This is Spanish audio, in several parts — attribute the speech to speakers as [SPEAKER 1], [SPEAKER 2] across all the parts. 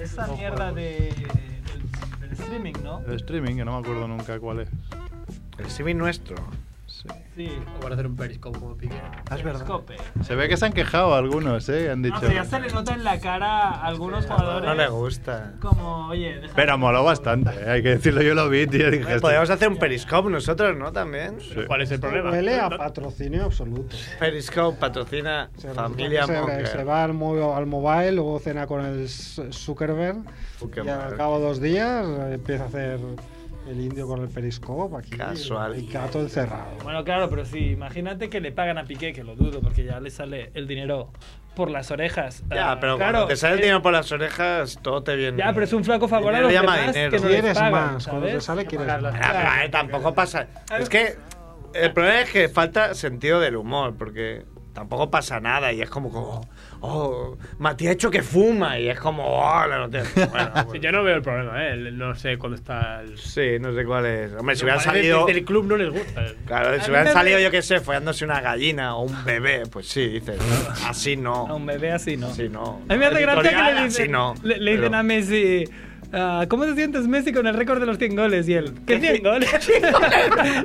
[SPEAKER 1] esa
[SPEAKER 2] Los
[SPEAKER 1] mierda
[SPEAKER 2] juegos.
[SPEAKER 1] de, del, del streaming, ¿no?
[SPEAKER 2] El streaming, que no me acuerdo nunca cuál es.
[SPEAKER 3] El streaming nuestro.
[SPEAKER 2] Sí.
[SPEAKER 1] Sí.
[SPEAKER 4] O para hacer un periscope como pique.
[SPEAKER 3] Ah, es verdad.
[SPEAKER 1] Periscope.
[SPEAKER 2] Se ve que se han quejado algunos, ¿eh? Han dicho.
[SPEAKER 4] Ah,
[SPEAKER 1] No sé, Ah, ya se le nota en la cara a algunos jugadores.
[SPEAKER 3] No le gusta.
[SPEAKER 1] Como, oye, deja-
[SPEAKER 2] Pero moló bastante, ¿eh? hay que decirlo. Yo lo vi, tío. Dije,
[SPEAKER 3] Oye, Podríamos hacer un periscope nosotros, ¿no? También.
[SPEAKER 2] Sí.
[SPEAKER 4] ¿Cuál es el problema?
[SPEAKER 5] Huele a patrocinio absoluto.
[SPEAKER 3] Periscope patrocina
[SPEAKER 5] Se-
[SPEAKER 3] Familia eh.
[SPEAKER 5] se,
[SPEAKER 3] Monger.
[SPEAKER 5] se va al, mo- al mobile, luego cena con el S- Zuckerberg.
[SPEAKER 3] Zuckerberg.
[SPEAKER 5] Y al cabo de dos días eh, empieza a hacer el indio con el periscope aquí.
[SPEAKER 3] Casual.
[SPEAKER 5] El gato encerrado.
[SPEAKER 1] Bueno, claro, pero sí, imagínate que le pagan a Piqué, que lo dudo, porque ya le sale el dinero por las orejas.
[SPEAKER 3] Ya,
[SPEAKER 1] Ah,
[SPEAKER 3] pero
[SPEAKER 1] claro,
[SPEAKER 3] cuando te sale el
[SPEAKER 1] es-
[SPEAKER 3] dinero por las orejas, todo te viene.
[SPEAKER 1] Ya, pero es un flaco favor a
[SPEAKER 3] Dinero
[SPEAKER 1] los
[SPEAKER 3] llama
[SPEAKER 1] demás
[SPEAKER 3] dinero.
[SPEAKER 1] que no les
[SPEAKER 5] Quieres
[SPEAKER 1] pagan,
[SPEAKER 5] más, cuando
[SPEAKER 1] ¿sabes?
[SPEAKER 5] te sale quieres
[SPEAKER 4] pagarlas.
[SPEAKER 5] más.
[SPEAKER 3] Ah, pero, eh, tampoco pasa. Es que el problema es que falta sentido del humor, porque tampoco pasa nada y es como, como oh, Matías ha hecho que fuma y es como, oh, la noticia. Bueno,
[SPEAKER 4] Sí,
[SPEAKER 3] bueno.
[SPEAKER 4] yo no veo el problema, ¿eh? El- No sé cuándo está el.
[SPEAKER 3] Sí, no sé cuál es. Hombre, si hubieran
[SPEAKER 4] Los padres
[SPEAKER 3] salido.
[SPEAKER 4] Del club no les gusta.
[SPEAKER 3] Claro,
[SPEAKER 1] A
[SPEAKER 3] si
[SPEAKER 1] mí
[SPEAKER 3] hubieran
[SPEAKER 1] me
[SPEAKER 3] salido,
[SPEAKER 1] re-
[SPEAKER 3] yo qué sé, follándose una gallina o un bebé, pues sí, dices. Así
[SPEAKER 1] A un
[SPEAKER 3] no.
[SPEAKER 1] bebé así, ¿no?
[SPEAKER 3] Así no.
[SPEAKER 1] A mí me hace gracia que le
[SPEAKER 3] Editorial,
[SPEAKER 1] dicen,
[SPEAKER 3] así no.
[SPEAKER 1] le, le dicen
[SPEAKER 3] Pero-
[SPEAKER 1] a Messi, ah, ¿cómo te sientes Messi con el récord de los 100 goles? Y él, ¿qué 100 goles?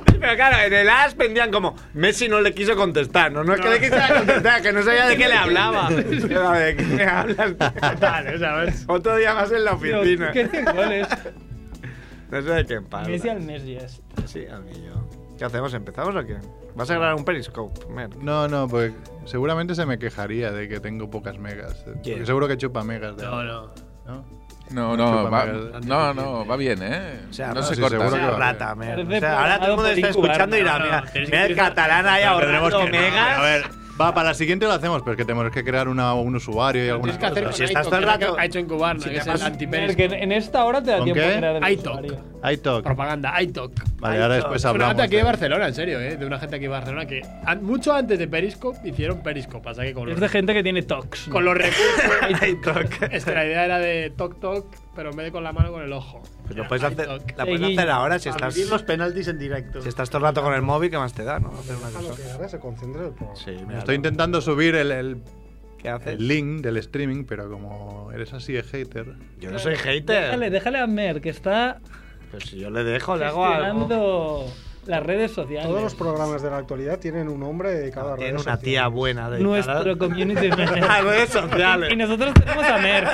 [SPEAKER 3] Pero claro, en el AS vendían como Messi no le quiso contestar, no, no es que le quisiera contestar, que no sabía de qué le hablaba. Era de qué me hablas.
[SPEAKER 4] Vale, ¿sabes?
[SPEAKER 3] Otro día más en la
[SPEAKER 1] Digo,
[SPEAKER 3] oficina.
[SPEAKER 1] ¿Qué 100 goles?
[SPEAKER 3] No sé de qué empalma.
[SPEAKER 1] Messi al Messi es.
[SPEAKER 3] Sí, amigo. ¿Qué hacemos? ¿Empezamos o qué? ¿Vas a grabar un periscope? Merck?
[SPEAKER 2] No, no, porque seguramente se me quejaría de que tengo pocas megas. Porque seguro que chupa megas. de-
[SPEAKER 4] No, no.
[SPEAKER 2] ¿no?
[SPEAKER 6] No,
[SPEAKER 2] Chupa
[SPEAKER 6] no, va,
[SPEAKER 2] megas.
[SPEAKER 6] no, no, va bien, ¿eh?
[SPEAKER 3] O sea,
[SPEAKER 6] no
[SPEAKER 3] no,
[SPEAKER 6] se
[SPEAKER 2] sí,
[SPEAKER 6] corta.
[SPEAKER 2] seguro que va.
[SPEAKER 3] rata, Merck.
[SPEAKER 1] Parece
[SPEAKER 3] O sea, ahora todo el mundo está
[SPEAKER 1] programado
[SPEAKER 3] escuchando
[SPEAKER 1] por
[SPEAKER 3] y dirá,
[SPEAKER 4] incubar, no,
[SPEAKER 3] mira,
[SPEAKER 4] no, tienes que
[SPEAKER 3] mira el
[SPEAKER 4] utilizar-
[SPEAKER 3] catalán ahí
[SPEAKER 2] Tendremos
[SPEAKER 3] ahorrando
[SPEAKER 2] que- no,
[SPEAKER 3] megas.
[SPEAKER 2] A ver, va, para la siguiente lo hacemos, pero es que tenemos que crear una, un usuario y alguna
[SPEAKER 4] Tienes que hacer
[SPEAKER 2] cosa.
[SPEAKER 3] si
[SPEAKER 4] con
[SPEAKER 3] estás todo
[SPEAKER 4] Aito,
[SPEAKER 3] el
[SPEAKER 4] que es lo
[SPEAKER 3] rato-
[SPEAKER 4] que Ha hecho en Cubana, que es el
[SPEAKER 1] Mer, que
[SPEAKER 4] antiperiscope.
[SPEAKER 1] en esta hora te da
[SPEAKER 2] ¿Con
[SPEAKER 1] tiempo
[SPEAKER 2] qué?
[SPEAKER 1] a crear el
[SPEAKER 4] iTalk.
[SPEAKER 1] usuario.
[SPEAKER 2] Hay talk.
[SPEAKER 4] Propaganda, iTalk.
[SPEAKER 2] Vale, ahora después
[SPEAKER 4] Una
[SPEAKER 2] Pues hablamos.
[SPEAKER 4] gente aquí de
[SPEAKER 2] de-
[SPEAKER 4] Barcelona, en serio, ¿eh? De una gente aquí de Barcelona que an- mucho antes de Periscope hicieron Periscope. Pasa que con
[SPEAKER 1] Es
[SPEAKER 4] los,
[SPEAKER 1] de gente que tiene talks.
[SPEAKER 4] con los recursos.
[SPEAKER 3] Ay, toc.
[SPEAKER 4] es que la idea era de toc toc, pero en vez de con la mano, con el ojo.
[SPEAKER 3] Pues lo puedes hacer,
[SPEAKER 4] Toc.
[SPEAKER 3] la puedes hacer ahora si estás,
[SPEAKER 7] vivir los
[SPEAKER 3] si
[SPEAKER 7] penaltis en directo.
[SPEAKER 3] estás todo el rato con el móvil, ¿qué más te da? ¿no? Hacer una
[SPEAKER 5] Déjalo
[SPEAKER 3] cosa.
[SPEAKER 5] que ahora se concentre el programa.
[SPEAKER 3] Sí, mira,
[SPEAKER 2] Estoy
[SPEAKER 3] lo-
[SPEAKER 2] intentando subir el, el-
[SPEAKER 3] ¿Qué haces?
[SPEAKER 2] el link del streaming, pero como eres así de hater.
[SPEAKER 3] Yo no soy
[SPEAKER 1] Déjale,
[SPEAKER 3] hater.
[SPEAKER 1] déjale a Mer, que está
[SPEAKER 3] Pero si yo le dejo, le hago algo.
[SPEAKER 1] gestionando las redes sociales.
[SPEAKER 5] Todos los programas de la actualidad tienen un hombre dedicado a
[SPEAKER 3] Tiene
[SPEAKER 5] redes
[SPEAKER 3] una tía
[SPEAKER 5] sociales.
[SPEAKER 3] buena de
[SPEAKER 1] Nuestro community manager.
[SPEAKER 3] Las redes
[SPEAKER 1] Y
[SPEAKER 3] sociales.
[SPEAKER 1] nosotros tenemos a Mer.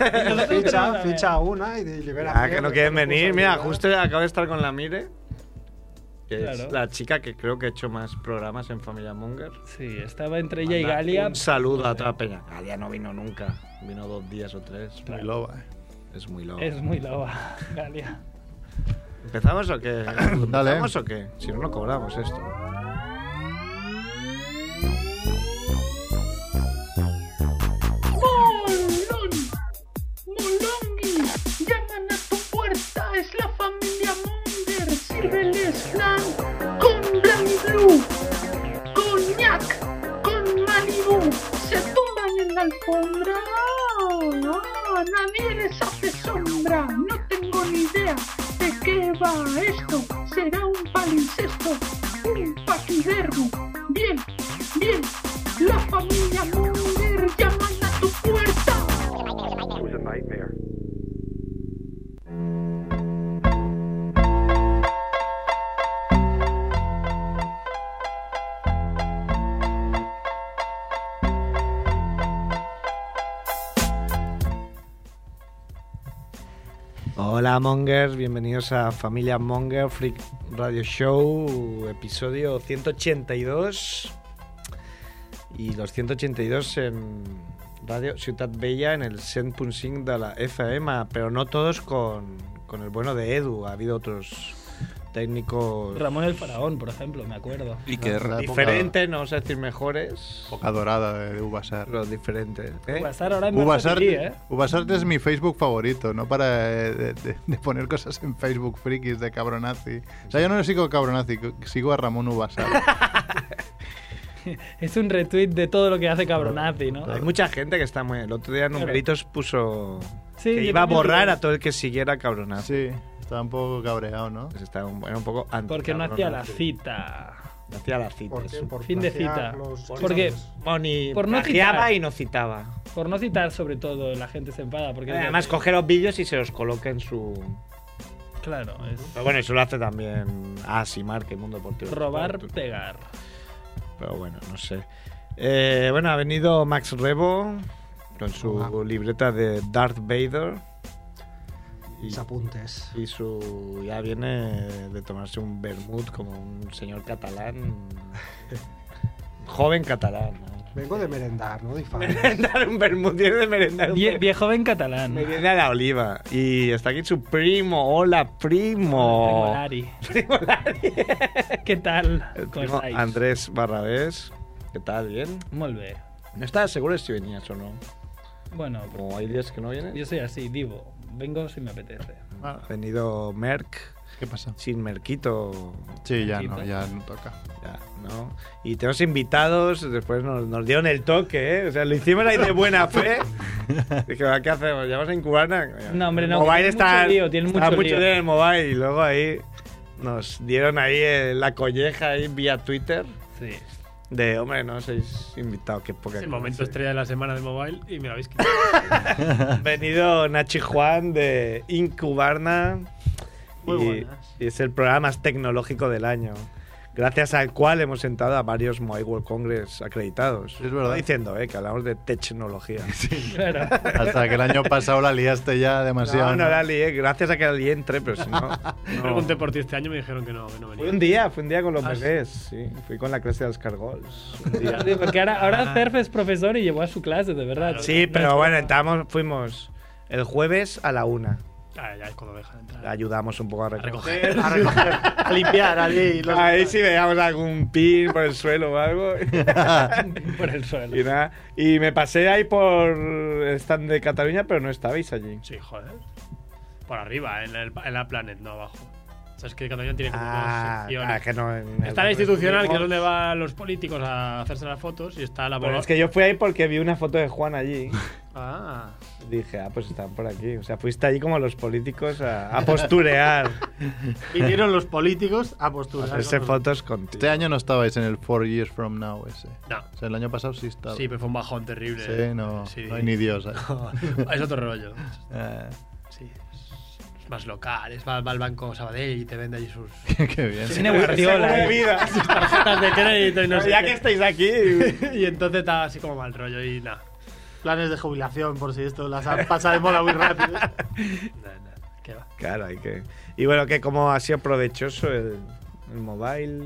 [SPEAKER 1] Y nosotros tenemos
[SPEAKER 5] Ficha,
[SPEAKER 1] a Mer.
[SPEAKER 5] ficha a una y de- libera.
[SPEAKER 3] Ah,
[SPEAKER 5] a
[SPEAKER 3] que no
[SPEAKER 5] otra,
[SPEAKER 3] quieren venir. Mira,
[SPEAKER 5] responsabilidad.
[SPEAKER 3] justo acabo de estar con la Mire. Que es
[SPEAKER 1] Claro.
[SPEAKER 3] la chica que creo que ha hecho más programas en Familia Munger.
[SPEAKER 1] Sí, estaba entre ella y
[SPEAKER 3] Manda
[SPEAKER 1] Galia. Pues, eh,
[SPEAKER 3] Un saludo a toda Peña. Galia no vino nunca. Vino dos días o tres.
[SPEAKER 2] Muy loba, eh.
[SPEAKER 3] Es muy loco.
[SPEAKER 1] Es muy loba, Galia.
[SPEAKER 3] ¿Empezamos o qué?
[SPEAKER 2] Dale.
[SPEAKER 3] ¿Empezamos o qué? Si no, no cobramos esto.
[SPEAKER 8] ¡Molón! ¡Molongi! ¡Llaman a tu puerta! ¡Es la familia Munger! ¡Sírveles flan con Blanc Blue! ¡Coñac! ¡Con Malibu! ¡Se tumban en la alfombra! ¡Ah! ¡Nadie les hace sombra! ¡No tengo ni idea de qué va esto! ¡Será un palincesto! ¡Un paquidermo! ¡Bien! ¡Bien! ¡La familia Munger llaman a tu puerta!
[SPEAKER 3] Hola Mongers, bienvenidos a Familia Monger Freak Radio Show, episodio 182. Y los 182 en Radio Ciutat Bella, en el 100.5 de la FM, pero no todos con, con el bueno de Edu, ha habido otros técnicos
[SPEAKER 1] Ramón el Faraón, por ejemplo, me acuerdo.
[SPEAKER 6] Y que
[SPEAKER 2] La época-
[SPEAKER 3] diferentes, no vamos a decir mejores,
[SPEAKER 2] Época dorada de, de Uvasar.
[SPEAKER 3] pero diferentes. ¿eh?
[SPEAKER 1] Basar ahora en
[SPEAKER 2] Uvasar,
[SPEAKER 1] Barcelona, ¿eh?
[SPEAKER 2] Uvasar es mi Facebook favorito, no para de, de- de poner cosas en Facebook frikis de cabronazi. O sea, yo no le sigo a cabronazi, sigo a Ramón Uvasar.
[SPEAKER 1] Es un retweet de todo lo que hace Cabronati, ¿no?
[SPEAKER 3] Hay mucha gente que está muy... El otro día Numeritos puso que
[SPEAKER 1] Sí, yo
[SPEAKER 3] iba a
[SPEAKER 1] también
[SPEAKER 3] borrar
[SPEAKER 1] vi.
[SPEAKER 3] a todo el que siguiera cabronazo.
[SPEAKER 2] sí, estaba un poco cabreado, ¿no?
[SPEAKER 3] Pues estaba un, era un poco anti-
[SPEAKER 1] Porque no
[SPEAKER 3] cabrón,
[SPEAKER 1] hacía la
[SPEAKER 3] sí.
[SPEAKER 1] cita.
[SPEAKER 3] No hacía la cita.
[SPEAKER 5] ¿Por qué?
[SPEAKER 3] sí.
[SPEAKER 5] Por
[SPEAKER 1] Fin de
[SPEAKER 5] plagiar
[SPEAKER 1] cita.
[SPEAKER 5] los
[SPEAKER 1] Porque
[SPEAKER 5] chistes.
[SPEAKER 3] Bueno, y
[SPEAKER 1] Por no
[SPEAKER 3] plagiaba
[SPEAKER 1] citar.
[SPEAKER 3] y no citaba.
[SPEAKER 1] Por no citar sobre todo, la gente se enfada. Porque
[SPEAKER 3] Eh, Además, coge los vídeos y se los coloca en su.
[SPEAKER 1] Claro, es
[SPEAKER 3] Pero bueno, eso lo hace también Asimar, que el mundo deportivo.
[SPEAKER 1] robar, pegar.
[SPEAKER 3] Pero bueno, no sé. Eh, bueno, ha venido Max Rebo con su
[SPEAKER 5] Hola.
[SPEAKER 3] libreta de Darth Vader. Y,
[SPEAKER 5] Mis apuntes.
[SPEAKER 3] y su ya viene de tomarse un vermut como un señor catalán. joven catalán. ¿no?
[SPEAKER 5] Vengo de merendar, ¿no? Difames.
[SPEAKER 3] Merendar un vermut, tiene de merendar un
[SPEAKER 1] Vie-
[SPEAKER 3] vermut.
[SPEAKER 1] viejo ven catalán.
[SPEAKER 3] Merienda a la oliva. Y está aquí su primo. Hola, primo.
[SPEAKER 1] Primo Lari. ¿Qué tal?
[SPEAKER 3] El
[SPEAKER 1] ¿Cómo
[SPEAKER 3] primo
[SPEAKER 1] estáis?
[SPEAKER 3] Andrés Barrabés. ¿Qué tal? ¿Bien?
[SPEAKER 1] Molt bé.
[SPEAKER 3] No estaba seguro si venías o no.
[SPEAKER 1] Bueno,
[SPEAKER 3] Como hay días que no vienes.
[SPEAKER 1] yo soy así, divo. Vengo si me apetece.
[SPEAKER 3] Ha venido Merck.
[SPEAKER 2] Ah, ¿Qué pasa?
[SPEAKER 3] Sin Merquito.
[SPEAKER 2] Sí, ya no, ya no toca.
[SPEAKER 3] Ya, ¿no? Y tenemos invitados. Después nos, nos dieron el toque, ¿eh? O sea, lo hicimos ahí de buena fe. Dije, "Va, ¿qué hacemos? ¿Ya vamos en cubana?
[SPEAKER 1] No, hombre, no,
[SPEAKER 3] Mobile
[SPEAKER 1] tiene
[SPEAKER 3] está,
[SPEAKER 1] mucho lío, tiene
[SPEAKER 3] está
[SPEAKER 1] mucho
[SPEAKER 3] mucho
[SPEAKER 1] lío.
[SPEAKER 3] lío en el mobile. Y luego ahí nos dieron ahí eh, la colleja ahí vía Twitter.
[SPEAKER 1] Sí.
[SPEAKER 3] De, hombre, no sois invitados, qué poca
[SPEAKER 4] Es el
[SPEAKER 3] cosa,
[SPEAKER 4] momento
[SPEAKER 3] sí.
[SPEAKER 4] estrella de la semana de mobile y me lo habéis quitado.
[SPEAKER 3] Venido Nachi Juan de Incubarna.
[SPEAKER 6] Muy
[SPEAKER 3] y,
[SPEAKER 6] buenas.
[SPEAKER 3] y es el programa más tecnológico del año. Gracias al cual hemos sentado a varios Mobile World Congress acreditados.
[SPEAKER 2] Es verdad.
[SPEAKER 3] Está diciendo, eh, que hablamos de tecnología.
[SPEAKER 1] Claro.
[SPEAKER 2] Hasta que el año pasado la liaste ya demasiado.
[SPEAKER 3] no, no,
[SPEAKER 2] ¿no?
[SPEAKER 3] la lié, Gracias a que la lié entré, pero si no. no.
[SPEAKER 4] Pregunté por ti este año y me dijeron que no, que no venía.
[SPEAKER 3] Fue un día, fue un día con los
[SPEAKER 4] Ah, sí.
[SPEAKER 3] bebés. Sí, fui con la clase de los cargols. un día.
[SPEAKER 1] Sí, porque ahora, ahora Cerf es profesor y llevó a su clase, de verdad.
[SPEAKER 3] Sí, pero bueno, entramos, fuimos el jueves a la una.
[SPEAKER 4] Ah, ya es cuando dejan entrar.
[SPEAKER 3] Ayudamos un poco a recoger.
[SPEAKER 4] recoger.
[SPEAKER 6] A recoger, a limpiar allí. los-
[SPEAKER 3] Ahí sí veíamos algún pin por el suelo o algo.
[SPEAKER 1] Por el suelo.
[SPEAKER 3] y nada. Y me pasé ahí por el stand de Cataluña, pero no estabais allí.
[SPEAKER 4] Sí, joder. Por arriba, en, el- en la Planet, no abajo. O sea, es que Cataluña tiene como
[SPEAKER 3] Ah,
[SPEAKER 4] dos secciones.
[SPEAKER 3] ah, que no. en el
[SPEAKER 4] Está
[SPEAKER 3] barrio
[SPEAKER 4] la institucional, que es
[SPEAKER 3] estuvimos.
[SPEAKER 4] donde van los políticos a hacerse las fotos, y está la
[SPEAKER 3] Pero es que yo fui ahí porque vi una foto de Juan allí.
[SPEAKER 4] Ah,
[SPEAKER 3] Dije, ah, pues están por aquí. O sea, fuiste allí como los políticos a, a posturear,
[SPEAKER 6] Vinieron los políticos a
[SPEAKER 3] a
[SPEAKER 6] postular.
[SPEAKER 3] hacerse fotos contigo.
[SPEAKER 2] Este año no estabais en el Four Years From Now ese.
[SPEAKER 4] no.
[SPEAKER 2] O sea, el año pasado sí estaba.
[SPEAKER 4] Sí, pero fue un bajón terrible.
[SPEAKER 2] Sí, no,
[SPEAKER 4] Sí.
[SPEAKER 2] no hay ni Dios. ahí.
[SPEAKER 4] es otro rollo.
[SPEAKER 2] Eh,
[SPEAKER 4] Sí. Es más local, es va, va al banco Sabadell y te vende allí sus
[SPEAKER 2] qué bien.
[SPEAKER 1] Tiene Guardiola.
[SPEAKER 3] Seguro
[SPEAKER 1] eh.
[SPEAKER 3] vida.
[SPEAKER 4] tarjetas de crédito y no sé.
[SPEAKER 3] ya
[SPEAKER 4] qué.
[SPEAKER 3] que estáis aquí.
[SPEAKER 4] y entonces estaba así como mal rollo y nada.
[SPEAKER 6] Planes de jubilación, por si esto las ha- pasa de moda muy rápido.
[SPEAKER 4] Nada, nada. ¿Qué va?
[SPEAKER 3] Claro, hay que. Y bueno, que como ha sido provechoso el, el mobile.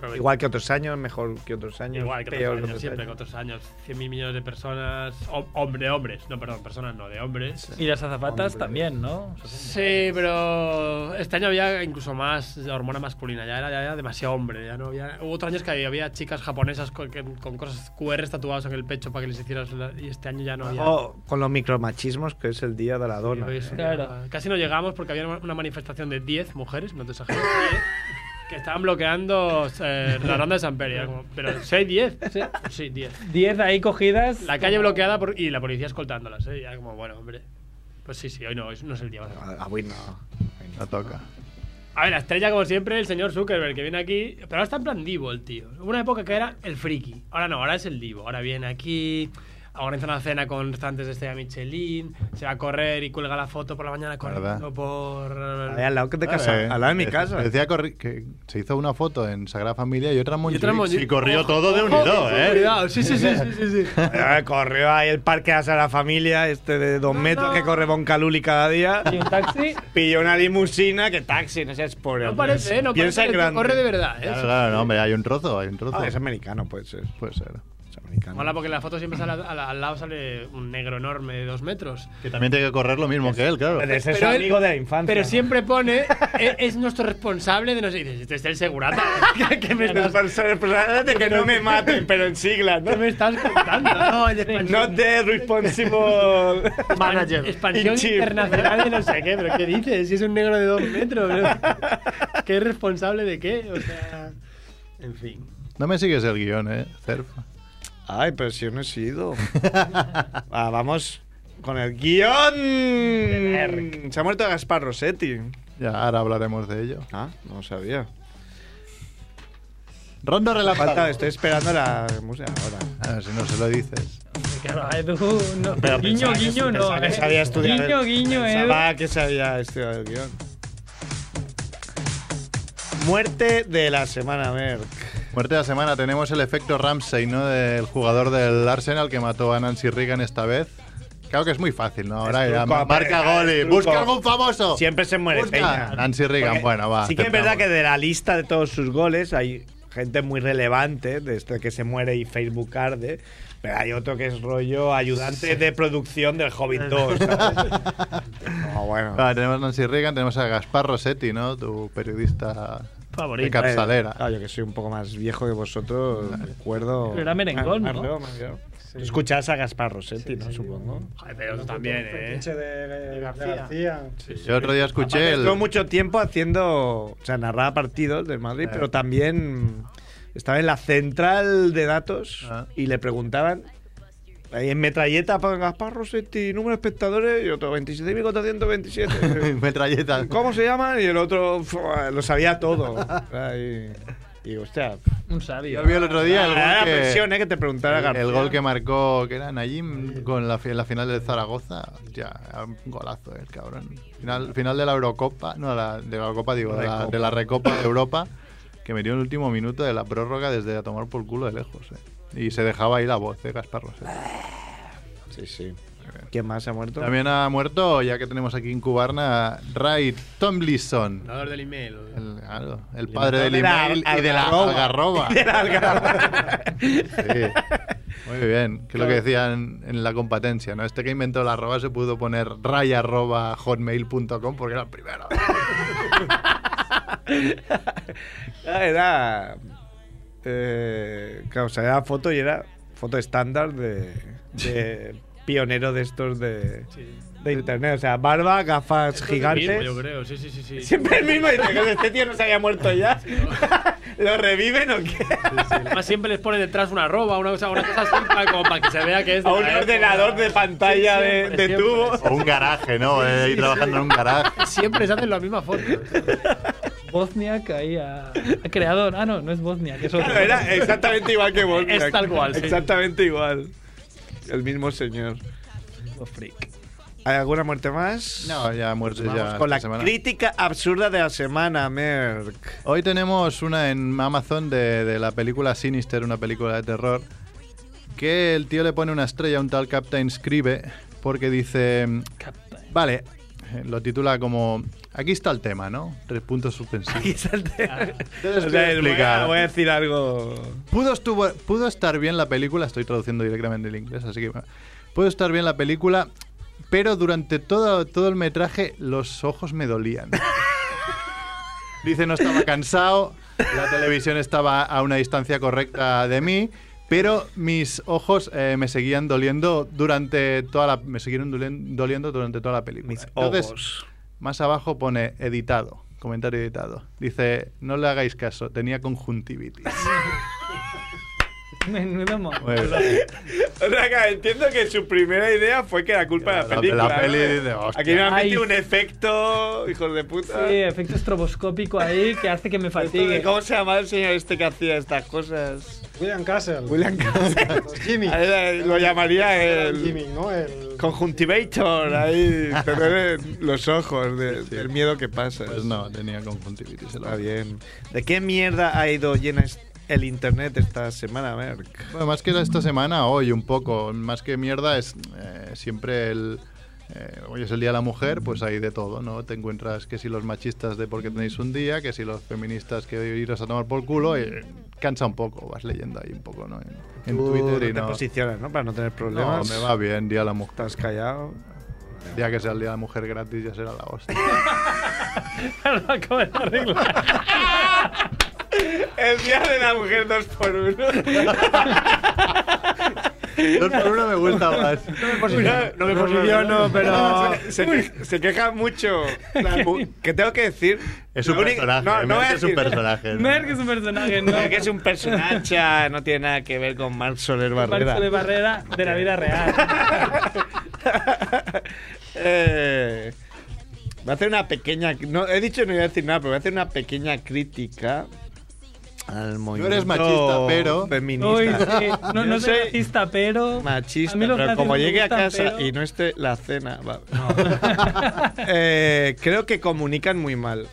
[SPEAKER 4] Pero
[SPEAKER 3] Igual que otros años, mejor que otros años.
[SPEAKER 4] Igual que
[SPEAKER 3] peor
[SPEAKER 4] otros años, siempre que otros años. 100.000 millones de personas. hom- hombre, hombres. No, perdón, personas no, de hombres.
[SPEAKER 1] Y las azafatas
[SPEAKER 3] Hombre.
[SPEAKER 1] también, ¿no?
[SPEAKER 4] Sí, pero este año había incluso más hormona masculina, ya era, ya era demasiado hombre, ya no había... Hubo otros años que había chicas japonesas con, que- con cosas QR tatuadas en el pecho para que les hicieras... la- y este año ya no había...
[SPEAKER 3] O con los micromachismos, que es el día de la dona.
[SPEAKER 4] Pues,
[SPEAKER 3] ¿no?
[SPEAKER 1] Claro.
[SPEAKER 4] Casi no llegamos porque había una manifestación de 10 mujeres, no te exagero, 10, que estaban bloqueando eh, la ronda de San Peri. Era como, Pero si hay 10,
[SPEAKER 1] Sí.
[SPEAKER 4] sí, 10.
[SPEAKER 1] Diez ahí cogidas.
[SPEAKER 4] La calle bloqueada por- y la policía escoltándolas, ¿eh? Ya como, bueno, hombre. Pues sí, sí, hoy no, hoy no es el día más
[SPEAKER 3] Ah, ah, bueno.
[SPEAKER 2] La toca.
[SPEAKER 4] A ver, la estrella, como siempre, el señor Zuckerberg, que viene aquí. Pero ahora está en plan divo el tío. Hubo una época que era el friki. Ahora no, ahora es el divo. Ahora viene aquí, organiza una cena con restaurantes de estrella Michelin, se va a correr y cuelga la foto por la mañana corriendo
[SPEAKER 2] ¿Verdad?
[SPEAKER 4] por...
[SPEAKER 3] Ahí al lado que te casa,
[SPEAKER 2] Eh,
[SPEAKER 3] al lado de mi
[SPEAKER 2] de-
[SPEAKER 3] casa.
[SPEAKER 2] Decía corri- que se hizo una foto en Sagrada Familia y otra en
[SPEAKER 4] otra
[SPEAKER 2] Montjuic.
[SPEAKER 4] en Montjuic.
[SPEAKER 2] Y corrió
[SPEAKER 4] Ojo,
[SPEAKER 2] todo de
[SPEAKER 4] ojo,
[SPEAKER 2] unido,
[SPEAKER 4] que
[SPEAKER 2] ¿eh?
[SPEAKER 4] cuidado. Sí, sí, sí, sí, sí, sí.
[SPEAKER 3] Ah, corrió ahí el parque a la familia, este de dos metros que corre Boncaluli cada día.
[SPEAKER 1] Y un taxi.
[SPEAKER 3] Pilló una limusina, que taxi, no seas pobre.
[SPEAKER 4] No
[SPEAKER 3] hombre.
[SPEAKER 4] parece, ¿eh? No
[SPEAKER 3] Piensa
[SPEAKER 4] parece que
[SPEAKER 3] grande.
[SPEAKER 4] corre de verdad, ¿eh?
[SPEAKER 2] Claro, claro, no, hombre, hay un trozo, hay un trozo.
[SPEAKER 3] Ah, es americano, puede ser.
[SPEAKER 2] Puede ser.
[SPEAKER 3] Es americano.
[SPEAKER 4] Mola porque en la foto siempre sale al, al lado sale un negro enorme de dos metros.
[SPEAKER 2] Que también tiene que correr lo mismo que él, claro.
[SPEAKER 3] Pero ese es su
[SPEAKER 4] Pero él-
[SPEAKER 3] amigo de la infancia.
[SPEAKER 4] Pero siempre pone, "E- es, nuestro responsable de no sé. Y dices, este es el segurata. ¿Qué, qué me estás,
[SPEAKER 3] Responsable que no me maten, pero en siglas, ¿no?
[SPEAKER 4] qué me estás contando? No, el de
[SPEAKER 3] No te responsible.
[SPEAKER 6] Manager.
[SPEAKER 3] In
[SPEAKER 4] Expansión
[SPEAKER 3] chief.
[SPEAKER 4] internacional de no sé qué, pero ¿qué dices? Si es un negro de dos metros, ¿no? ¿qué es responsable de qué? O sea, en fin.
[SPEAKER 2] No me sigues el guión, ¿eh, Cerf?
[SPEAKER 3] Ay, pero si yo no he sido. Ah, vamos con el guión. Se ha muerto Gaspar Rossetti.
[SPEAKER 2] Ya, ahora hablaremos de ello.
[SPEAKER 3] Ah, no sabía.
[SPEAKER 2] Rondo relámpago.
[SPEAKER 3] Falta, este. estoy esperando la música ahora.
[SPEAKER 2] Ah, si no se lo dices.
[SPEAKER 1] Que va, Edu, no.
[SPEAKER 3] Pero
[SPEAKER 1] guiño,
[SPEAKER 3] pensaba que-
[SPEAKER 1] guiño, no.
[SPEAKER 3] pensaba que
[SPEAKER 1] eh.
[SPEAKER 3] sabía estudiar el-
[SPEAKER 1] Guiño, guiño,
[SPEAKER 4] eh.
[SPEAKER 1] eh. Edu.
[SPEAKER 3] Pensaba que se había estudiado el guión. Muerte de la semana, Merck.
[SPEAKER 2] Muerte de la semana. Tenemos el efecto Ramsey, ¿no? Del jugador del Arsenal que mató a Nancy Reagan esta vez. Claro que es muy fácil, ¿no? Ahora
[SPEAKER 3] Es
[SPEAKER 2] ya
[SPEAKER 3] truco,
[SPEAKER 2] marca
[SPEAKER 3] hombre,
[SPEAKER 2] gol
[SPEAKER 3] es
[SPEAKER 2] y
[SPEAKER 3] truco.
[SPEAKER 2] busca algún famoso.
[SPEAKER 3] Siempre se muere
[SPEAKER 2] Busca.
[SPEAKER 3] Peña.
[SPEAKER 2] Nancy Reagan,
[SPEAKER 3] Porque
[SPEAKER 2] bueno, va,
[SPEAKER 3] Sí que es verdad que
[SPEAKER 2] aceptamos.
[SPEAKER 3] de la lista de todos sus goles hay gente muy relevante, de este que se muere y Facebook arde. Pero hay otro que es rollo ayudante de producción del Hobbit 2. ¿sabes? no, bueno.
[SPEAKER 2] Ah, tenemos a Nancy Reagan, tenemos a Gaspar Rossetti, ¿no? Tu periodista
[SPEAKER 4] Favorito.
[SPEAKER 2] de capsalera.
[SPEAKER 3] Claro, yo que soy un poco más viejo que vosotros, recuerdo.
[SPEAKER 1] Pero era merengón,
[SPEAKER 3] Más-
[SPEAKER 1] ¿no?
[SPEAKER 3] más reo, más reo. Tú escuchabas a Gaspar Rossetti, ¿no? Supongo.
[SPEAKER 4] Joder, pero tú también, ¿eh?
[SPEAKER 5] Fetiche de, de
[SPEAKER 6] García.
[SPEAKER 5] García.
[SPEAKER 2] Yo otro día escuché el.
[SPEAKER 3] Estuvo mucho tiempo haciendo, o sea, narraba partidos del Madrid,
[SPEAKER 2] Ah.
[SPEAKER 3] pero también estaba en la central de datos
[SPEAKER 2] Ah.
[SPEAKER 3] y le preguntaban. Ahí en metralleta para Gaspar Rossetti, número de espectadores, y otro 27.427.
[SPEAKER 2] Metralleta.
[SPEAKER 3] ¿Cómo se llaman? Y el otro fu, lo sabía todo. O sea, Y, y hostia. Ah,
[SPEAKER 1] Un sabio.
[SPEAKER 2] Yo vi el otro día el
[SPEAKER 3] era la
[SPEAKER 2] gol
[SPEAKER 3] presión,
[SPEAKER 2] que,
[SPEAKER 3] ¿eh? Que te preguntara
[SPEAKER 2] el- el
[SPEAKER 3] García.
[SPEAKER 2] gol que marcó que era Najim con la, fi- en la final del Zaragoza. Ya, un golazo el cabrón. Final, final de la Eurocopa, no la- de la Eurocopa digo, de la, de la Recopa de Europa que metió en el último minuto de la prórroga desde a tomar por culo de lejos. eh. Y se dejaba ahí la voz de Gaspar Rosell.
[SPEAKER 3] Sí, sí. ¿Quién más ha muerto?
[SPEAKER 2] También ha muerto, ya que tenemos aquí en Cubarna, Ray Tomlinson.
[SPEAKER 4] Fundador del email.
[SPEAKER 2] El, claro, el padre del
[SPEAKER 3] montón de la
[SPEAKER 2] email y de la
[SPEAKER 3] algarroba.
[SPEAKER 2] algarroba. Sí. Muy bien, que es lo que decían en la competencia, ¿no? Este que inventó la arroba se pudo poner ray arroba hotmail.com porque era el primero.
[SPEAKER 3] Ah, era. Eh, claro, o sea, era foto y era foto estándar de, de pionero de estos de, de internet. O sea, barba, gafas
[SPEAKER 4] Mismo,
[SPEAKER 3] gigantes.
[SPEAKER 4] yo creo, sí, sí, sí. sí.
[SPEAKER 3] Siempre el mismo dice que este tío no se había muerto ya. ¿Lo reviven o qué?
[SPEAKER 4] Pues Además, siempre les pone detrás una arroba, una cosa, una cosa así, para, como para que se vea que es. de
[SPEAKER 3] A un
[SPEAKER 4] la época.
[SPEAKER 3] ordenador de pantalla
[SPEAKER 4] Sí,
[SPEAKER 3] de,
[SPEAKER 4] siempre,
[SPEAKER 3] de
[SPEAKER 4] siempre.
[SPEAKER 3] tubo.
[SPEAKER 2] O un garaje, ¿no? Eh, ir trabajando en un garaje.
[SPEAKER 4] Siempre se hacen la misma foto.
[SPEAKER 1] Bosniak ahí a, a creador. Ah, no, no es Bosniak, es otro.
[SPEAKER 3] Claro, era exactamente igual que Volker.
[SPEAKER 4] Es tal cual, sí.
[SPEAKER 3] Exactamente igual. El mismo señor.
[SPEAKER 1] Freak.
[SPEAKER 3] ¿Hay alguna muerte más?
[SPEAKER 2] No, ya muertes
[SPEAKER 3] Vamos
[SPEAKER 2] ya.
[SPEAKER 3] con la
[SPEAKER 2] esta semana.
[SPEAKER 3] crítica absurda de la semana, Merck.
[SPEAKER 2] Hoy tenemos una en Amazon de, de la película Sinister, una película de terror, que el tío le pone una estrella a un tal Captain Scribe porque dice,
[SPEAKER 1] Captain.
[SPEAKER 2] vale, eh, lo titula como, aquí está el tema, ¿no? Tres puntos suspensivos.
[SPEAKER 4] Ah.
[SPEAKER 2] Entonces, voy
[SPEAKER 3] O
[SPEAKER 2] a
[SPEAKER 3] sea, el- voy, a,
[SPEAKER 2] explicar.
[SPEAKER 3] voy a decir algo.
[SPEAKER 2] Pudo, estuvo- pudo estar bien la película, estoy traduciendo directamente del inglés, así que pudo estar bien la película, pero durante todo, todo el metraje los ojos me dolían. Dice, no estaba cansado, la televisión estaba a una distancia correcta de mí, pero mis ojos eh, me seguían doliendo durante toda la me siguieron dolien- doliendo durante toda la película.
[SPEAKER 3] Mis
[SPEAKER 2] Entonces,
[SPEAKER 3] ojos.
[SPEAKER 2] más abajo pone editado, comentario editado. Dice, no le hagáis caso, tenía conjuntivitis.
[SPEAKER 1] Menudo mamá.
[SPEAKER 2] Muy bien.
[SPEAKER 3] O sea, que entiendo que su primera idea fue que era culpa de la
[SPEAKER 2] La- la
[SPEAKER 3] película. ¿no?
[SPEAKER 2] peli dice, hostia.
[SPEAKER 3] Aquí me han
[SPEAKER 1] Ay.
[SPEAKER 3] metido un efecto, hijos de puta.
[SPEAKER 1] Sí, efecto estroboscópico ahí que hace que me
[SPEAKER 3] Esto de
[SPEAKER 1] fatigue.
[SPEAKER 3] ¿Cómo se llamaba el señor este que hacía estas cosas?
[SPEAKER 5] William Castle.
[SPEAKER 3] William Castle.
[SPEAKER 5] Los Jimmy.
[SPEAKER 3] A ver, eh, Lo llamaría
[SPEAKER 5] El Jimmy,
[SPEAKER 3] el
[SPEAKER 5] ¿no? El...
[SPEAKER 3] conjuntivator, ahí, tener en los ojos de- del miedo que pasa.
[SPEAKER 2] Pues no, tenía conjuntivitis. el
[SPEAKER 3] Está
[SPEAKER 2] hombre.
[SPEAKER 3] bien. ¿De qué mierda ha ido llena es- el internet esta semana, Merck?
[SPEAKER 2] Bueno, más que esta semana, hoy un poco. Más que mierda es eh, siempre el... eh, hoy es el Día de la Mujer, pues hay de todo, ¿no? Te encuentras que si los machistas de por qué tenéis un día, que si los feministas que iros a tomar por culo, eh, cansa un poco, vas leyendo ahí un poco, ¿no? En, en
[SPEAKER 3] Tú
[SPEAKER 2] Twitter y
[SPEAKER 3] no te
[SPEAKER 2] no.
[SPEAKER 3] posicionas, ¿no? Para no tener
[SPEAKER 2] No,
[SPEAKER 3] problemas.
[SPEAKER 2] me va bien, Día de la Mujer.
[SPEAKER 3] Estás callado.
[SPEAKER 2] El día que sea el Día de la Mujer gratis ya será la hostia.
[SPEAKER 1] Lo acabo de arreglar.
[SPEAKER 3] El día de la mujer 2x1.
[SPEAKER 2] Dos por uno me gusta más.
[SPEAKER 3] No me
[SPEAKER 2] posiciono, pero-
[SPEAKER 3] Se, se- se queja mucho. La mu- ¿Qué tengo que decir?
[SPEAKER 2] Es un
[SPEAKER 3] Lo único-
[SPEAKER 2] personaje,
[SPEAKER 3] No, no voy a
[SPEAKER 2] Merck es un
[SPEAKER 3] decir-
[SPEAKER 2] personaje. ¿no?
[SPEAKER 1] Merck es un personaje, ¿no?
[SPEAKER 3] Merck es un personaje, no tiene nada que ver con Marc Soler Barrera.
[SPEAKER 1] Parche de barrera de la vida real.
[SPEAKER 3] Eh, voy a hacer una pequeña. No, he dicho no iba a decir nada, pero voy a hacer una pequeña crítica al
[SPEAKER 2] No
[SPEAKER 3] movimiento
[SPEAKER 2] eres machista, pero.
[SPEAKER 3] feminista.
[SPEAKER 1] Uy, sí. No, no
[SPEAKER 3] Yo
[SPEAKER 1] soy
[SPEAKER 3] soy
[SPEAKER 1] racista, pero.
[SPEAKER 3] Machista,
[SPEAKER 1] A mí los
[SPEAKER 3] pero como
[SPEAKER 1] nazis me
[SPEAKER 3] llegue a
[SPEAKER 1] gustan,
[SPEAKER 3] casa
[SPEAKER 1] pero-
[SPEAKER 3] y no esté la cena, va- Eh, creo que comunican muy mal.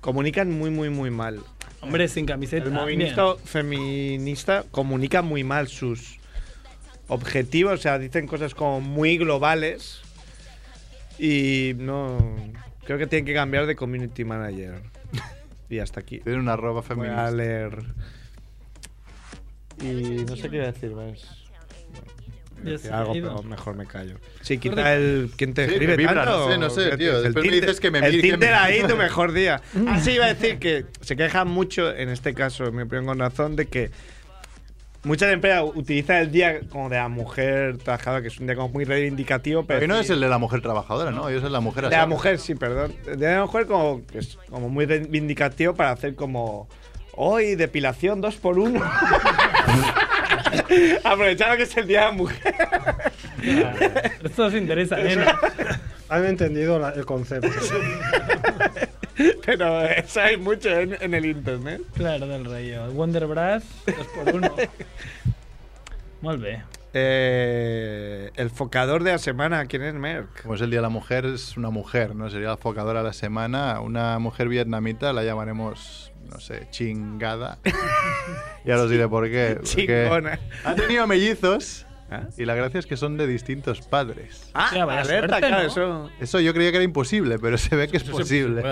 [SPEAKER 3] Comunican muy, muy, muy mal.
[SPEAKER 1] Hombre, sin camiseta.
[SPEAKER 3] El movimiento feminista comunica muy mal sus objetivos, o sea, dicen cosas como muy globales y no creo que tienen que cambiar de community manager. y hasta aquí.
[SPEAKER 2] Tiene una ropa
[SPEAKER 3] Voy a
[SPEAKER 2] feminista.
[SPEAKER 3] leer. Y no sé qué iba a decir más.
[SPEAKER 1] Bien. Ya se
[SPEAKER 3] Algo,
[SPEAKER 1] ha ido.
[SPEAKER 3] pero mejor me callo. Sí, quita el. ¿Quién te
[SPEAKER 2] Sí,
[SPEAKER 3] escribe?
[SPEAKER 2] me vibra,
[SPEAKER 3] tanto?
[SPEAKER 2] no sé, no sé, tío.
[SPEAKER 3] ¿Qué tienes? El
[SPEAKER 2] Después me
[SPEAKER 3] Tinder-
[SPEAKER 2] dices que me
[SPEAKER 3] El
[SPEAKER 2] mire, que me-
[SPEAKER 3] Tinder ahí, tu mejor día. Así iba a decir que se queja mucho, en este caso, en mi opinión, con razón, de que muchas empresas utilizan el día como de la mujer trabajadora, que es un día como muy reivindicativo, pero.
[SPEAKER 2] Hoy no
[SPEAKER 3] pues sí,
[SPEAKER 2] es el de la mujer trabajadora, ¿no? Hoy es el de la mujer
[SPEAKER 3] de la
[SPEAKER 2] asada.
[SPEAKER 3] mujer, sí, perdón. De la mujer como, que es como muy reivindicativo para hacer como hoy depilación 2 por 1 Aprovechando que es el día de la mujer.
[SPEAKER 1] Esto os interesa, nena.
[SPEAKER 5] Han entendido la- el concepto.
[SPEAKER 3] Pero eso hay mucho en, en el internet.
[SPEAKER 1] Claro, del rei. El Wonder Brass, dos por uno. Molt bé.
[SPEAKER 3] Eh, el focador de la semana, ¿quién es Merck?
[SPEAKER 2] Como es el Día de la Mujer, es una mujer, ¿no? Sería la focadora de la semana. Una mujer vietnamita la llamaremos, no sé, chingada. ya os diré por qué. porque
[SPEAKER 3] Chingona.
[SPEAKER 2] Ha tenido mellizos
[SPEAKER 3] ¿Ah?
[SPEAKER 2] y la gracia es que son de distintos padres.
[SPEAKER 3] Ah,
[SPEAKER 1] Hostia, vaya
[SPEAKER 3] alerta,
[SPEAKER 1] suerte,
[SPEAKER 3] claro,
[SPEAKER 1] ¿no?
[SPEAKER 3] eso.
[SPEAKER 2] Eso yo creía que era imposible, pero se ve que es posible.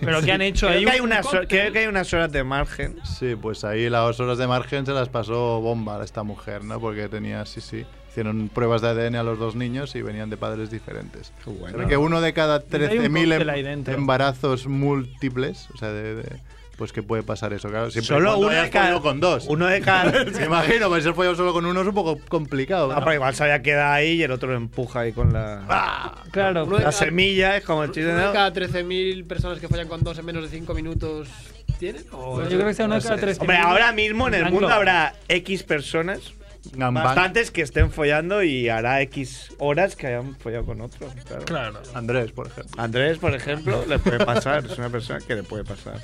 [SPEAKER 1] Pero ¿qué han hecho ahí?
[SPEAKER 3] Creo que, hay unas, hor- creo que hay unas horas de margen.
[SPEAKER 2] Sí, pues ahí las horas de margen se las pasó bomba a esta mujer, ¿no? Porque tenía, sí, sí. Hicieron pruebas de ADN a los dos niños y venían de padres diferentes.
[SPEAKER 3] bueno.
[SPEAKER 2] Porque uno de cada
[SPEAKER 1] cóctel ahí
[SPEAKER 2] 13.000 em-
[SPEAKER 1] dentro.
[SPEAKER 2] embarazos múltiples, o sea, de, de- pues que puede pasar eso, claro. Siempre y
[SPEAKER 3] Solo
[SPEAKER 2] cuando
[SPEAKER 3] uno de
[SPEAKER 2] hayas
[SPEAKER 3] cada.
[SPEAKER 2] follado con dos.
[SPEAKER 3] Uno de cada.
[SPEAKER 2] Me imagino, pues ser follado solo con uno es un poco complicado.
[SPEAKER 3] Ah,
[SPEAKER 2] ¿no?
[SPEAKER 3] pero igual se había quedado ahí y el otro lo empuja ahí con la.
[SPEAKER 1] Claro,
[SPEAKER 4] Uno de
[SPEAKER 3] La
[SPEAKER 4] cada-
[SPEAKER 3] semilla es como el chiste,
[SPEAKER 4] uno de
[SPEAKER 3] ¿no?
[SPEAKER 4] cada 13.000 personas que fallan con dos en menos de 5 minutos tienen? ¿O
[SPEAKER 1] yo creo que sea uno de cada tres.
[SPEAKER 3] Hombre, ahora mismo en el
[SPEAKER 1] Blanco.
[SPEAKER 3] mundo habrá X personas,
[SPEAKER 2] Gangbang.
[SPEAKER 3] bastantes que estén follando y hará X horas que hayan follado con otro. Claro.
[SPEAKER 1] Claro.
[SPEAKER 2] Andrés, por ejemplo.
[SPEAKER 3] Andrés, por ejemplo, le puede pasar, es una persona que le puede pasar.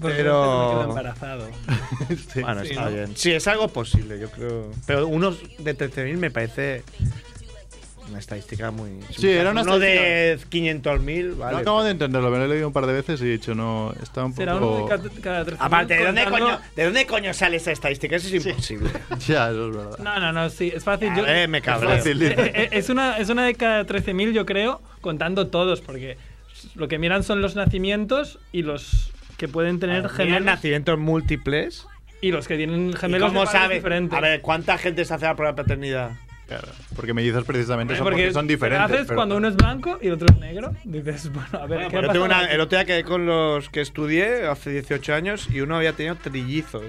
[SPEAKER 3] Pero-
[SPEAKER 1] Queda embarazado.
[SPEAKER 2] Sí.
[SPEAKER 3] Bueno, está
[SPEAKER 1] ¿no?
[SPEAKER 3] bien. Sí, es algo posible, yo creo. Pero unos de 13.000 me parece una estadística muy.
[SPEAKER 2] Sí, era una
[SPEAKER 3] Uno de 500.000, vale.
[SPEAKER 2] No acabo de entenderlo, me lo he leído un par de veces y he dicho, no, está un poco...
[SPEAKER 1] Será uno de cada, cada tres.
[SPEAKER 3] Aparte, ¿de dónde,
[SPEAKER 1] Contando-
[SPEAKER 3] coño, ¿de dónde coño sale esa estadística? Eso es imposible.
[SPEAKER 2] Ya, eso es verdad.
[SPEAKER 1] No, no, no, sí, es fácil.
[SPEAKER 3] A
[SPEAKER 1] Yo,
[SPEAKER 3] ver, me cabreo.
[SPEAKER 2] Fácil,
[SPEAKER 1] Eh,
[SPEAKER 2] dice.
[SPEAKER 1] eh, es, una, es una de cada 13.000, yo creo, contando todos, porque lo que miran son los nacimientos y los que pueden tener
[SPEAKER 3] Tienen
[SPEAKER 1] gemelos
[SPEAKER 3] nacimientos múltiples.
[SPEAKER 1] y los que tienen
[SPEAKER 3] Ah, ¿Y
[SPEAKER 1] gemelos de
[SPEAKER 3] cómo
[SPEAKER 1] padres
[SPEAKER 3] sabe?
[SPEAKER 1] diferentes. Eh,
[SPEAKER 3] A ver, ¿cuánta gente se hace la prueba de paternidad?
[SPEAKER 2] Claro, porque mellizos precisamente
[SPEAKER 1] Eh,
[SPEAKER 2] son, porque, son diferentes.
[SPEAKER 1] haces
[SPEAKER 2] pero-
[SPEAKER 1] cuando uno es blanco y el otro es negro, dices, bueno, a ver, ¿qué
[SPEAKER 3] Yo
[SPEAKER 1] ha
[SPEAKER 3] tengo
[SPEAKER 1] pasado
[SPEAKER 3] una-
[SPEAKER 1] aquí?
[SPEAKER 3] el otro día quedé con los que estudié hace 18 años y uno había tenido trillizos.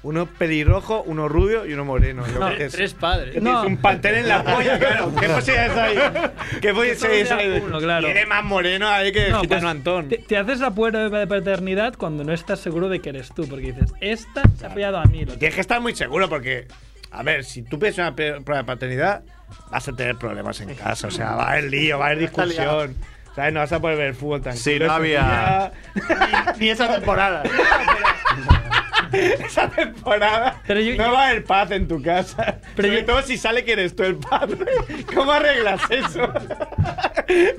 [SPEAKER 3] Uno pelirrojo, uno rubio y uno moreno. Yo,
[SPEAKER 1] No,
[SPEAKER 3] ¿qué es?
[SPEAKER 4] Tres
[SPEAKER 3] ¿Qué
[SPEAKER 4] padres.
[SPEAKER 1] No.
[SPEAKER 3] tienes un pantel en la polla, claro. ¿Qué posibilidades hay? ¿Qué posibilidades
[SPEAKER 1] solo
[SPEAKER 3] hay?
[SPEAKER 1] sea uno, claro.
[SPEAKER 3] Tiene más moreno ahí que
[SPEAKER 1] No,
[SPEAKER 3] Gitano
[SPEAKER 1] pues,
[SPEAKER 3] Antón.
[SPEAKER 1] Te, te haces la prueba de paternidad cuando no estás seguro de que eres tú, porque dices, esta se ha pillado a mí.
[SPEAKER 3] Y Tienes que estar muy seguro porque, a ver, si tú pides una pe- prueba de paternidad, vas a tener problemas en casa. O sea, va a haber lío, va a haber discusión. ¿Sabes? No vas a poder ver el fútbol tranquilo.
[SPEAKER 2] Sí, no
[SPEAKER 3] ese
[SPEAKER 2] había-
[SPEAKER 3] día.
[SPEAKER 6] Ni esa temporada.
[SPEAKER 3] Esa temporada
[SPEAKER 1] Pero yo-
[SPEAKER 3] no va a haber paz en tu casa.
[SPEAKER 1] Pero
[SPEAKER 3] Sobre
[SPEAKER 1] yo-
[SPEAKER 3] todo si sale que eres tú el padre. ¿Cómo arreglas eso?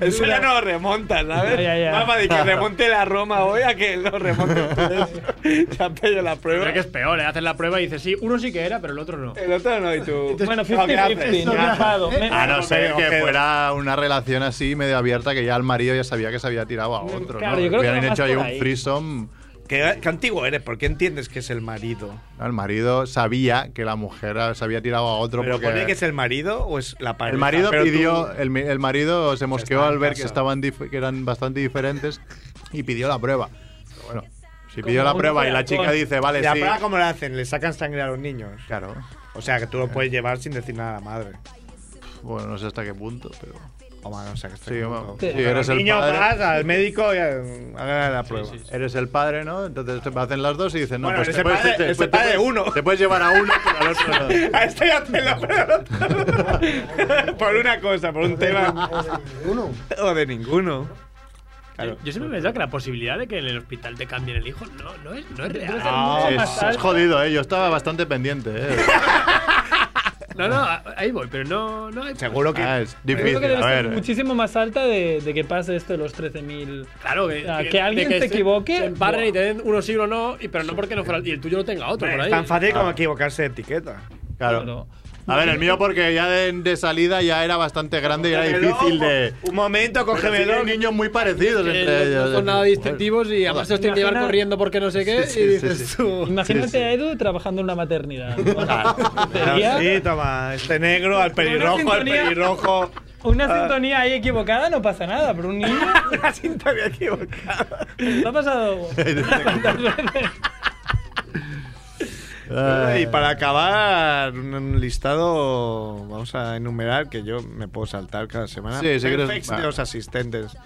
[SPEAKER 3] eso ya no lo remontas, ¿sabes?
[SPEAKER 1] Ya, ya, ya.
[SPEAKER 3] Más vale que remonte la Roma hoy a que lo remonte tú. ya pello la prueba.
[SPEAKER 4] Creo que es peor, le haces la prueba y dices, sí, uno sí que era, pero el otro no.
[SPEAKER 3] El otro no, y tú.
[SPEAKER 1] Bueno,
[SPEAKER 3] ¿Pero qué haces?
[SPEAKER 1] 50-50, no
[SPEAKER 3] ¿Qué haces?
[SPEAKER 1] dejado. Me-
[SPEAKER 2] A Ah, no ser
[SPEAKER 3] Ojedo,
[SPEAKER 2] que
[SPEAKER 3] ojedo.
[SPEAKER 2] fuera una relación así medio abierta que ya el marido ya sabía que se había tirado a otro.
[SPEAKER 1] Claro,
[SPEAKER 2] ¿no?
[SPEAKER 1] yo creo que
[SPEAKER 2] Hubieran
[SPEAKER 1] va más
[SPEAKER 2] hecho ahí
[SPEAKER 1] por
[SPEAKER 2] un
[SPEAKER 1] ahí.
[SPEAKER 2] threesome.
[SPEAKER 3] ¿Qué, qué antiguo eres? ¿Por qué entiendes que es el marido?
[SPEAKER 2] No, El marido sabía que la mujer se había tirado a otro
[SPEAKER 3] ¿Pero pone que
[SPEAKER 2] porque
[SPEAKER 3] es el marido o es la pareja?
[SPEAKER 2] el marido
[SPEAKER 3] Pero tú-
[SPEAKER 2] pidió, el, mi- el marido se mosqueó
[SPEAKER 3] está
[SPEAKER 2] al
[SPEAKER 3] en
[SPEAKER 2] ver
[SPEAKER 3] casa.
[SPEAKER 2] que estaban dif- que eran bastante diferentes y pidió la prueba. Pero bueno, si pidió la
[SPEAKER 1] un
[SPEAKER 2] prueba y la
[SPEAKER 1] reactor.
[SPEAKER 2] chica dice, vale,
[SPEAKER 3] ¿La
[SPEAKER 2] Pues sí.
[SPEAKER 3] prueba cómo la hacen? ¿Le sacan sangre a los niños?
[SPEAKER 2] Claro.
[SPEAKER 3] O sea, que tú lo puedes llevar sin decir nada a la madre.
[SPEAKER 2] Bueno, no sé hasta qué punto, pero
[SPEAKER 3] O mano, o sea, que está
[SPEAKER 2] Sí,
[SPEAKER 3] como-
[SPEAKER 2] bueno,
[SPEAKER 3] Pero
[SPEAKER 2] sí, eres el
[SPEAKER 3] niño
[SPEAKER 2] padre.
[SPEAKER 3] vas al médico y eh, haga la prueba.
[SPEAKER 2] eres el padre, ¿no? Entonces te hacen las dos y dicen, no,
[SPEAKER 3] Bueno,
[SPEAKER 2] pues
[SPEAKER 3] eres
[SPEAKER 2] te
[SPEAKER 3] el
[SPEAKER 2] puedes,
[SPEAKER 3] padre-
[SPEAKER 2] te-
[SPEAKER 3] eres
[SPEAKER 2] te
[SPEAKER 3] el padre de
[SPEAKER 2] puedes-
[SPEAKER 3] uno.
[SPEAKER 2] Te puedes llevar a uno, pero al otro no.
[SPEAKER 3] A este ya te lo prueba. Por una cosa, por un tema.
[SPEAKER 5] Uno.
[SPEAKER 3] O de ninguno. Claro.
[SPEAKER 4] Yo, yo siempre he pensado que la posibilidad de que en el hospital te cambien el hijo no, no, es, no es real. Ah,
[SPEAKER 1] mucho más
[SPEAKER 2] Ah, Es, es
[SPEAKER 1] alto.
[SPEAKER 2] jodido, ¿eh? Yo estaba bastante pendiente, ¿eh?
[SPEAKER 4] No, no, a- ahí voy, pero no, no hay.
[SPEAKER 3] Seguro que.
[SPEAKER 2] Ah, es
[SPEAKER 1] Yo creo
[SPEAKER 2] difícil.
[SPEAKER 1] que debe
[SPEAKER 2] A
[SPEAKER 1] ser
[SPEAKER 2] ver,
[SPEAKER 1] muchísimo más alta de, de que pase esto de los 13.000.
[SPEAKER 4] Claro, que,
[SPEAKER 1] Ah, que alguien
[SPEAKER 4] de
[SPEAKER 1] se equivoque.
[SPEAKER 4] Se embarren
[SPEAKER 1] Buah.
[SPEAKER 4] y te den unos sí o no, y, pero no porque no fuera. Y el tuyo no tenga otro por
[SPEAKER 3] Es
[SPEAKER 4] ahí.
[SPEAKER 3] tan fácil
[SPEAKER 2] Ah.
[SPEAKER 3] como equivocarse de etiqueta.
[SPEAKER 2] claro. A ver, el mío porque ya de, de salida ya era bastante grande y era difícil de...
[SPEAKER 3] Un momento,
[SPEAKER 2] Pero sí,
[SPEAKER 3] cógemelo.
[SPEAKER 2] hay niños muy parecidos
[SPEAKER 4] Que
[SPEAKER 2] entre
[SPEAKER 4] no
[SPEAKER 2] ellos.
[SPEAKER 4] son nada distintivos y
[SPEAKER 2] Joder.
[SPEAKER 4] además se los tienen que llevar
[SPEAKER 1] Imagina-
[SPEAKER 4] corriendo porque no sé qué.
[SPEAKER 2] Sí, sí,
[SPEAKER 4] y
[SPEAKER 2] sí,
[SPEAKER 4] dices
[SPEAKER 2] sí.
[SPEAKER 4] tú.
[SPEAKER 1] Imagínate
[SPEAKER 2] Sí, sí.
[SPEAKER 1] a Edu trabajando en una maternidad.
[SPEAKER 2] Claro.
[SPEAKER 1] Sería
[SPEAKER 3] Ah, Sí, toma, este negro al pelirrojo, al
[SPEAKER 1] sintonía.
[SPEAKER 3] pelirrojo.
[SPEAKER 1] Una
[SPEAKER 3] Ah.
[SPEAKER 1] sintonía ahí equivocada, no pasa nada, pero un niño.
[SPEAKER 3] La cinta había equivocada.
[SPEAKER 1] Lo ha pasado. tantas veces.
[SPEAKER 3] Y para acabar, un- un listado vamos a enumerar que yo me puedo saltar cada semana.
[SPEAKER 2] Sí, si quieres-
[SPEAKER 3] Perfects
[SPEAKER 2] va.
[SPEAKER 3] de los asistentes.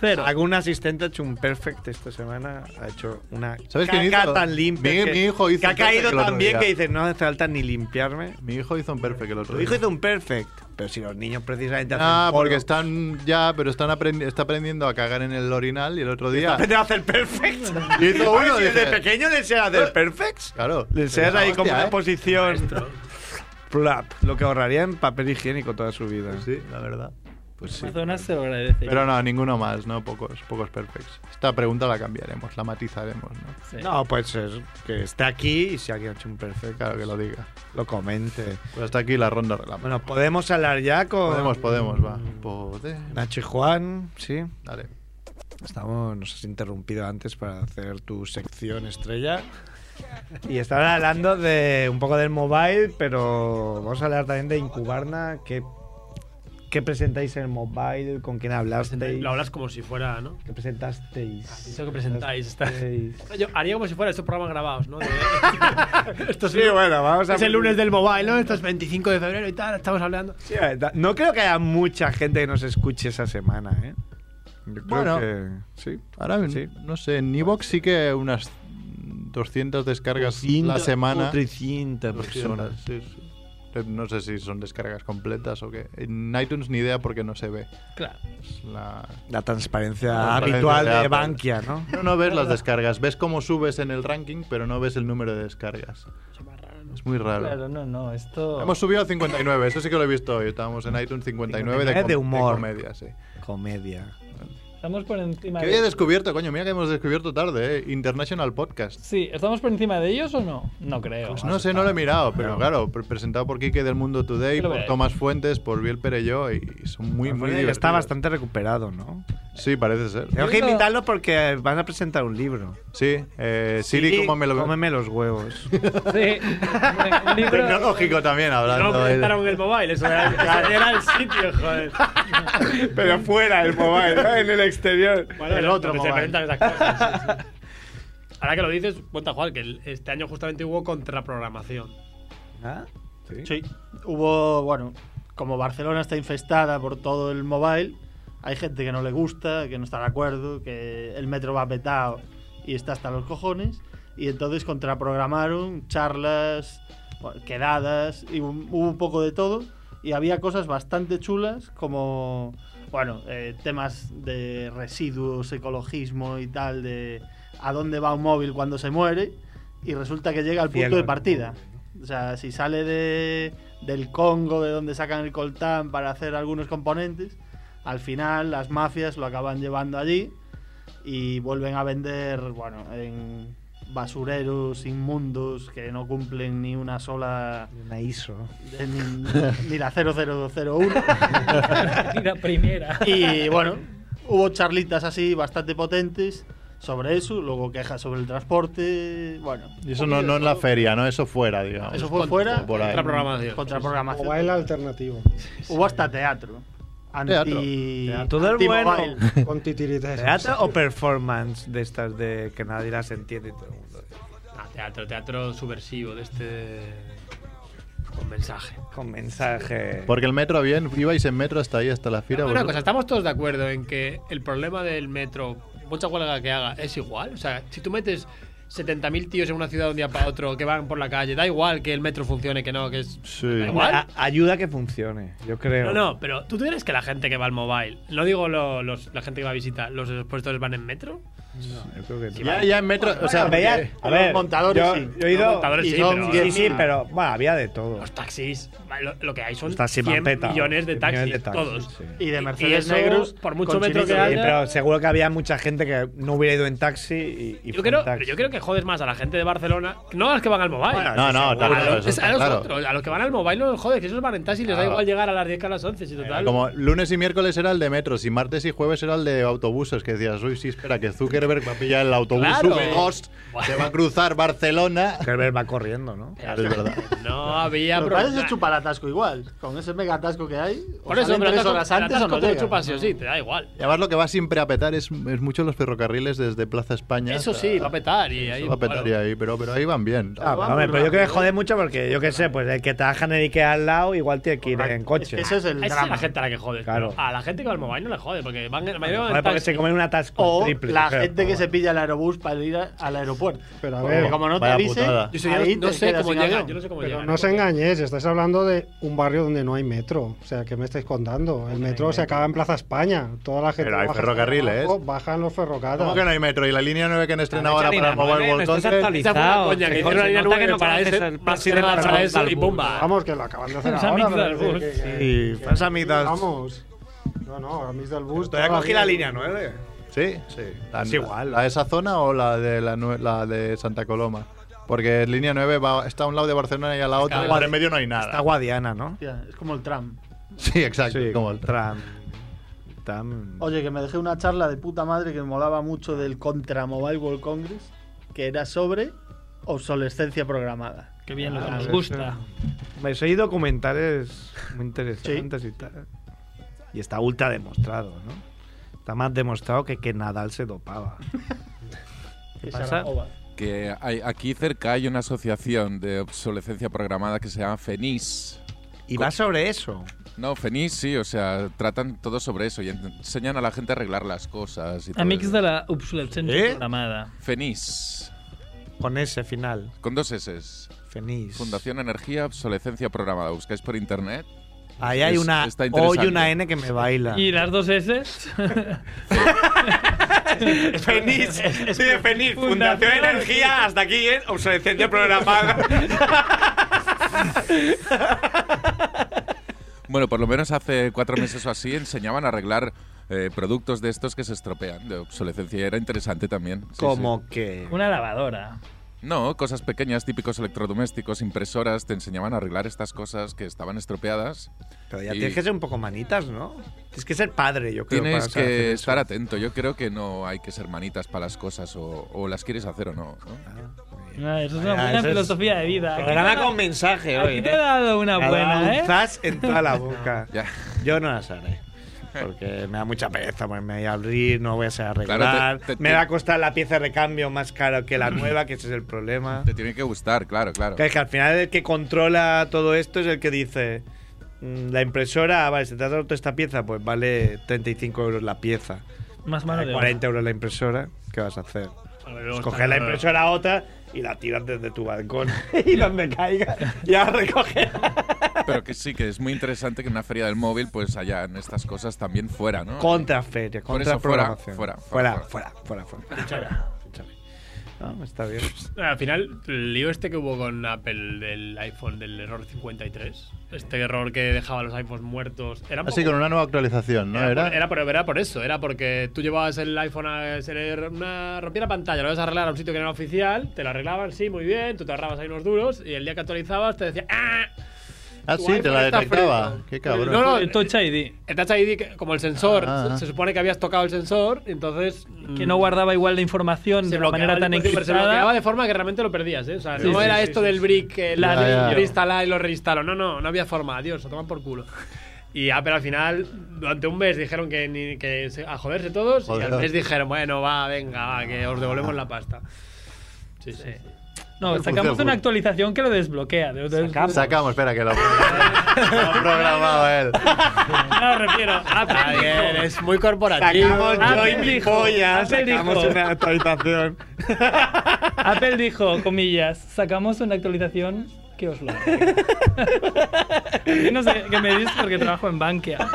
[SPEAKER 1] Cero.
[SPEAKER 3] Algún asistente ha hecho un perfect esta semana, ha hecho una
[SPEAKER 2] ¿Sabes
[SPEAKER 3] caca
[SPEAKER 2] quién hizo?
[SPEAKER 3] tan limpia.
[SPEAKER 2] Mi-
[SPEAKER 3] que,
[SPEAKER 2] mi hijo hizo
[SPEAKER 3] que ha
[SPEAKER 2] un perfect
[SPEAKER 3] caído
[SPEAKER 2] el otro
[SPEAKER 3] tan bien
[SPEAKER 2] día.
[SPEAKER 3] que dices, no hace falta ni limpiarme.
[SPEAKER 2] Mi hijo hizo un perfect el otro
[SPEAKER 3] Tu hijo
[SPEAKER 2] día.
[SPEAKER 3] hizo un perfect. Pero si los niños precisamente hacen
[SPEAKER 2] Pues Ah,
[SPEAKER 3] polvo.
[SPEAKER 2] porque están ya, pero están aprendi- está aprendiendo a cagar en el orinal y el otro día.
[SPEAKER 3] Aprende a hacer perfect.
[SPEAKER 2] Hizo
[SPEAKER 3] Oye,
[SPEAKER 2] uno,
[SPEAKER 3] si desde
[SPEAKER 2] dice-
[SPEAKER 3] pequeño le enseñas a hacer perfects.
[SPEAKER 2] Claro.
[SPEAKER 3] Le enseñas
[SPEAKER 2] Pero
[SPEAKER 3] ahí
[SPEAKER 2] hostia,
[SPEAKER 3] como una
[SPEAKER 2] ¿eh?
[SPEAKER 3] posición. Plap. Lo que ahorraría en papel higiénico toda su vida.
[SPEAKER 2] Sí, la verdad. Pues sí.
[SPEAKER 1] Amazonas se lo agradece.
[SPEAKER 2] Pero no, ninguno más, ¿no? Pocos, pocos perfects. Esta pregunta la cambiaremos, la matizaremos, ¿no?
[SPEAKER 1] Sí.
[SPEAKER 3] No, puede ser que esté aquí y si alguien ha hecho un perfect,
[SPEAKER 2] Claro que lo diga.
[SPEAKER 3] lo comente.
[SPEAKER 2] Pues hasta aquí la ronda relámpago.
[SPEAKER 3] Bueno, podemos hablar ya con
[SPEAKER 2] Podemos, podemos, va. Podemos.
[SPEAKER 3] Nacho y Juan, sí.
[SPEAKER 2] Dale.
[SPEAKER 3] Estamos, nos has interrumpido antes para hacer tu sección estrella. Y estaban hablando de un poco del mobile, pero vamos a hablar también de Incubarna. ¿Qué, qué presentáis en el mobile? ¿Con quién hablasteis?
[SPEAKER 4] Lo hablas como si fuera, ¿no?
[SPEAKER 3] ¿Qué presentasteis?
[SPEAKER 4] Ah, Eso que presentáis. Está.
[SPEAKER 3] Presentasteis.
[SPEAKER 4] Yo haría como si fuera estos programas grabados, ¿no? De- Esto
[SPEAKER 3] Sí, bueno, vamos a...
[SPEAKER 4] Es el lunes del mobile, ¿no? Esto es 25 de febrero y tal, estamos hablando.
[SPEAKER 3] Sí, la verdad, No creo que haya mucha gente que nos escuche esa semana, ¿eh? Yo creo
[SPEAKER 2] Bueno.
[SPEAKER 3] que... Sí.
[SPEAKER 2] Ahora, n-
[SPEAKER 3] Sí.
[SPEAKER 2] no sé, en Evox sí que unas 200 descargas la semana.
[SPEAKER 3] 300
[SPEAKER 2] 200,
[SPEAKER 3] personas.
[SPEAKER 2] sí, sí. Eh, No sé si son descargas completas o qué. En iTunes ni idea porque no se ve.
[SPEAKER 1] Claro.
[SPEAKER 2] Es la- La
[SPEAKER 3] La transparencia
[SPEAKER 2] transparencia
[SPEAKER 3] habitual
[SPEAKER 2] de
[SPEAKER 3] de
[SPEAKER 2] Apple.
[SPEAKER 3] Bankia, ¿no?
[SPEAKER 2] No, no ves las descargas. Ves cómo subes en el ranking, pero no ves el número de descargas. Es muy raro.
[SPEAKER 1] Claro, no, no, esto.
[SPEAKER 2] Hemos subido a 59, eso sí que lo he visto hoy. Estábamos en iTunes 59 de,
[SPEAKER 3] 59 de
[SPEAKER 2] com-
[SPEAKER 3] humor.
[SPEAKER 2] comedia, sí.
[SPEAKER 3] Comedia.
[SPEAKER 1] Estamos por encima
[SPEAKER 2] Que hoy he
[SPEAKER 1] de.
[SPEAKER 2] descubierto, coño, mira que hemos descubierto tarde, eh, International Podcast.
[SPEAKER 1] Sí, ¿estamos por encima de ellos o no? No creo.
[SPEAKER 2] Pues no sé, no lo he mirado, pero claro, pre- presentado por Quique del Mundo Today,
[SPEAKER 1] Sí lo
[SPEAKER 2] por
[SPEAKER 1] veo.
[SPEAKER 2] Tomás Fuentes, por Biel Perelló y son muy, muy divertidos.
[SPEAKER 3] Está bastante ¿Eh? recuperado, ¿no?
[SPEAKER 2] Sí, parece ser.
[SPEAKER 3] Tengo que
[SPEAKER 1] Yo no-
[SPEAKER 3] invitarlo porque van a presentar un libro.
[SPEAKER 2] Sí, eh, Siri, ¿cómo me lo
[SPEAKER 3] Cómeme los huevos.
[SPEAKER 1] Sí. Un libro-
[SPEAKER 2] Tecnológico también
[SPEAKER 4] No
[SPEAKER 2] hablando. eh.
[SPEAKER 4] presentaron el mobile, eso era, eso era el sitio, joder.
[SPEAKER 3] Pero fuera el mobile, ¿no? en el exterior.
[SPEAKER 4] Bueno,
[SPEAKER 2] El
[SPEAKER 4] no,
[SPEAKER 2] otro
[SPEAKER 4] no se
[SPEAKER 2] mobile.
[SPEAKER 4] presentan esas cosas. sí, sí. Ahora que lo dices, cuenta Juan, que el- este año justamente hubo contraprogramación.
[SPEAKER 3] ¿Ah? ¿Sí?
[SPEAKER 6] Sí, hubo, bueno, como Barcelona está infestada por todo el mobile, hay gente que no le gusta, que no está de acuerdo, que el metro va petado y está hasta los cojones, y entonces contraprogramaron charlas, bueno, quedadas, y un- hubo un poco de todo, y había cosas bastante chulas como, bueno, eh, temas de residuos, ecologismo y tal, de a dónde va un móvil cuando se muere, y resulta que llega al punto
[SPEAKER 3] Cielo,
[SPEAKER 6] de
[SPEAKER 3] ¿no?
[SPEAKER 6] partida. O sea, si sale de, del Congo, de donde sacan el coltán para hacer algunos componentes, al final las mafias lo acaban llevando allí y vuelven a vender, bueno, en basureros inmundos que no cumplen ni una sola...
[SPEAKER 3] Una ISO.
[SPEAKER 6] de- ni, ni la 0001.
[SPEAKER 1] Y la primera.
[SPEAKER 6] Y bueno, hubo charlitas así bastante potentes sobre eso, luego quejas sobre el transporte, bueno.
[SPEAKER 2] Y eso no, no en la feria, no, eso fuera, digamos.
[SPEAKER 6] Eso fue fuera,
[SPEAKER 2] por ahí.
[SPEAKER 4] Contraprogramación.
[SPEAKER 6] contraprogramación.
[SPEAKER 5] Mobile alternativo.
[SPEAKER 6] Hubo hasta teatro. Anti...
[SPEAKER 2] Teatro.
[SPEAKER 3] Todo el bueno.
[SPEAKER 6] anti-mobile.
[SPEAKER 5] Con titiriteras.
[SPEAKER 3] ¿Teatro o performance de estas de que nadie las entiende y todo el mundo?
[SPEAKER 4] Ah, teatro, teatro subversivo de este. con mensaje.
[SPEAKER 3] Con mensaje.
[SPEAKER 2] Porque el metro bien, ibais en metro hasta ahí, hasta la fira.
[SPEAKER 4] Una
[SPEAKER 2] vosotros.
[SPEAKER 4] cosa, estamos todos de acuerdo en que el problema del metro, mucha huelga que haga, es igual. O sea, si tú metes 70.000 tíos en una ciudad de un día para otro que van por la calle. Da igual que el metro funcione, que no, que es.
[SPEAKER 2] Sí.
[SPEAKER 4] Da igual.
[SPEAKER 3] A- ayuda a que funcione, yo creo.
[SPEAKER 4] No, no, pero ¿tú crees que la gente que va al mobile, no digo lo- los, la gente que va a visitar, los expositores van en metro?
[SPEAKER 3] Yo creo que no.
[SPEAKER 2] Ya, ya en metro. O sea, eh,
[SPEAKER 3] Bueno, veía- a
[SPEAKER 6] los
[SPEAKER 3] ver,
[SPEAKER 6] montadores
[SPEAKER 3] yo,
[SPEAKER 6] sí.
[SPEAKER 3] yo he ido.
[SPEAKER 4] Los montadores
[SPEAKER 3] y
[SPEAKER 4] sí,
[SPEAKER 3] son
[SPEAKER 4] pero-
[SPEAKER 3] 10.000,
[SPEAKER 6] sí,
[SPEAKER 3] pero bueno, había de todo.
[SPEAKER 4] Los taxis, lo, lo que hay son
[SPEAKER 3] Los taxis
[SPEAKER 4] 100
[SPEAKER 3] mampeta,
[SPEAKER 4] millones de
[SPEAKER 3] 100
[SPEAKER 4] taxis,
[SPEAKER 3] millones de taxis,
[SPEAKER 4] todos.
[SPEAKER 3] sí.
[SPEAKER 6] Y de
[SPEAKER 4] Y- y
[SPEAKER 6] Mercedes
[SPEAKER 4] eso,
[SPEAKER 6] negros.
[SPEAKER 4] por mucho
[SPEAKER 6] con
[SPEAKER 4] metro
[SPEAKER 6] chinitos.
[SPEAKER 3] Sí,
[SPEAKER 4] que haya-
[SPEAKER 3] pero seguro que había mucha gente que no hubiera ido en taxi y, y
[SPEAKER 4] Yo
[SPEAKER 3] fue
[SPEAKER 4] creo,
[SPEAKER 3] en taxi.
[SPEAKER 4] pero yo creo que jodes más a la gente de Barcelona, no a los que van al mobile.
[SPEAKER 3] Bueno,
[SPEAKER 2] No, no,
[SPEAKER 4] a,
[SPEAKER 2] claro,
[SPEAKER 4] los,
[SPEAKER 2] eso
[SPEAKER 4] es a
[SPEAKER 2] está
[SPEAKER 4] los
[SPEAKER 2] claro.
[SPEAKER 4] otros, a los que van al mobile no los jodes, que esos van en taxi y les da
[SPEAKER 2] Claro.
[SPEAKER 4] igual llegar a las 10 que a las 11, si total.
[SPEAKER 2] Ah, Como lunes y miércoles era el de metros y martes y jueves era el de autobuses, que decías, uy, sí, espera, que Zuckerberg va a pillar el autobús
[SPEAKER 4] Claro.
[SPEAKER 2] V2, se va a cruzar Barcelona.
[SPEAKER 3] Kerber va corriendo, ¿no?
[SPEAKER 4] Eh,
[SPEAKER 2] Claro, es verdad.
[SPEAKER 4] No había
[SPEAKER 6] Lo que
[SPEAKER 4] problema.
[SPEAKER 6] pasa es el chuparatasco igual. Con ese mega atasco que hay. o
[SPEAKER 4] Por eso,
[SPEAKER 6] salen
[SPEAKER 4] pero
[SPEAKER 6] tres
[SPEAKER 4] atasco-
[SPEAKER 6] horas antes o
[SPEAKER 4] atasco
[SPEAKER 6] no
[SPEAKER 4] te lo
[SPEAKER 6] llegan.
[SPEAKER 4] chupas sí o sí, te da igual.
[SPEAKER 2] Y además lo que va siempre a petar es, es mucho los ferrocarriles desde Plaza España.
[SPEAKER 4] Eso
[SPEAKER 2] hasta-
[SPEAKER 4] sí, va a petar. Y ahí,
[SPEAKER 2] Eso va a petar
[SPEAKER 4] bueno.
[SPEAKER 2] y ahí, pero, pero ahí van bien.
[SPEAKER 6] Ah, va.
[SPEAKER 3] Hombre,
[SPEAKER 6] muy
[SPEAKER 3] pero yo creo que
[SPEAKER 6] rápido.
[SPEAKER 3] jode mucho porque yo qué sé, pues el que trabaja en el Ikea al lado igual tiene que ir en
[SPEAKER 6] Correcto.
[SPEAKER 3] coche.
[SPEAKER 6] Es que Ese es el
[SPEAKER 4] Esa es
[SPEAKER 6] drama.
[SPEAKER 4] la gente a la que jodes.
[SPEAKER 3] Claro.
[SPEAKER 4] pero A la gente que va al mobile no le jodes, porque van, la mayoría van
[SPEAKER 3] Joder,
[SPEAKER 4] en
[SPEAKER 3] porque
[SPEAKER 4] taxi.
[SPEAKER 3] se come un atasco
[SPEAKER 6] O
[SPEAKER 3] triple.
[SPEAKER 6] la
[SPEAKER 3] yo creo.
[SPEAKER 6] gente que
[SPEAKER 3] Pero
[SPEAKER 6] se pilla el aerobús para ir a- al aeropuerto.
[SPEAKER 5] Pero a
[SPEAKER 6] Porque
[SPEAKER 5] ver,
[SPEAKER 6] como no te
[SPEAKER 2] vaya
[SPEAKER 6] avisen,
[SPEAKER 2] putada.
[SPEAKER 4] Yo, sé- yo
[SPEAKER 6] ahí
[SPEAKER 4] no
[SPEAKER 6] te
[SPEAKER 4] sé
[SPEAKER 6] quedas
[SPEAKER 4] cómo
[SPEAKER 6] sin
[SPEAKER 4] llegan,
[SPEAKER 6] avión.
[SPEAKER 4] yo no sé cómo
[SPEAKER 5] Pero
[SPEAKER 4] llegan.
[SPEAKER 5] no os engañéis, estáis hablando de un barrio donde no hay metro. O sea, ¿qué me estáis contando? El metro se acaba en Plaza España. Toda la gente.
[SPEAKER 2] Pero hay
[SPEAKER 5] baja hasta
[SPEAKER 2] ferrocarriles.
[SPEAKER 5] abajo, Bajan los ferrocarriles.
[SPEAKER 2] Ah, ¿Cómo que no hay metro? ¿Y la línea 9 que han estrenado ahora
[SPEAKER 7] Ahora
[SPEAKER 2] para el Mobile World Congress?
[SPEAKER 4] Esa fue una coña, que hicieron una línea nueva para
[SPEAKER 7] conoces
[SPEAKER 4] ese,
[SPEAKER 7] el
[SPEAKER 4] más
[SPEAKER 7] presidente
[SPEAKER 4] cerrada para
[SPEAKER 7] Raúl
[SPEAKER 4] eso y
[SPEAKER 7] Dalbur.
[SPEAKER 4] pumba.
[SPEAKER 5] Vamos, que lo acaban de hacer
[SPEAKER 1] Los
[SPEAKER 5] ahora.
[SPEAKER 1] amigos del
[SPEAKER 5] pero
[SPEAKER 1] bus.
[SPEAKER 5] que- que-
[SPEAKER 2] Sí,
[SPEAKER 5] que-
[SPEAKER 3] falsa amistad.
[SPEAKER 5] Vamos. No, no, ahora mismo del bus.
[SPEAKER 3] ya cogí
[SPEAKER 5] todavía-
[SPEAKER 3] la línea 9.
[SPEAKER 2] Sí, sí. La,
[SPEAKER 3] Es igual.
[SPEAKER 2] ¿La de esa zona o la de, la, nue- la de Santa Coloma? Porque línea 9 va, está a un lado de Barcelona y a la otra.
[SPEAKER 4] Está-
[SPEAKER 2] por en medio no hay
[SPEAKER 3] Está
[SPEAKER 2] nada.
[SPEAKER 3] Guadiana, ¿no?
[SPEAKER 6] Hostia, es como el tram.
[SPEAKER 2] Sí, exacto. como el tra-
[SPEAKER 3] Tram. Tam.
[SPEAKER 6] Oye, que me dejé una charla de puta madre que me molaba mucho del contra Mobile World Congress, que era sobre obsolescencia programada.
[SPEAKER 1] Qué bien, lo que nos gusta.
[SPEAKER 3] Pues hay documentales muy interesantes y tal. Y está ultra demostrado, ¿no? Está más demostrado que que Nadal se dopaba.
[SPEAKER 6] ¿Qué
[SPEAKER 3] pasa?
[SPEAKER 9] Que hay, aquí cerca hay una asociación de obsolescencia programada que se llama FENIS.
[SPEAKER 3] Y va sobre eso.
[SPEAKER 9] No, FENIS sí, o sea, tratan todo sobre eso y enseñan a la gente a arreglar las cosas. Y todo
[SPEAKER 1] Amics
[SPEAKER 9] eso.
[SPEAKER 1] de la obsolescencia
[SPEAKER 4] ¿Eh?
[SPEAKER 1] programada.
[SPEAKER 9] FENIS,
[SPEAKER 3] Con ese final.
[SPEAKER 9] con dos S.
[SPEAKER 3] Fenís.
[SPEAKER 9] Fundación Energía Obsolescencia Programada. Buscáis por internet.
[SPEAKER 3] Ahí hay
[SPEAKER 9] Es-
[SPEAKER 3] una
[SPEAKER 9] está
[SPEAKER 3] O y
[SPEAKER 9] interesante.
[SPEAKER 3] una N que me
[SPEAKER 4] Ah.
[SPEAKER 3] baila.
[SPEAKER 1] ¿Y las dos S?
[SPEAKER 7] Fenix, soy de Fenix, Fundación Energía, hasta aquí, ¿eh? Obsolescencia programada.
[SPEAKER 9] Bueno, por lo menos hace cuatro meses o así enseñaban a arreglar eh, productos de estos que se estropean de obsolescencia. Y era interesante también. Sí,
[SPEAKER 3] Como que.
[SPEAKER 1] Una lavadora.
[SPEAKER 9] sí. No, cosas pequeñas, típicos electrodomésticos, impresoras, te enseñaban a arreglar estas cosas que estaban estropeadas.
[SPEAKER 3] Pero ya
[SPEAKER 9] Y-
[SPEAKER 3] tienes que ser un poco manitas, ¿no? Tienes que ser padre, yo creo.
[SPEAKER 9] Tienes
[SPEAKER 3] para saber hacer
[SPEAKER 9] que
[SPEAKER 3] eso.
[SPEAKER 9] estar atento. Yo creo que no hay que ser manitas para las cosas o, o las quieres hacer o no. ¿no?
[SPEAKER 1] Ah, eso es
[SPEAKER 3] Ah,
[SPEAKER 1] una buena
[SPEAKER 3] eso es-
[SPEAKER 1] filosofía de vida. Aquí
[SPEAKER 7] Programa
[SPEAKER 1] te-
[SPEAKER 7] con mensaje hoy.
[SPEAKER 1] Aquí te he
[SPEAKER 7] ¿eh?
[SPEAKER 1] dado una
[SPEAKER 3] Me ha dado
[SPEAKER 1] buena,
[SPEAKER 3] un
[SPEAKER 1] ¿eh?
[SPEAKER 3] zas en toda la boca.
[SPEAKER 9] Ya.
[SPEAKER 3] Yo no las haré. Porque me da mucha pereza ponerme ahí a abrir, no voy a saber arreglar.
[SPEAKER 9] Claro, te- te-
[SPEAKER 3] me
[SPEAKER 9] te-
[SPEAKER 3] va a costar la pieza de recambio más cara que la nueva, que ese es el problema.
[SPEAKER 9] Te tiene que gustar, claro, claro.
[SPEAKER 3] Que, es que al final el que controla todo esto es el que dice, mm, la impresora, ah, vale, se te ha roto esta pieza, pues vale 35 euros la pieza.
[SPEAKER 1] Más mano
[SPEAKER 3] Vale
[SPEAKER 1] de
[SPEAKER 3] 40
[SPEAKER 1] obra.
[SPEAKER 3] euros la impresora, ¿qué vas a hacer?
[SPEAKER 4] Bueno, luego
[SPEAKER 3] Escoger
[SPEAKER 4] está-
[SPEAKER 3] la impresora a otra y la tiras desde tu balcón y donde caiga ya recoger.
[SPEAKER 9] Pero que sí, que es muy interesante que en una feria del móvil pues hayan estas cosas también fuera, ¿no?
[SPEAKER 3] Contra feria,
[SPEAKER 9] Por
[SPEAKER 3] contra
[SPEAKER 9] eso, fuera,
[SPEAKER 3] programación.
[SPEAKER 9] fuera,
[SPEAKER 3] fuera,
[SPEAKER 9] fuera,
[SPEAKER 3] fuera, fuera, fuera. No, está bien.
[SPEAKER 4] Al final, el lío este que hubo con Apple del iPhone, del error 53, este error que dejaba los iPhones muertos, era un
[SPEAKER 2] Así
[SPEAKER 4] poco-
[SPEAKER 2] con una nueva actualización, ¿no? Era,
[SPEAKER 4] era, por, era por- era por eso, era porque tú llevabas el iPhone a ser una rompía la pantalla, lo ibas a arreglar a un sitio que no era oficial, te lo arreglaban, sí, muy bien, tú te ahorrabas ahí unos duros y el día que actualizabas te decía ¡Ah!
[SPEAKER 2] ah,
[SPEAKER 4] tu
[SPEAKER 2] sí, te
[SPEAKER 4] iPhone
[SPEAKER 2] la
[SPEAKER 4] está
[SPEAKER 2] detectaba.
[SPEAKER 4] frito.
[SPEAKER 2] Qué cabrón.
[SPEAKER 4] No, no,
[SPEAKER 1] El Touch ID,
[SPEAKER 4] El Touch ID, que- como el sensor,
[SPEAKER 2] Ah, ah.
[SPEAKER 4] se, se supone que habías tocado el sensor, entonces
[SPEAKER 1] que
[SPEAKER 4] mm,
[SPEAKER 1] no guardaba igual la información de
[SPEAKER 4] se
[SPEAKER 1] la
[SPEAKER 4] bloqueaba,
[SPEAKER 1] manera tan
[SPEAKER 4] el dispositivo, se bloqueaba
[SPEAKER 1] encriptada.
[SPEAKER 4] de forma que realmente lo perdías, ¿eh? O sea,
[SPEAKER 1] Sí,
[SPEAKER 4] no
[SPEAKER 1] sí,
[SPEAKER 4] era
[SPEAKER 1] sí,
[SPEAKER 4] esto
[SPEAKER 1] sí,
[SPEAKER 4] del
[SPEAKER 1] sí.
[SPEAKER 4] brick que la
[SPEAKER 2] Ya, ya.
[SPEAKER 4] yo lo instalaba y lo reinstaló. No, no, no había forma. Adiós, lo toman por culo. Y Apple al final, durante un mes dijeron que, ni- que se- a joderse todos y
[SPEAKER 2] Joder.
[SPEAKER 4] al mes dijeron, bueno, va, venga, va, que os devolvemos la pasta. Sí, sí.
[SPEAKER 1] No, sacamos una actualización que lo desbloquea. De, de-
[SPEAKER 2] Sacamos, espera, que lo, lo ha programado él.
[SPEAKER 1] No, Ah, refiero. Apple
[SPEAKER 3] Está bien, eh.
[SPEAKER 1] dijo-
[SPEAKER 3] es muy corporativo.
[SPEAKER 6] Sacamos yo y
[SPEAKER 1] Apple
[SPEAKER 6] mi
[SPEAKER 1] dijo-
[SPEAKER 6] polla.
[SPEAKER 1] Apple
[SPEAKER 6] Sacamos
[SPEAKER 1] dijo-
[SPEAKER 6] una actualización.
[SPEAKER 1] Apple dijo, comillas, sacamos una actualización que os lo Yo no sé qué me dices porque trabajo en Bankia.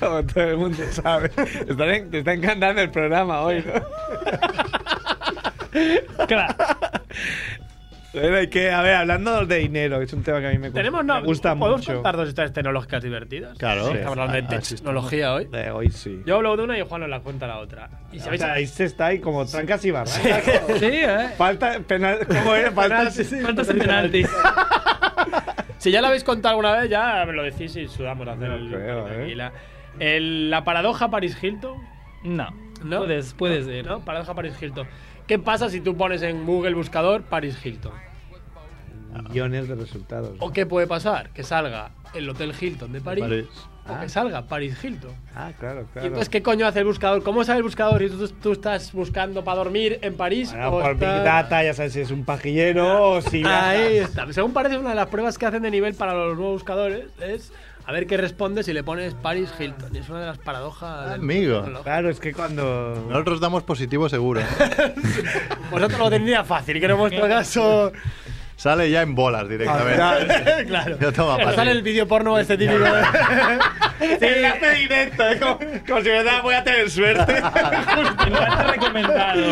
[SPEAKER 3] Como todo el mundo sabe. Están en- te está encantando el programa hoy, ¿no?
[SPEAKER 1] Claro.
[SPEAKER 3] Bueno, hay que, a ver, hablando de dinero, que es un tema que a mí me, cu-
[SPEAKER 4] Tenemos, no,
[SPEAKER 3] me gusta
[SPEAKER 4] ¿podemos
[SPEAKER 3] mucho.
[SPEAKER 4] contar dos historias tecnológicas divertidas?
[SPEAKER 3] Claro.
[SPEAKER 4] Sí, estamos hablando de tecnología hoy.
[SPEAKER 3] De hoy sí.
[SPEAKER 4] Yo hablo de una y Juan nos la cuenta la otra. Y
[SPEAKER 3] O
[SPEAKER 4] sabéis,
[SPEAKER 3] sea, ahí se está ahí como trancas y barras.
[SPEAKER 1] Sí, ¿eh?
[SPEAKER 3] Falta penal, ¿cómo es? Falta
[SPEAKER 1] Faltas en penaltis.
[SPEAKER 4] si ya la habéis contado alguna vez, ya me lo decís y sudamos a hacer
[SPEAKER 3] No
[SPEAKER 4] el,
[SPEAKER 3] creo, ¿eh?
[SPEAKER 4] tranquila. El- la paradoja Paris Hilton.
[SPEAKER 1] No.
[SPEAKER 4] ¿No?
[SPEAKER 1] Puedes, puedes ir.
[SPEAKER 4] ¿No? Paradoja Paris Hilton. ¿Qué pasa si tú pones en Google buscador Paris Hilton?
[SPEAKER 3] Millones de resultados.
[SPEAKER 4] ¿O qué puede pasar? Que salga el Hotel Hilton de París. O que salga Paris Hilton.
[SPEAKER 3] Ah, claro,
[SPEAKER 4] pues, Y
[SPEAKER 3] claro.
[SPEAKER 4] entonces, ¿qué coño hace el buscador? ¿Cómo sabe el buscador si tú, tú estás buscando para dormir en París?
[SPEAKER 3] Bueno,
[SPEAKER 4] o
[SPEAKER 3] Ah, por Big
[SPEAKER 4] estás-
[SPEAKER 3] Data, ya sabes si es un pajillero o si.
[SPEAKER 4] Ah, Ahí está. Según parece, una de las pruebas que hacen de nivel para los nuevos buscadores es a ver qué responde si le pones Paris Hilton. Y Es una de las
[SPEAKER 2] Ah,
[SPEAKER 4] paradojas. del-
[SPEAKER 2] Amigo.
[SPEAKER 4] del-
[SPEAKER 3] Claro, es que cuando.
[SPEAKER 2] Nosotros damos positivo seguro. ¿eh?
[SPEAKER 4] Vosotros lo tendría fácil, que en vuestro caso.
[SPEAKER 2] Sale ya en bolas directamente.
[SPEAKER 4] Ah, claro.
[SPEAKER 2] Yo toma
[SPEAKER 4] Pero
[SPEAKER 2] para
[SPEAKER 4] sale
[SPEAKER 2] ti.
[SPEAKER 4] el vídeo porno este típico.
[SPEAKER 10] Enlace directo, ¿eh? como, como si me da, voy a tener suerte.
[SPEAKER 1] pues, Enlace recomendado.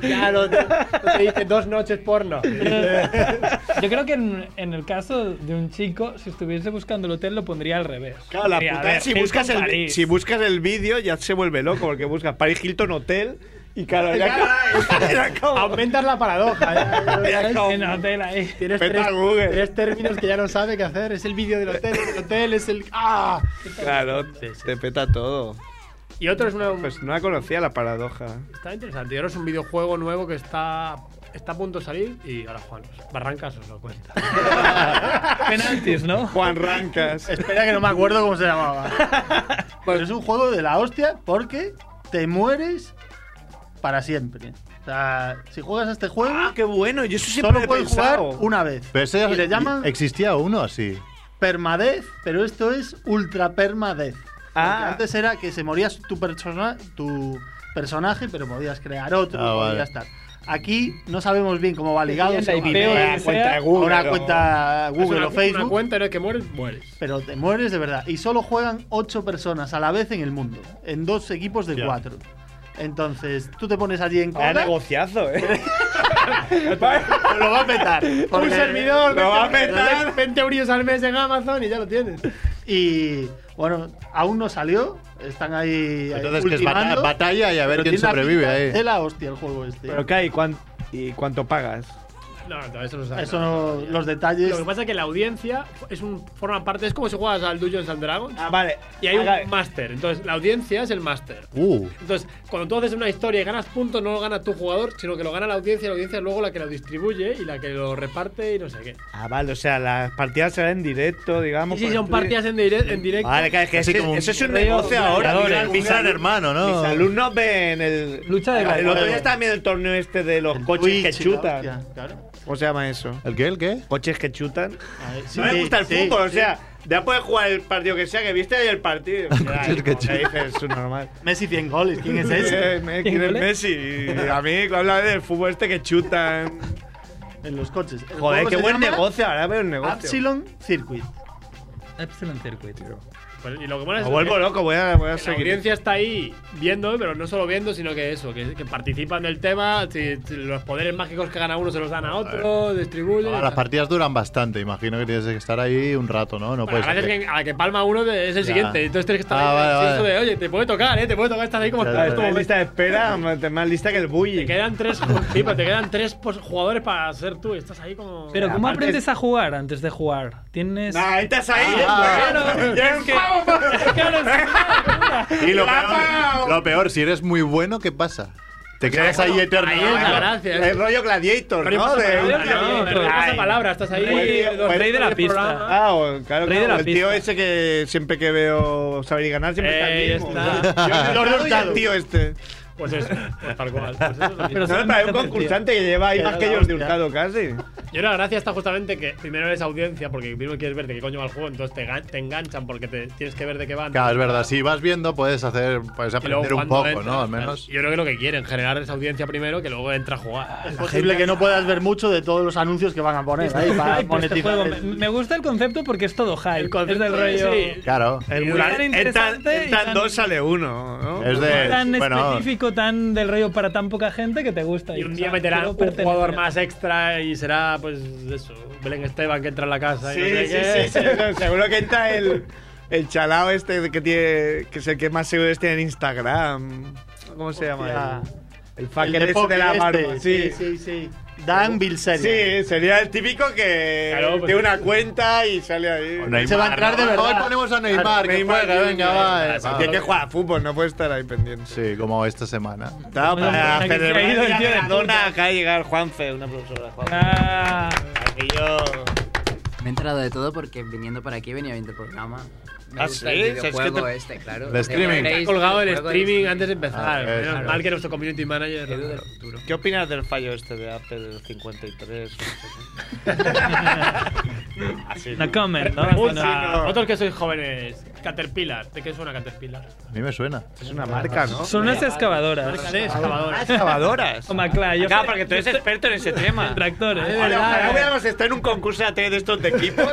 [SPEAKER 4] claro, te, te dice dos noches porno.
[SPEAKER 1] Yo creo que en, en el caso de un chico, si estuviese buscando el hotel, lo pondría al revés.
[SPEAKER 3] Claro, la
[SPEAKER 1] Diría,
[SPEAKER 3] puta
[SPEAKER 1] a ver,
[SPEAKER 3] es si,
[SPEAKER 1] Hilton
[SPEAKER 3] buscas el,
[SPEAKER 1] París.
[SPEAKER 3] si buscas el vídeo ya se vuelve loco, porque buscas Paris Hilton Hotel y claro, ya, ya como-
[SPEAKER 4] Aumentas la paradoja. ya.
[SPEAKER 3] ya como-
[SPEAKER 1] En el hotel ahí.
[SPEAKER 4] Tienes
[SPEAKER 3] Vete
[SPEAKER 4] tres,
[SPEAKER 3] a Google.
[SPEAKER 4] tres términos que ya no sabe qué hacer. Es el vídeo del hotel, el hotel es el. ¡Ah!
[SPEAKER 3] Claro,
[SPEAKER 4] Sí, sí.
[SPEAKER 3] te peta todo.
[SPEAKER 4] Y otro es una.
[SPEAKER 3] Pues no la conocía la paradoja.
[SPEAKER 4] Está interesante. Y ahora es un videojuego nuevo que está, está a punto de salir. Y ahora Juan, Barrancas os lo cuenta.
[SPEAKER 1] Penaltis, ¿no?
[SPEAKER 3] Juan Rancas.
[SPEAKER 6] Espera que no me acuerdo cómo se llamaba. Pero es un juego de la hostia porque te mueres para siempre. O sea, si juegas a este juego,
[SPEAKER 3] Ah, qué bueno, yo eso
[SPEAKER 6] solo puedes jugar una vez.
[SPEAKER 2] Pero ese eh,
[SPEAKER 6] y le llaman
[SPEAKER 2] existía uno así.
[SPEAKER 6] permadez, pero esto es ultra permadez.
[SPEAKER 3] Ah.
[SPEAKER 6] Antes era que se moría tu, persona, tu personaje, pero podías crear otro
[SPEAKER 2] Ah,
[SPEAKER 6] y
[SPEAKER 2] vale.
[SPEAKER 6] ya estar. Aquí no sabemos bien cómo va ligado.
[SPEAKER 1] Sí,
[SPEAKER 6] si a una
[SPEAKER 1] video
[SPEAKER 6] cuenta-
[SPEAKER 1] de
[SPEAKER 3] cuenta
[SPEAKER 1] sea,
[SPEAKER 3] E. Google.
[SPEAKER 6] a
[SPEAKER 3] o-
[SPEAKER 6] una cuenta
[SPEAKER 4] Es
[SPEAKER 6] Google
[SPEAKER 4] una-
[SPEAKER 6] o Facebook.
[SPEAKER 4] Una cuenta en la que mueres, mueres.
[SPEAKER 6] Pero te mueres de verdad. Y solo juegan ocho personas a la vez en el mundo. En dos equipos de
[SPEAKER 2] Ya.
[SPEAKER 6] cuatro. Entonces, tú te pones allí en
[SPEAKER 3] Vaya
[SPEAKER 6] cola.
[SPEAKER 3] Ah, negociazo, eh.
[SPEAKER 6] Lo va a petar. porque-
[SPEAKER 4] Un servidor,
[SPEAKER 3] lo va a
[SPEAKER 4] vente-
[SPEAKER 3] petar.
[SPEAKER 4] 20 euros al mes en Amazon y ya lo tienes.
[SPEAKER 6] Y bueno, aún no salió. Están ahí.
[SPEAKER 2] Entonces que es bata-
[SPEAKER 6] ultimando,
[SPEAKER 2] batalla y a ver
[SPEAKER 6] pero
[SPEAKER 2] quién
[SPEAKER 6] tiene una
[SPEAKER 2] sobrevive
[SPEAKER 6] pinta
[SPEAKER 2] ahí.
[SPEAKER 6] De la hostia el juego este.
[SPEAKER 3] Pero Kai, ¿cuán- ¿y cuánto pagas?
[SPEAKER 4] No, no, eso no sabe
[SPEAKER 6] Eso
[SPEAKER 4] nada.
[SPEAKER 6] no- los detalles.
[SPEAKER 4] Lo que pasa es que la audiencia es un, forma parte. Es como si juegas al Dungeons and Dragons.
[SPEAKER 3] Ah, vale.
[SPEAKER 4] Y hay
[SPEAKER 3] Haga-
[SPEAKER 4] un máster. Entonces, la audiencia es el máster.
[SPEAKER 2] Uh,
[SPEAKER 4] Entonces, cuando tú haces una historia y ganas puntos, no lo gana tu jugador, sino que lo gana la audiencia y la audiencia es luego la que lo distribuye y la que lo reparte y no sé qué.
[SPEAKER 3] Ah, vale, o sea, las partidas serán en directo, digamos.
[SPEAKER 4] Y si
[SPEAKER 3] por
[SPEAKER 4] son
[SPEAKER 3] streaming.
[SPEAKER 4] partidas en, dire- en directo.
[SPEAKER 3] Vale, Kai, que
[SPEAKER 2] Así
[SPEAKER 3] ese-
[SPEAKER 2] como un
[SPEAKER 3] eso es un
[SPEAKER 2] rollo
[SPEAKER 3] negocio ahora.
[SPEAKER 2] Ganadores,
[SPEAKER 3] mira,
[SPEAKER 2] pisan
[SPEAKER 3] mis-
[SPEAKER 2] hermano, ¿no?
[SPEAKER 3] Mis alumnos ven el.
[SPEAKER 1] Lucha de
[SPEAKER 3] El otro
[SPEAKER 1] gladiadores.
[SPEAKER 3] día estaban viendo el torneo este de los coches
[SPEAKER 6] Twitch
[SPEAKER 3] que
[SPEAKER 6] y la
[SPEAKER 3] chutan.
[SPEAKER 6] hostia, Claro.
[SPEAKER 3] ¿Cómo se llama eso?
[SPEAKER 2] ¿El qué? ¿El qué?
[SPEAKER 3] Coches que chutan.
[SPEAKER 6] A ver, sí,
[SPEAKER 3] no me
[SPEAKER 6] sí,
[SPEAKER 3] gusta el
[SPEAKER 6] sí,
[SPEAKER 3] fútbol,
[SPEAKER 6] sí.
[SPEAKER 3] o sea, ya puedes jugar el partido que sea, que viste ahí el partido.
[SPEAKER 2] Coches que
[SPEAKER 3] chutan. dices, es normal.
[SPEAKER 6] Messi 100 goles, ¿quién es ese?
[SPEAKER 3] Eh, me- ¿Quién es Messi? Y A mí, habla del fútbol este que chutan.
[SPEAKER 6] en los coches.
[SPEAKER 3] Joder,
[SPEAKER 6] El juego
[SPEAKER 3] qué
[SPEAKER 6] se
[SPEAKER 3] buen
[SPEAKER 6] llama
[SPEAKER 3] negocio, ahora veo un negocio.
[SPEAKER 6] Absilon Circuit.
[SPEAKER 1] Epsilon Circuit.
[SPEAKER 4] Pues- y lo que mola es
[SPEAKER 3] Me vuelvo
[SPEAKER 4] que
[SPEAKER 3] loco, voy a, voy a
[SPEAKER 4] la
[SPEAKER 3] seguir.
[SPEAKER 4] audiencia está ahí viendo, pero no solo viendo, sino que eso, que, que participan del tema, si- si los poderes mágicos que gana uno se los dan a otro, distribuyen.
[SPEAKER 2] Ah, las partidas duran bastante, imagino que tienes que estar ahí un rato, ¿no? No
[SPEAKER 4] Bueno,
[SPEAKER 2] puedes.
[SPEAKER 4] la gracia es que a la que palma uno de- es el
[SPEAKER 2] Ya.
[SPEAKER 4] siguiente, entonces tienes que estar
[SPEAKER 2] Ah,
[SPEAKER 4] ahí
[SPEAKER 2] vale,
[SPEAKER 4] ansioso
[SPEAKER 2] vale.
[SPEAKER 4] de, oye, te puede tocar, eh, te puede tocar, estás ahí como
[SPEAKER 2] Ya, ya,
[SPEAKER 4] en tu
[SPEAKER 2] ya.
[SPEAKER 3] Estás en
[SPEAKER 4] momento.
[SPEAKER 3] lista de espera, más- más lista que el bullying.
[SPEAKER 4] Te quedan tres, sí, pero te quedan tres pos- jugadores para ser tú y estás ahí como.
[SPEAKER 1] Pero ¿cómo
[SPEAKER 3] aparte-
[SPEAKER 1] aprendes a jugar antes de jugar? Tienes...
[SPEAKER 3] Ah, estás ahí.
[SPEAKER 1] Claro, es que- claro, es una locura.
[SPEAKER 2] Y lo peor, lo peor, si eres muy bueno, ¿qué pasa?
[SPEAKER 4] Pues
[SPEAKER 2] Te quedas ahí
[SPEAKER 4] Ahí es la
[SPEAKER 2] eternamente.
[SPEAKER 4] gracia.
[SPEAKER 3] El rollo gladiator,
[SPEAKER 4] Pero
[SPEAKER 3] ¿no?
[SPEAKER 4] pasa
[SPEAKER 3] De-
[SPEAKER 4] palabra,
[SPEAKER 1] no,
[SPEAKER 4] no, pero
[SPEAKER 1] no,
[SPEAKER 4] pasa
[SPEAKER 1] no.
[SPEAKER 4] palabra, estás ahí.
[SPEAKER 3] Puede-
[SPEAKER 4] los
[SPEAKER 3] puede-
[SPEAKER 4] rey de la
[SPEAKER 3] puede
[SPEAKER 4] pista.
[SPEAKER 1] programa.
[SPEAKER 3] Ah, o- claro,
[SPEAKER 1] Rey de
[SPEAKER 3] claro,
[SPEAKER 1] la
[SPEAKER 3] el tío
[SPEAKER 1] pista.
[SPEAKER 3] ese que siempre que veo saber y ganar siempre
[SPEAKER 4] Ey,
[SPEAKER 3] está el mismo.
[SPEAKER 4] está.
[SPEAKER 3] Yo he
[SPEAKER 6] Jordi
[SPEAKER 3] notado ya el
[SPEAKER 6] Hurtado.
[SPEAKER 3] tío este.
[SPEAKER 4] Pues eso, pues tal cual. pues eso es lo mismo.
[SPEAKER 3] Pero no, trae un concursante que lleva ahí
[SPEAKER 4] Pero
[SPEAKER 3] más que
[SPEAKER 4] la
[SPEAKER 3] ellos de
[SPEAKER 4] hostia.
[SPEAKER 3] hurtado casi.
[SPEAKER 4] Yo la gracia está justamente que primero eres audiencia, porque primero quieres verte qué coño va el juego, entonces te, ga- te enganchan porque te tienes que ver de qué van.
[SPEAKER 2] Claro, es verdad. Si vas viendo, puedes hacer, puedes
[SPEAKER 4] Y luego
[SPEAKER 2] aprender un
[SPEAKER 4] cuando
[SPEAKER 2] poco,
[SPEAKER 4] entras,
[SPEAKER 2] ¿no? Al
[SPEAKER 4] claro.
[SPEAKER 2] menos.
[SPEAKER 4] Yo creo que lo que quieren, generar esa audiencia primero, que luego entra a jugar.
[SPEAKER 6] Es posible que no puedas ver mucho de todos los anuncios que van a poner ahí para
[SPEAKER 1] Hype este
[SPEAKER 6] monetizar.
[SPEAKER 1] juego. Me, me gusta el concepto porque es todo hype. Es
[SPEAKER 4] concepto
[SPEAKER 1] del
[SPEAKER 4] es-
[SPEAKER 1] rollo.
[SPEAKER 4] sí.
[SPEAKER 2] Claro.
[SPEAKER 3] El
[SPEAKER 1] Y
[SPEAKER 3] mural-
[SPEAKER 1] tan
[SPEAKER 3] entran,
[SPEAKER 1] interesante y
[SPEAKER 3] entran
[SPEAKER 1] tan-
[SPEAKER 3] dos, sale uno. ¿no?
[SPEAKER 2] Es de.
[SPEAKER 1] tan
[SPEAKER 2] bueno,
[SPEAKER 1] específico, tan del rollo para tan poca gente que te gusta.
[SPEAKER 4] Y un
[SPEAKER 1] dices,
[SPEAKER 4] día
[SPEAKER 1] "Ah,
[SPEAKER 4] meterán
[SPEAKER 1] quiero
[SPEAKER 4] un
[SPEAKER 1] pertenecer".
[SPEAKER 4] jugador más extra y será, pues, eso, Belén Esteban que entra en la casa. y
[SPEAKER 3] Sí,
[SPEAKER 4] no sé
[SPEAKER 3] sí,
[SPEAKER 4] qué.
[SPEAKER 3] sí, sí, no, Seguro que entra el, el chalao este que tiene. que es el que más seguidores tiene en Instagram. ¿Cómo se llama? El, el fucker ese de la barba.
[SPEAKER 6] Sí,
[SPEAKER 4] este.
[SPEAKER 3] Sí,
[SPEAKER 6] este. sí, sí. Dan Bilzerian.
[SPEAKER 3] Sí, sería el típico que
[SPEAKER 4] Claro, pues-
[SPEAKER 3] tiene una cuenta y sale ahí.
[SPEAKER 2] Neymar,
[SPEAKER 6] Se va a entrar de
[SPEAKER 2] ¿no?
[SPEAKER 6] verdad.
[SPEAKER 2] Hoy ponemos a Neymar, que
[SPEAKER 3] Neymar,
[SPEAKER 2] juegue,
[SPEAKER 3] que
[SPEAKER 2] venga,
[SPEAKER 3] juegue.
[SPEAKER 2] va. eh,
[SPEAKER 3] Ah, sí,
[SPEAKER 2] va.
[SPEAKER 3] Tiene que jugar a fútbol, no puede estar ahí pendiente.
[SPEAKER 2] Sí, como esta semana.
[SPEAKER 3] Estaba
[SPEAKER 1] Bueno,
[SPEAKER 3] para
[SPEAKER 1] que se ha ido el
[SPEAKER 3] celebrar
[SPEAKER 1] tío de
[SPEAKER 3] la dona,
[SPEAKER 1] puta.
[SPEAKER 3] acaba de llegar Juanfe, una profesora. Juanfe.
[SPEAKER 1] Ah,
[SPEAKER 3] Y yo-
[SPEAKER 11] Me he enterado de todo porque viniendo para aquí venía viendo el programa. Me
[SPEAKER 3] ¿Ah,
[SPEAKER 11] gusta
[SPEAKER 3] sí?
[SPEAKER 11] el
[SPEAKER 3] O sea, es que
[SPEAKER 11] videojuego
[SPEAKER 3] te-
[SPEAKER 11] este, claro.
[SPEAKER 2] El
[SPEAKER 11] De
[SPEAKER 2] streaming.
[SPEAKER 11] Race,
[SPEAKER 4] Ha colgado
[SPEAKER 11] juego
[SPEAKER 4] el
[SPEAKER 11] de
[SPEAKER 4] streaming
[SPEAKER 11] streaming.
[SPEAKER 4] antes de empezar.
[SPEAKER 2] Ah,
[SPEAKER 4] Menos
[SPEAKER 2] claro.
[SPEAKER 4] mal que nuestro community manager.
[SPEAKER 11] Edu del futuro.
[SPEAKER 12] ¿Qué opinas del fallo este de Apple 53?
[SPEAKER 1] no comment, ¿no?
[SPEAKER 4] Pregunta.
[SPEAKER 1] Bueno, ah,
[SPEAKER 4] Ah, Vosotros que sois jóvenes, Caterpillar, ¿de qué suena Caterpillar?
[SPEAKER 2] A mí me suena.
[SPEAKER 3] Es una marca, ¿no?
[SPEAKER 1] Son unas excavadoras.
[SPEAKER 4] Marca de excavadoras.
[SPEAKER 3] excavadoras.
[SPEAKER 1] Toma, claro, yo ¿eh?
[SPEAKER 13] Claro, porque tú eres experto en ese tema.
[SPEAKER 4] Ah,
[SPEAKER 1] tractores.
[SPEAKER 3] Vale,
[SPEAKER 4] ¿eh?
[SPEAKER 3] ojalá hubiéramos estado en un concurso de la tele de estos de equipos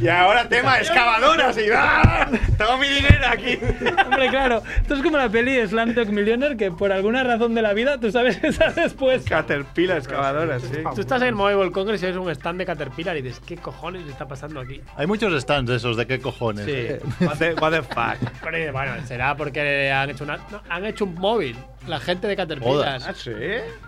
[SPEAKER 3] y ahora tema excavadoras y ¡ah! Tengo mi dinero aquí.
[SPEAKER 1] Hombre, claro, esto es como la peli Slamdog Millionaire que por alguna razón de la vida tú sabes esa respuesta.
[SPEAKER 3] Caterpillar excavadoras, sí.
[SPEAKER 4] Tú estás en el Mobile World Congress y ves un stand de Caterpillar y dices, ¿qué cojones está pasando aquí?
[SPEAKER 2] Hay muchos stands de esos, ¿de qué cojones?
[SPEAKER 3] What the, what the fuck.
[SPEAKER 4] Pero eh, bueno, será porque han hecho, una, no, han hecho un móvil, la gente de Caterpillar.
[SPEAKER 2] Jodas.
[SPEAKER 3] Ah, sí?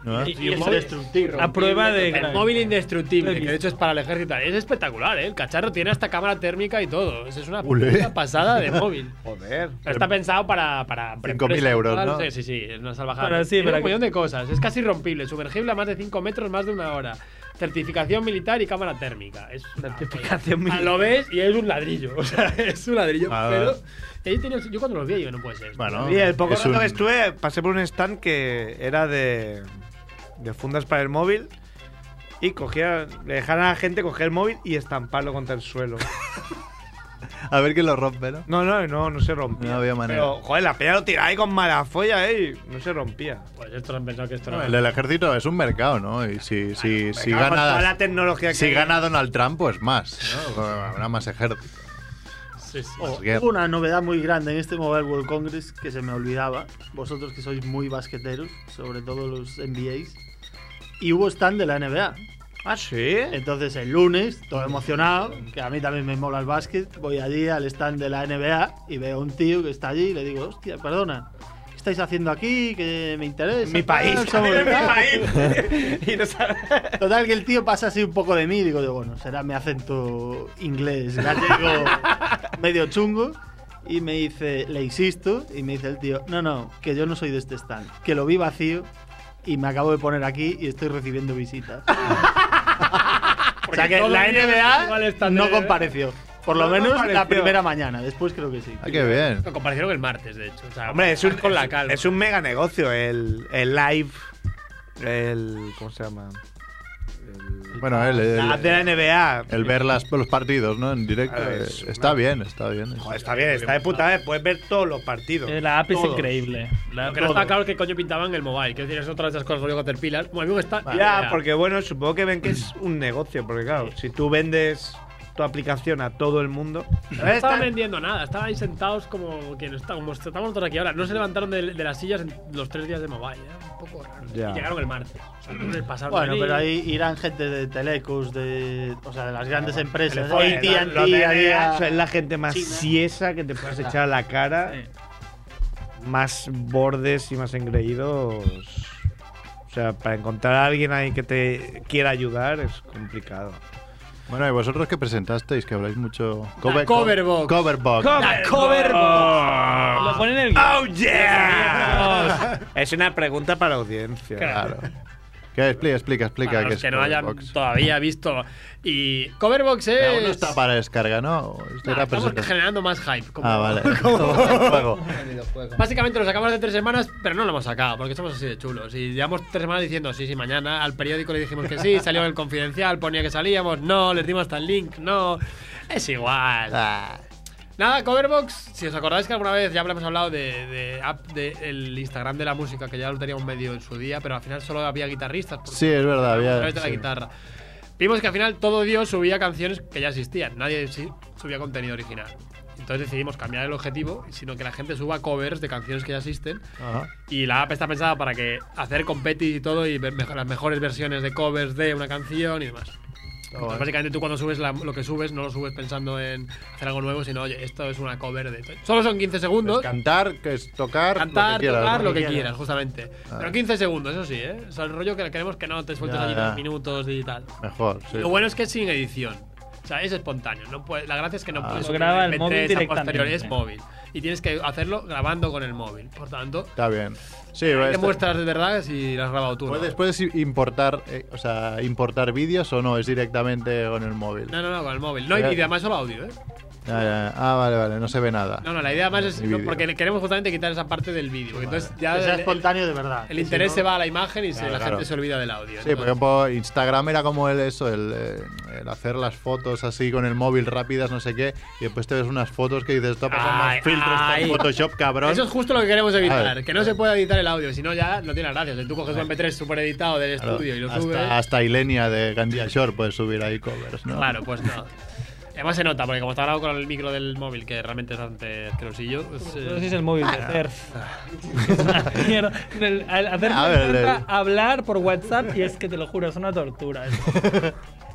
[SPEAKER 2] ¿No?
[SPEAKER 4] Y- y
[SPEAKER 6] Y
[SPEAKER 4] el
[SPEAKER 6] es
[SPEAKER 4] móvil-
[SPEAKER 6] destructivo.
[SPEAKER 1] A prueba de.
[SPEAKER 4] El móvil indestructible,
[SPEAKER 1] Lo he
[SPEAKER 4] que de hecho es para el ejército. Es espectacular, ¿eh? El cacharro tiene hasta cámara térmica y todo. Es una
[SPEAKER 2] Ule.
[SPEAKER 4] puta pasada de móvil.
[SPEAKER 3] Joder.
[SPEAKER 4] Pero está pensado para. para
[SPEAKER 2] 5.000 euros,
[SPEAKER 4] para-
[SPEAKER 2] ¿no?
[SPEAKER 4] Sí, sí, sí, es una salvajada.
[SPEAKER 1] Para- sí,
[SPEAKER 4] Tiene
[SPEAKER 1] para
[SPEAKER 4] un
[SPEAKER 1] que-
[SPEAKER 4] millón de cosas. Es casi irrompible. Sumergible a más de 5 metros, más de una hora. Certificación militar y cámara térmica. Es una
[SPEAKER 1] Certificación
[SPEAKER 4] polla.
[SPEAKER 1] militar.
[SPEAKER 4] Lo ves y es un ladrillo. O sea, es un ladrillo.
[SPEAKER 2] Ah.
[SPEAKER 4] Pero. y ahí tiene- yo cuando los vi, digo, no puede ser.
[SPEAKER 2] Bueno,
[SPEAKER 3] Y el poco
[SPEAKER 2] es
[SPEAKER 3] rato
[SPEAKER 2] un-
[SPEAKER 3] que estuve, pasé por un stand que era de, de fundas para el móvil y cogía, le dejaron a la gente coger el móvil y estamparlo contra el suelo.
[SPEAKER 2] A ver quién lo rompe, ¿no?
[SPEAKER 3] No, no, no, no se rompía.
[SPEAKER 2] No había manera.
[SPEAKER 3] Pero, joder, la peña lo tiraba ahí con mala folla, eh. y No se rompía.
[SPEAKER 4] Pues estos han pensado que esto
[SPEAKER 2] No,
[SPEAKER 4] no.
[SPEAKER 2] El del ejército es un mercado, ¿no? Y si, si, si
[SPEAKER 3] Claro, con toda
[SPEAKER 2] gana,
[SPEAKER 3] la tecnología que
[SPEAKER 2] si
[SPEAKER 3] hay.
[SPEAKER 2] gana Donald Trump, pues más. ¿no? Habrá más ejército.
[SPEAKER 4] Sí, sí.
[SPEAKER 6] Oh,
[SPEAKER 2] Así que-
[SPEAKER 6] hubo una novedad muy grande en este Mobile World Congress que se me olvidaba. Vosotros que sois muy basqueteros, sobre todo los NBAs. Y hubo stand de la NBA.
[SPEAKER 3] Ah, sí.
[SPEAKER 6] Entonces el lunes, todo emocionado, que a mí también me mola el básquet, voy allí al stand de la NBA y veo a un tío que está allí y le digo, hostia, perdona, ¿qué estáis haciendo aquí? Que me interesa.
[SPEAKER 3] Mi país.
[SPEAKER 6] tal, sobre
[SPEAKER 3] mi
[SPEAKER 6] tal".
[SPEAKER 3] país. y no sabe-
[SPEAKER 6] Total, que el tío pasa así un poco de mí y digo, yo, bueno, será mi acento inglés, gallego, medio chungo. Y me dice, le insisto, y me dice el tío, no, no, que yo no soy de este stand, que lo vi vacío y me acabo de poner aquí y estoy recibiendo visitas. o sea que
[SPEAKER 4] todo
[SPEAKER 6] la
[SPEAKER 4] el día igual
[SPEAKER 6] NBA
[SPEAKER 4] están de-
[SPEAKER 6] no compareció. Por lo
[SPEAKER 3] No
[SPEAKER 6] menos
[SPEAKER 3] compareció.
[SPEAKER 6] la primera mañana, después creo que sí.
[SPEAKER 2] Ah, qué bien.
[SPEAKER 4] Lo compararon el martes, de hecho. O sea,
[SPEAKER 3] Hombre, es un,
[SPEAKER 4] con la calma.
[SPEAKER 3] es un mega negocio el, el live. El. ¿Cómo se llama?
[SPEAKER 2] Bueno, el, el-
[SPEAKER 3] La app de la NBA.
[SPEAKER 2] el ver las, los partidos, ¿no? En directo.
[SPEAKER 3] Claro,
[SPEAKER 2] eh,
[SPEAKER 3] es una-
[SPEAKER 2] está bien, está bien.
[SPEAKER 3] Joder, está bien, está de puta, vez. Puedes ver todos los partidos.
[SPEAKER 1] Eh, La app es
[SPEAKER 3] Todos.
[SPEAKER 1] increíble. La-
[SPEAKER 4] Lo que no está claro es qué coño pintaban el mobile. Quiero decir, es otra de esas cosas que yo Caterpillar. Bueno, a mí me gusta-
[SPEAKER 3] Ya, porque bueno, supongo que ven que es un negocio, porque claro, si tú vendes tu aplicación a todo el mundo.
[SPEAKER 4] No estaban vendiendo nada, estaban ahí sentados como que no está- como estamos todos aquí ahora. No se levantaron de, de las sillas en los tres días de mobile, era un poco raro.
[SPEAKER 3] Ya.
[SPEAKER 4] Y llegaron el martes. O sea, entonces pasaron
[SPEAKER 6] Bueno,
[SPEAKER 4] allí.
[SPEAKER 6] pero ahí irán gente de Telecos, de, o sea, de las grandes empresas.
[SPEAKER 3] Joder,
[SPEAKER 6] AT&T,
[SPEAKER 3] los- los de NBA
[SPEAKER 6] había-
[SPEAKER 3] son la gente más
[SPEAKER 6] China.
[SPEAKER 3] siesa que te puedes echar a la cara.
[SPEAKER 4] Eh.
[SPEAKER 3] Más bordes y más engreídos. O sea, para encontrar a alguien ahí que te quiera ayudar es complicado.
[SPEAKER 2] Bueno, y vosotros que presentasteis, que habláis mucho.
[SPEAKER 4] cover box.
[SPEAKER 2] Cover box.
[SPEAKER 4] La cover Ah.
[SPEAKER 1] Lo ponen en el guión.
[SPEAKER 3] yeah! es una pregunta para la audiencia.
[SPEAKER 2] Claro. Que explica, explica, explica.
[SPEAKER 4] Para
[SPEAKER 2] qué
[SPEAKER 4] los
[SPEAKER 2] es
[SPEAKER 4] que no hayan
[SPEAKER 2] Coverbox.
[SPEAKER 4] todavía visto. Y Coverbox es.
[SPEAKER 2] Pero Aún no está para descarga, ¿no? Esto
[SPEAKER 4] Ah,
[SPEAKER 2] era
[SPEAKER 4] estamos
[SPEAKER 2] presentación.
[SPEAKER 4] generando más hype. como-
[SPEAKER 2] Ah, vale.
[SPEAKER 4] como-
[SPEAKER 2] Juego.
[SPEAKER 4] Básicamente lo sacamos hace tres semanas, pero no lo hemos sacado, porque somos así de chulos. Y llevamos tres semanas diciendo, sí, sí, mañana. Al periódico le dijimos que sí, salió en el confidencial, ponía que salíamos, no, les dimos hasta el link, no. Es igual.
[SPEAKER 2] Ah.
[SPEAKER 4] Nada, Coverbox, si os acordáis que alguna vez ya hablamos hablado de, de app del Instagram de la música, que ya lo tenía un medio en su día, pero al final solo había guitarristas. porque
[SPEAKER 2] Sí, es verdad.
[SPEAKER 4] a
[SPEAKER 2] Había,
[SPEAKER 4] través de la
[SPEAKER 2] sí.
[SPEAKER 4] guitarra. Vimos que al final todo Dios subía canciones que ya existían, nadie sí subía contenido original. Entonces decidimos cambiar el objetivo, sino que la gente suba covers de canciones que ya existen.
[SPEAKER 2] Ajá.
[SPEAKER 4] Y la app está pensada para que hacer competis y todo y ver mejo- las mejores versiones de covers de una canción y demás. Entonces,
[SPEAKER 2] guay.
[SPEAKER 4] básicamente tú cuando subes la- lo que subes no lo subes pensando en hacer algo nuevo, sino, oye, esto es una cover de... Solo son 15 segundos.
[SPEAKER 2] Cantar, que es tocar,
[SPEAKER 4] Cantar,
[SPEAKER 2] lo que quieras.
[SPEAKER 4] tocar,
[SPEAKER 2] ¿no?
[SPEAKER 4] lo que quieras, justamente. Pero 15 segundos, eso sí, ¿eh? O sea, el rollo que queremos que no te sueltes
[SPEAKER 2] Ya,
[SPEAKER 4] allí
[SPEAKER 2] ya.
[SPEAKER 4] dos minutos y tal.
[SPEAKER 2] Mejor, sí.
[SPEAKER 4] Lo bueno es que es sin edición. O sea, es espontáneo. No puede- la gracia es que no
[SPEAKER 2] Ah.
[SPEAKER 4] puedes
[SPEAKER 2] Lo graba el
[SPEAKER 4] meter
[SPEAKER 2] móvil
[SPEAKER 4] esa
[SPEAKER 2] directamente.
[SPEAKER 4] posterior, Es móvil. Y tienes que hacerlo grabando con el móvil. Por tanto,
[SPEAKER 2] Está bien. Sí,
[SPEAKER 4] ahí
[SPEAKER 2] va,
[SPEAKER 4] te
[SPEAKER 2] está-
[SPEAKER 4] muestras de verdad si la has grabado tú. ¿no?
[SPEAKER 2] ¿Puedes, puedes importar, eh, o sea, importar vídeos o no? Es directamente con el móvil.
[SPEAKER 4] No, no, no, con el móvil. No hay
[SPEAKER 2] Ya.
[SPEAKER 4] vídeo, además solo audio, ¿eh?
[SPEAKER 2] Ya, ya. Ah, vale, vale, no se ve nada.
[SPEAKER 4] No, no, la idea más
[SPEAKER 2] No,
[SPEAKER 4] es.
[SPEAKER 2] ni
[SPEAKER 4] no,
[SPEAKER 2] vídeo.
[SPEAKER 4] porque queremos justamente quitar esa parte del vídeo. porque Entonces ya.
[SPEAKER 6] Que sea
[SPEAKER 4] el-
[SPEAKER 6] espontáneo de verdad.
[SPEAKER 4] El
[SPEAKER 6] Que si
[SPEAKER 4] interés
[SPEAKER 6] no-
[SPEAKER 4] se va a la imagen y se-
[SPEAKER 2] Claro,
[SPEAKER 4] la
[SPEAKER 2] claro.
[SPEAKER 4] gente se olvida del audio.
[SPEAKER 2] Sí, por
[SPEAKER 4] entonces-
[SPEAKER 2] ejemplo, Instagram era como el, eso, el, eh, el hacer las fotos así con el móvil rápidas, no sé qué, y después te ves unas fotos que dices, está pasando
[SPEAKER 4] Ay,
[SPEAKER 2] más filtros
[SPEAKER 4] ay.
[SPEAKER 2] en Photoshop, cabrón.
[SPEAKER 4] Eso es justo lo que queremos evitar,
[SPEAKER 2] Claro.
[SPEAKER 4] que no se pueda editar el audio, si no ya no tiene gracia. Si tú coges un MP3 super editado del
[SPEAKER 2] Claro,
[SPEAKER 4] estudio y lo subes.
[SPEAKER 2] hasta, hasta Ilenia de Gandia Shore puedes subir ahí covers, ¿no?
[SPEAKER 4] Claro, pues no. Además se nota, porque como está grabado con el micro del móvil, que realmente es bastante asquerosillo. pues, eh,
[SPEAKER 1] No sé si es el móvil de Cerf. Mierda. El- al hacer
[SPEAKER 4] A ver,
[SPEAKER 1] intenta
[SPEAKER 4] el-
[SPEAKER 1] hablar por WhatsApp y es que te lo juro, es una tortura. eso.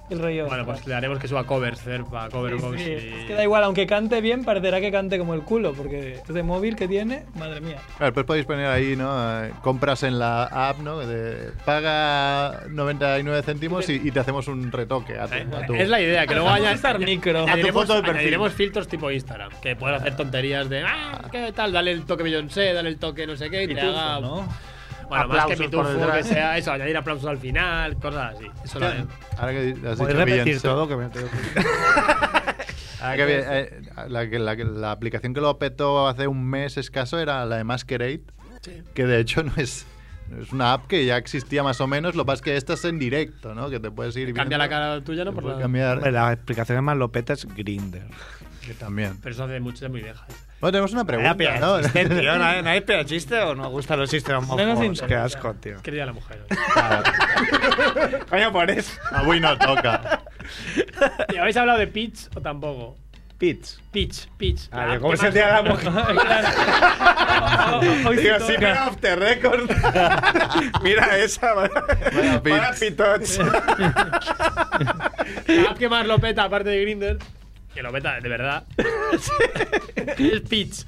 [SPEAKER 1] El rollo.
[SPEAKER 4] Bueno, pues le haremos que suba covers, Cerpa, cover
[SPEAKER 1] Sí,
[SPEAKER 4] box
[SPEAKER 1] sí,
[SPEAKER 4] y-
[SPEAKER 1] Es que da igual, aunque cante bien, parecerá que cante como el culo, porque ese móvil que tiene, madre mía.
[SPEAKER 2] Claro, pues podéis poner ahí, ¿no? Eh, compras en la app, ¿no? De, paga 99 céntimos y, y te hacemos un retoque a tu- a tu-
[SPEAKER 4] Eh, Es la idea, que luego haya.
[SPEAKER 1] micro.
[SPEAKER 4] Añadiremos, añadiremos filtros tipo Instagram, que puedes hacer tonterías de. Ah, ¿qué tal? Dale el toque Beyoncé, dale el toque no sé qué, y te
[SPEAKER 1] Pitufo,
[SPEAKER 4] haga.
[SPEAKER 1] ¿no?
[SPEAKER 4] Bueno, más que
[SPEAKER 1] Aplausos por
[SPEAKER 4] pitufo, que
[SPEAKER 1] detrás.
[SPEAKER 4] sea eso, añadir aplausos al final, cosas así. Eso lo haremos.
[SPEAKER 2] Ahora que has dicho
[SPEAKER 14] ¿Podéis repetir
[SPEAKER 2] Beyoncé.
[SPEAKER 14] todo? Que me
[SPEAKER 2] Ah, que bien, eh, la, que- la que- la aplicación que lo petó hace un mes escaso era la de Masquerade, que de hecho no es, no es una app que ya existía más o menos, lo que pasa es que esta es en directo, ¿no? Que te puedes ir viendo.
[SPEAKER 4] Cambia la cara tuya, ¿no? Por la...
[SPEAKER 14] Hombre, La explicación más lopeta es Grinder.
[SPEAKER 2] Que también.
[SPEAKER 4] Pero eso hace mucho, es muy vieja.
[SPEAKER 2] Bueno, tenemos una pregunta,
[SPEAKER 14] Vaya
[SPEAKER 2] ¿no?
[SPEAKER 14] pedazo, este, tío, ¿no, hay- ¿No hay peor chiste o no gustan los chistes homófobos?
[SPEAKER 4] interesa.
[SPEAKER 14] Qué asco, tío.
[SPEAKER 4] Querida la mujer.
[SPEAKER 14] Coño, por eso.
[SPEAKER 2] Avui no toca.
[SPEAKER 4] ¿Y habéis hablado de Pitch o tampoco?
[SPEAKER 14] Pitch.
[SPEAKER 4] Pitch, Pitch.
[SPEAKER 14] Ah, yo como es el día de la mujer.
[SPEAKER 1] Ah, Hoy sí
[SPEAKER 14] Digo,
[SPEAKER 1] toca.
[SPEAKER 14] sí, pero off the record. Mira esa. Para, para pitots.
[SPEAKER 4] La app que más lo peta, aparte de Grinder, que lo peta de verdad, es Pitch.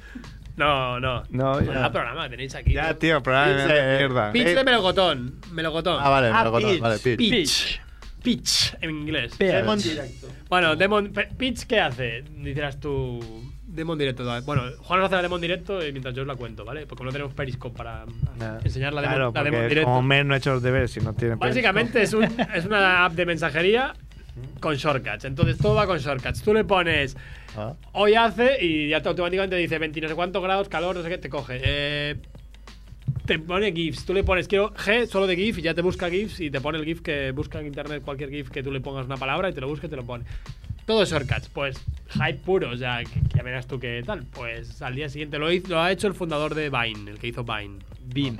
[SPEAKER 4] No, no.
[SPEAKER 14] No,
[SPEAKER 4] Pues
[SPEAKER 14] ya.
[SPEAKER 4] nada, programa tenéis aquí.
[SPEAKER 14] Ya, tío, programa
[SPEAKER 4] Pitch,
[SPEAKER 14] de mierda.
[SPEAKER 4] Pitch de
[SPEAKER 14] Eh,
[SPEAKER 4] melocotón. Melocotón.
[SPEAKER 14] Ah, vale, melocotón,
[SPEAKER 4] Pitch.
[SPEAKER 14] vale, Pitch.
[SPEAKER 4] Pitch. Pitch, en inglés.
[SPEAKER 14] Pitch. Demon directo.
[SPEAKER 4] Bueno, Demon. pe- Pitch, ¿qué hace? Dirás tú. Demon directo. da- Bueno, Juan nos hace la Demon directo y mientras yo os la cuento, ¿vale? Porque no tenemos Periscope para enseñar la Demon,
[SPEAKER 14] Claro,
[SPEAKER 4] la Demon
[SPEAKER 14] porque
[SPEAKER 4] directo.
[SPEAKER 14] como Mer no ha hecho los deberes, si no tiene
[SPEAKER 3] pues,
[SPEAKER 4] Básicamente es, un- es una app de mensajería con shortcuts. Entonces todo va con shortcuts. Tú le pones hoy hace y ya te- automáticamente dice 20 no sé cuántos grados, calor, no sé qué, te coge. Eh, te pone GIFs. Tú le pones quiero G solo de GIF y ya te busca GIFs y te pone el GIF que busca en internet cualquier GIF que tú le pongas una palabra y te lo busca y te lo pone. Todo shortcuts, pues hype puro, o sea, que- que ya verás tú qué tal. Pues al día siguiente lo, hizo- lo ha hecho el fundador de Vine, el que hizo Vine. Vine.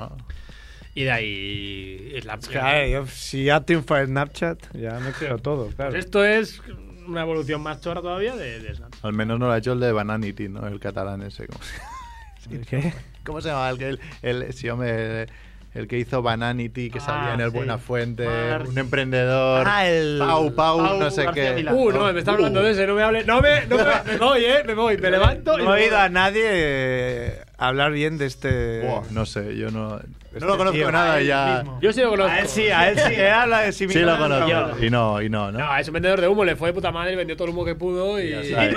[SPEAKER 4] Y de ahí es la
[SPEAKER 14] Claro, yo, si ya triunfa Snapchat, ya me creo todo, claro.
[SPEAKER 4] Pues esto es una evolución más chorra todavía de, de Snapchat.
[SPEAKER 2] Al menos no lo ha hecho el de Bananity, ¿no? El catalán ese. ¿Cómo se,
[SPEAKER 14] ¿Qué?
[SPEAKER 2] ¿Cómo se llamaba? El que, el, el- sí, hombre, el que hizo Bananity, que salía en el
[SPEAKER 14] Ah, sí.
[SPEAKER 2] Buenafuente,
[SPEAKER 14] Mar-
[SPEAKER 2] un emprendedor.
[SPEAKER 14] Ah, el-
[SPEAKER 2] Pau, Pau,
[SPEAKER 14] Pau
[SPEAKER 2] no sé
[SPEAKER 14] García
[SPEAKER 2] qué.
[SPEAKER 14] Milá.
[SPEAKER 4] Uh, no, me está hablando de ese, no me hable. No me, no me, me voy, eh, me voy, me levanto. y
[SPEAKER 14] No he
[SPEAKER 4] me
[SPEAKER 14] oído
[SPEAKER 4] voy.
[SPEAKER 14] a nadie eh, hablar bien de este.
[SPEAKER 2] Buah, no sé, yo no.
[SPEAKER 14] Este
[SPEAKER 2] no lo conozco
[SPEAKER 14] tío.
[SPEAKER 2] nada
[SPEAKER 14] A él
[SPEAKER 2] ya.
[SPEAKER 14] mismo.
[SPEAKER 4] Yo sí lo conozco.
[SPEAKER 14] A él sí, a él sí, él habla de sí
[SPEAKER 2] Sí
[SPEAKER 14] mismo.
[SPEAKER 2] lo conozco. Y no, y no, ¿no?
[SPEAKER 4] No, es un vendedor de humo, le fue de puta madre, vendió todo el humo que pudo y.
[SPEAKER 2] sabes.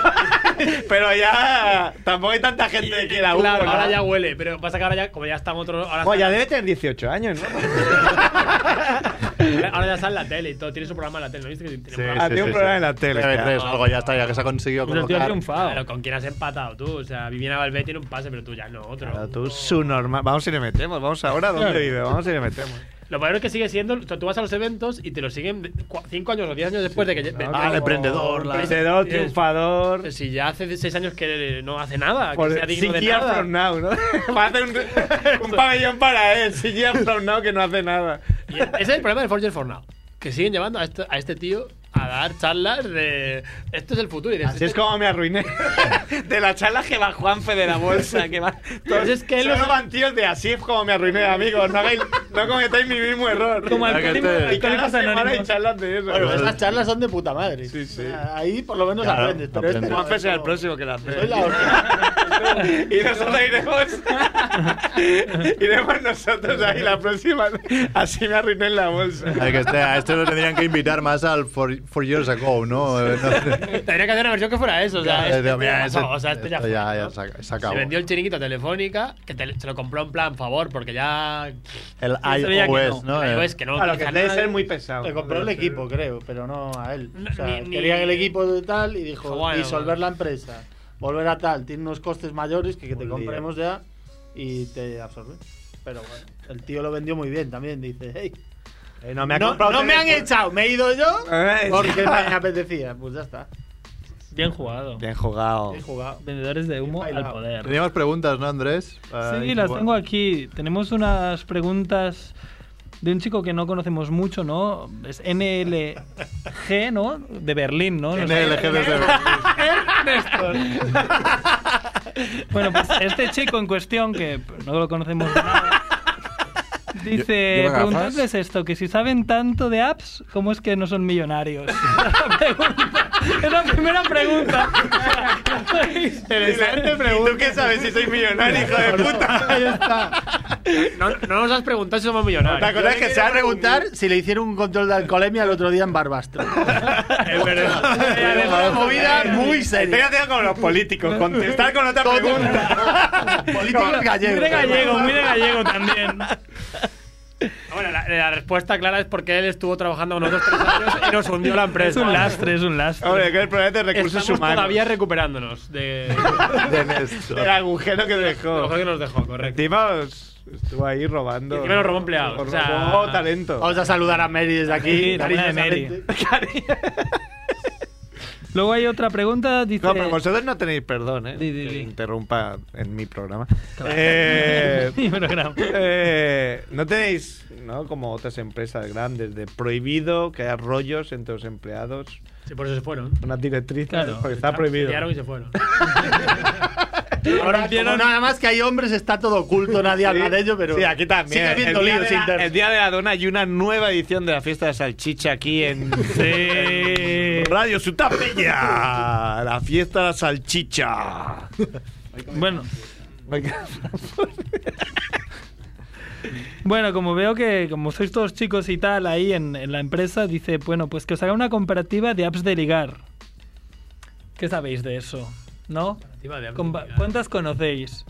[SPEAKER 14] Pero ya tampoco hay tanta gente que quiera
[SPEAKER 4] Claro,
[SPEAKER 14] uno, ¿no?
[SPEAKER 4] ahora ya huele, pero pasa que ahora ya, como ya están otros. Ahora
[SPEAKER 14] Bueno, ya
[SPEAKER 4] están-
[SPEAKER 14] debe tener 18 años, ¿no?
[SPEAKER 4] Ahora ahora ya está en la tele y todo. Tiene su programa en la tele. ¿No viste que tiene un
[SPEAKER 3] Ah, sí, tiene un sí, programa sí. en la tele,
[SPEAKER 2] TV3,
[SPEAKER 3] claro.
[SPEAKER 2] algo ya está, ya que se ha conseguido colocar.
[SPEAKER 4] Claro, con quién has empatado tú. O sea, Viviana Valvé tiene un pase, pero tú ya no, otro.
[SPEAKER 3] Claro, tú, su normal. Vamos y le metemos. Vamos ahora, ¿dónde
[SPEAKER 4] Claro.
[SPEAKER 3] vive? Vamos y le metemos.
[SPEAKER 4] Lo peor es que sigue siendo. o sea, tú vas a los eventos y te lo siguen 5 años o 10 años después de que. de-
[SPEAKER 3] Ah, el emprendedor,
[SPEAKER 4] Pero-
[SPEAKER 3] la- emprendedor,
[SPEAKER 4] tienes-
[SPEAKER 3] triunfador.
[SPEAKER 4] Pero Si ya hace 6 años que no hace nada, que
[SPEAKER 3] Por-
[SPEAKER 4] sea digno
[SPEAKER 3] six
[SPEAKER 4] de
[SPEAKER 3] years
[SPEAKER 4] nada.
[SPEAKER 3] from now, ¿no?
[SPEAKER 4] Va a hacer un, pabellón para él. Six years from now que no hace nada. Ese es el problema de Forger for Now. Que siguen llevando a este, a este tío a dar charlas de. Esto es el futuro. Y dices,
[SPEAKER 3] Así es como me arruiné.
[SPEAKER 15] De la charla que va Juanfe de la bolsa, que va.
[SPEAKER 3] Entonces que él no van tíos de así es como me arruiné, amigos. No, hagáis, no cometáis mi mismo error.
[SPEAKER 6] Como
[SPEAKER 3] el
[SPEAKER 6] alcohólicos-
[SPEAKER 3] y
[SPEAKER 6] alcohólicos
[SPEAKER 3] cada semana hay
[SPEAKER 6] anónimos.
[SPEAKER 3] charlas de eso.
[SPEAKER 6] Bueno, esas charlas son de puta madre. Sí, sí. Ahí por lo menos
[SPEAKER 3] Claro,
[SPEAKER 6] aprendes. Pero este no,
[SPEAKER 3] Juanfe será el próximo que la hace.
[SPEAKER 6] soy la hostia.
[SPEAKER 3] Y nosotros iremos. iremos nosotros ahí la próxima. Así me arruiné en la bolsa.
[SPEAKER 2] Hay que este- a este lo tendrían que invitar más al Four, four Years Ago, ¿no? Eh, no sé.
[SPEAKER 4] Tendría que hacer una versión que fuera eso. O sea,
[SPEAKER 2] Ya,
[SPEAKER 4] este
[SPEAKER 2] mira,
[SPEAKER 4] ya
[SPEAKER 2] ese-
[SPEAKER 4] pasó, o sea, este ya
[SPEAKER 2] esto
[SPEAKER 4] fue,
[SPEAKER 2] ya,
[SPEAKER 4] ¿no?
[SPEAKER 2] ya se ac- se acabó.
[SPEAKER 4] Se vendió el chiringuito a Telefónica, que te- se lo compró en plan favor, porque ya.
[SPEAKER 2] El
[SPEAKER 4] ya se veía que
[SPEAKER 2] iOS, ¿no?
[SPEAKER 4] El
[SPEAKER 2] El-
[SPEAKER 4] iOS que no.
[SPEAKER 6] A lo
[SPEAKER 4] utiliza
[SPEAKER 6] que debe
[SPEAKER 4] nadie.
[SPEAKER 6] ser muy pesado. Le compró el equipo, creo, pero no a él. O sea,
[SPEAKER 4] ni- ni-
[SPEAKER 6] querían el equipo de tal y dijo
[SPEAKER 4] Bueno.
[SPEAKER 6] disolver la empresa, volver a tal. Tiene unos costes mayores que, que te compremos ya y te absorbe. Pero bueno, el tío lo vendió muy bien también. Dice, hey.
[SPEAKER 3] Eh, no me ha
[SPEAKER 6] no,
[SPEAKER 3] comprado
[SPEAKER 6] me han
[SPEAKER 3] teléfono".
[SPEAKER 6] echado, me he ido yo
[SPEAKER 3] Eh,
[SPEAKER 6] porque
[SPEAKER 3] sí.
[SPEAKER 6] me apetecía. Pues ya está.
[SPEAKER 1] Bien jugado.
[SPEAKER 3] Bien jugado.
[SPEAKER 6] He jugado.
[SPEAKER 1] Vendedores de humo al poder.
[SPEAKER 2] Teníamos preguntas, ¿no, Andrés?
[SPEAKER 1] Sí,
[SPEAKER 2] Ay,
[SPEAKER 1] las
[SPEAKER 2] bueno.
[SPEAKER 1] tengo aquí. Tenemos unas preguntas de un chico que no conocemos mucho, ¿no? Es NLG, ¿no? De Berlín, ¿no? No sé.
[SPEAKER 2] NLG desde Berlín.
[SPEAKER 1] Bueno, pues este chico en cuestión, que no lo conocemos de nada,
[SPEAKER 16] Lle-
[SPEAKER 1] dice,
[SPEAKER 16] lleva gafas.
[SPEAKER 1] preguntadles esto, que si saben tanto de apps, ¿cómo es que no son millonarios? es la primera pregunta.
[SPEAKER 6] ¿Y tú qué sabes si soy millonario, hijo de puta?
[SPEAKER 4] No, no nos has preguntado si somos millonarios.
[SPEAKER 6] ¿Te acuerdas que se va a preguntar si le hicieron un control de alcoholemia el otro día en Barbastro? es una movida muy seria.
[SPEAKER 15] Estoy haciendo como los políticos, contestar con otra pregunta.
[SPEAKER 6] Políticos gallegos.
[SPEAKER 4] Muy de gallego, muy de gallego también. Bueno, la, la respuesta clara es porque él estuvo trabajando con nosotros tres años y nos hundió la empresa.
[SPEAKER 1] Es un lastre, es un lastre.
[SPEAKER 3] Hombre, que el problema es de recursos
[SPEAKER 4] Estamos
[SPEAKER 3] humanos.
[SPEAKER 4] todavía recuperándonos de,
[SPEAKER 3] El agujero que dejó.
[SPEAKER 4] del ojo que nos dejó, correcto.
[SPEAKER 3] Encima os- estuvo ahí robando.
[SPEAKER 4] Y encima nos robó empleados,
[SPEAKER 3] Nos
[SPEAKER 4] o sea-
[SPEAKER 3] robó talento.
[SPEAKER 6] Vamos a saludar a Mary desde aquí.
[SPEAKER 1] Sí, la buena de Mary.
[SPEAKER 6] cariñosamente.
[SPEAKER 1] Luego hay otra pregunta, dice...
[SPEAKER 3] No, pero vosotros no tenéis perdón, ¿eh? Que interrumpa en mi programa. Eh,
[SPEAKER 1] Mi programa.
[SPEAKER 3] eh, no tenéis, ¿no? Como otras empresas grandes, de prohibido que haya rollos entre los empleados.
[SPEAKER 4] Sí, por eso se fueron.
[SPEAKER 3] Unas directrices,
[SPEAKER 4] Claro,
[SPEAKER 3] porque está
[SPEAKER 4] se
[SPEAKER 3] prohibido.
[SPEAKER 4] pelearon y se fueron.
[SPEAKER 6] Ahora,
[SPEAKER 4] Vieron-
[SPEAKER 6] como nada más que hay hombres, está todo oculto, nadie habla
[SPEAKER 3] Sí.
[SPEAKER 6] de ello, pero
[SPEAKER 3] Sí, aquí también.
[SPEAKER 6] sigue habiendo
[SPEAKER 3] el, día
[SPEAKER 6] líos
[SPEAKER 3] de la-
[SPEAKER 6] internos.
[SPEAKER 3] el Día de la Dona hay una nueva edición de la fiesta de salchicha aquí en, en Radio Sutapella. La fiesta de la salchicha.
[SPEAKER 1] Bueno. Bueno, como veo que como sois todos chicos y tal ahí en, en la empresa, dice, bueno, pues que os haga una comparativa de apps de ligar. ¿Qué sabéis de eso? ¿No?
[SPEAKER 4] Comparativa de apps
[SPEAKER 1] Compa- ¿Cuántas conocéis?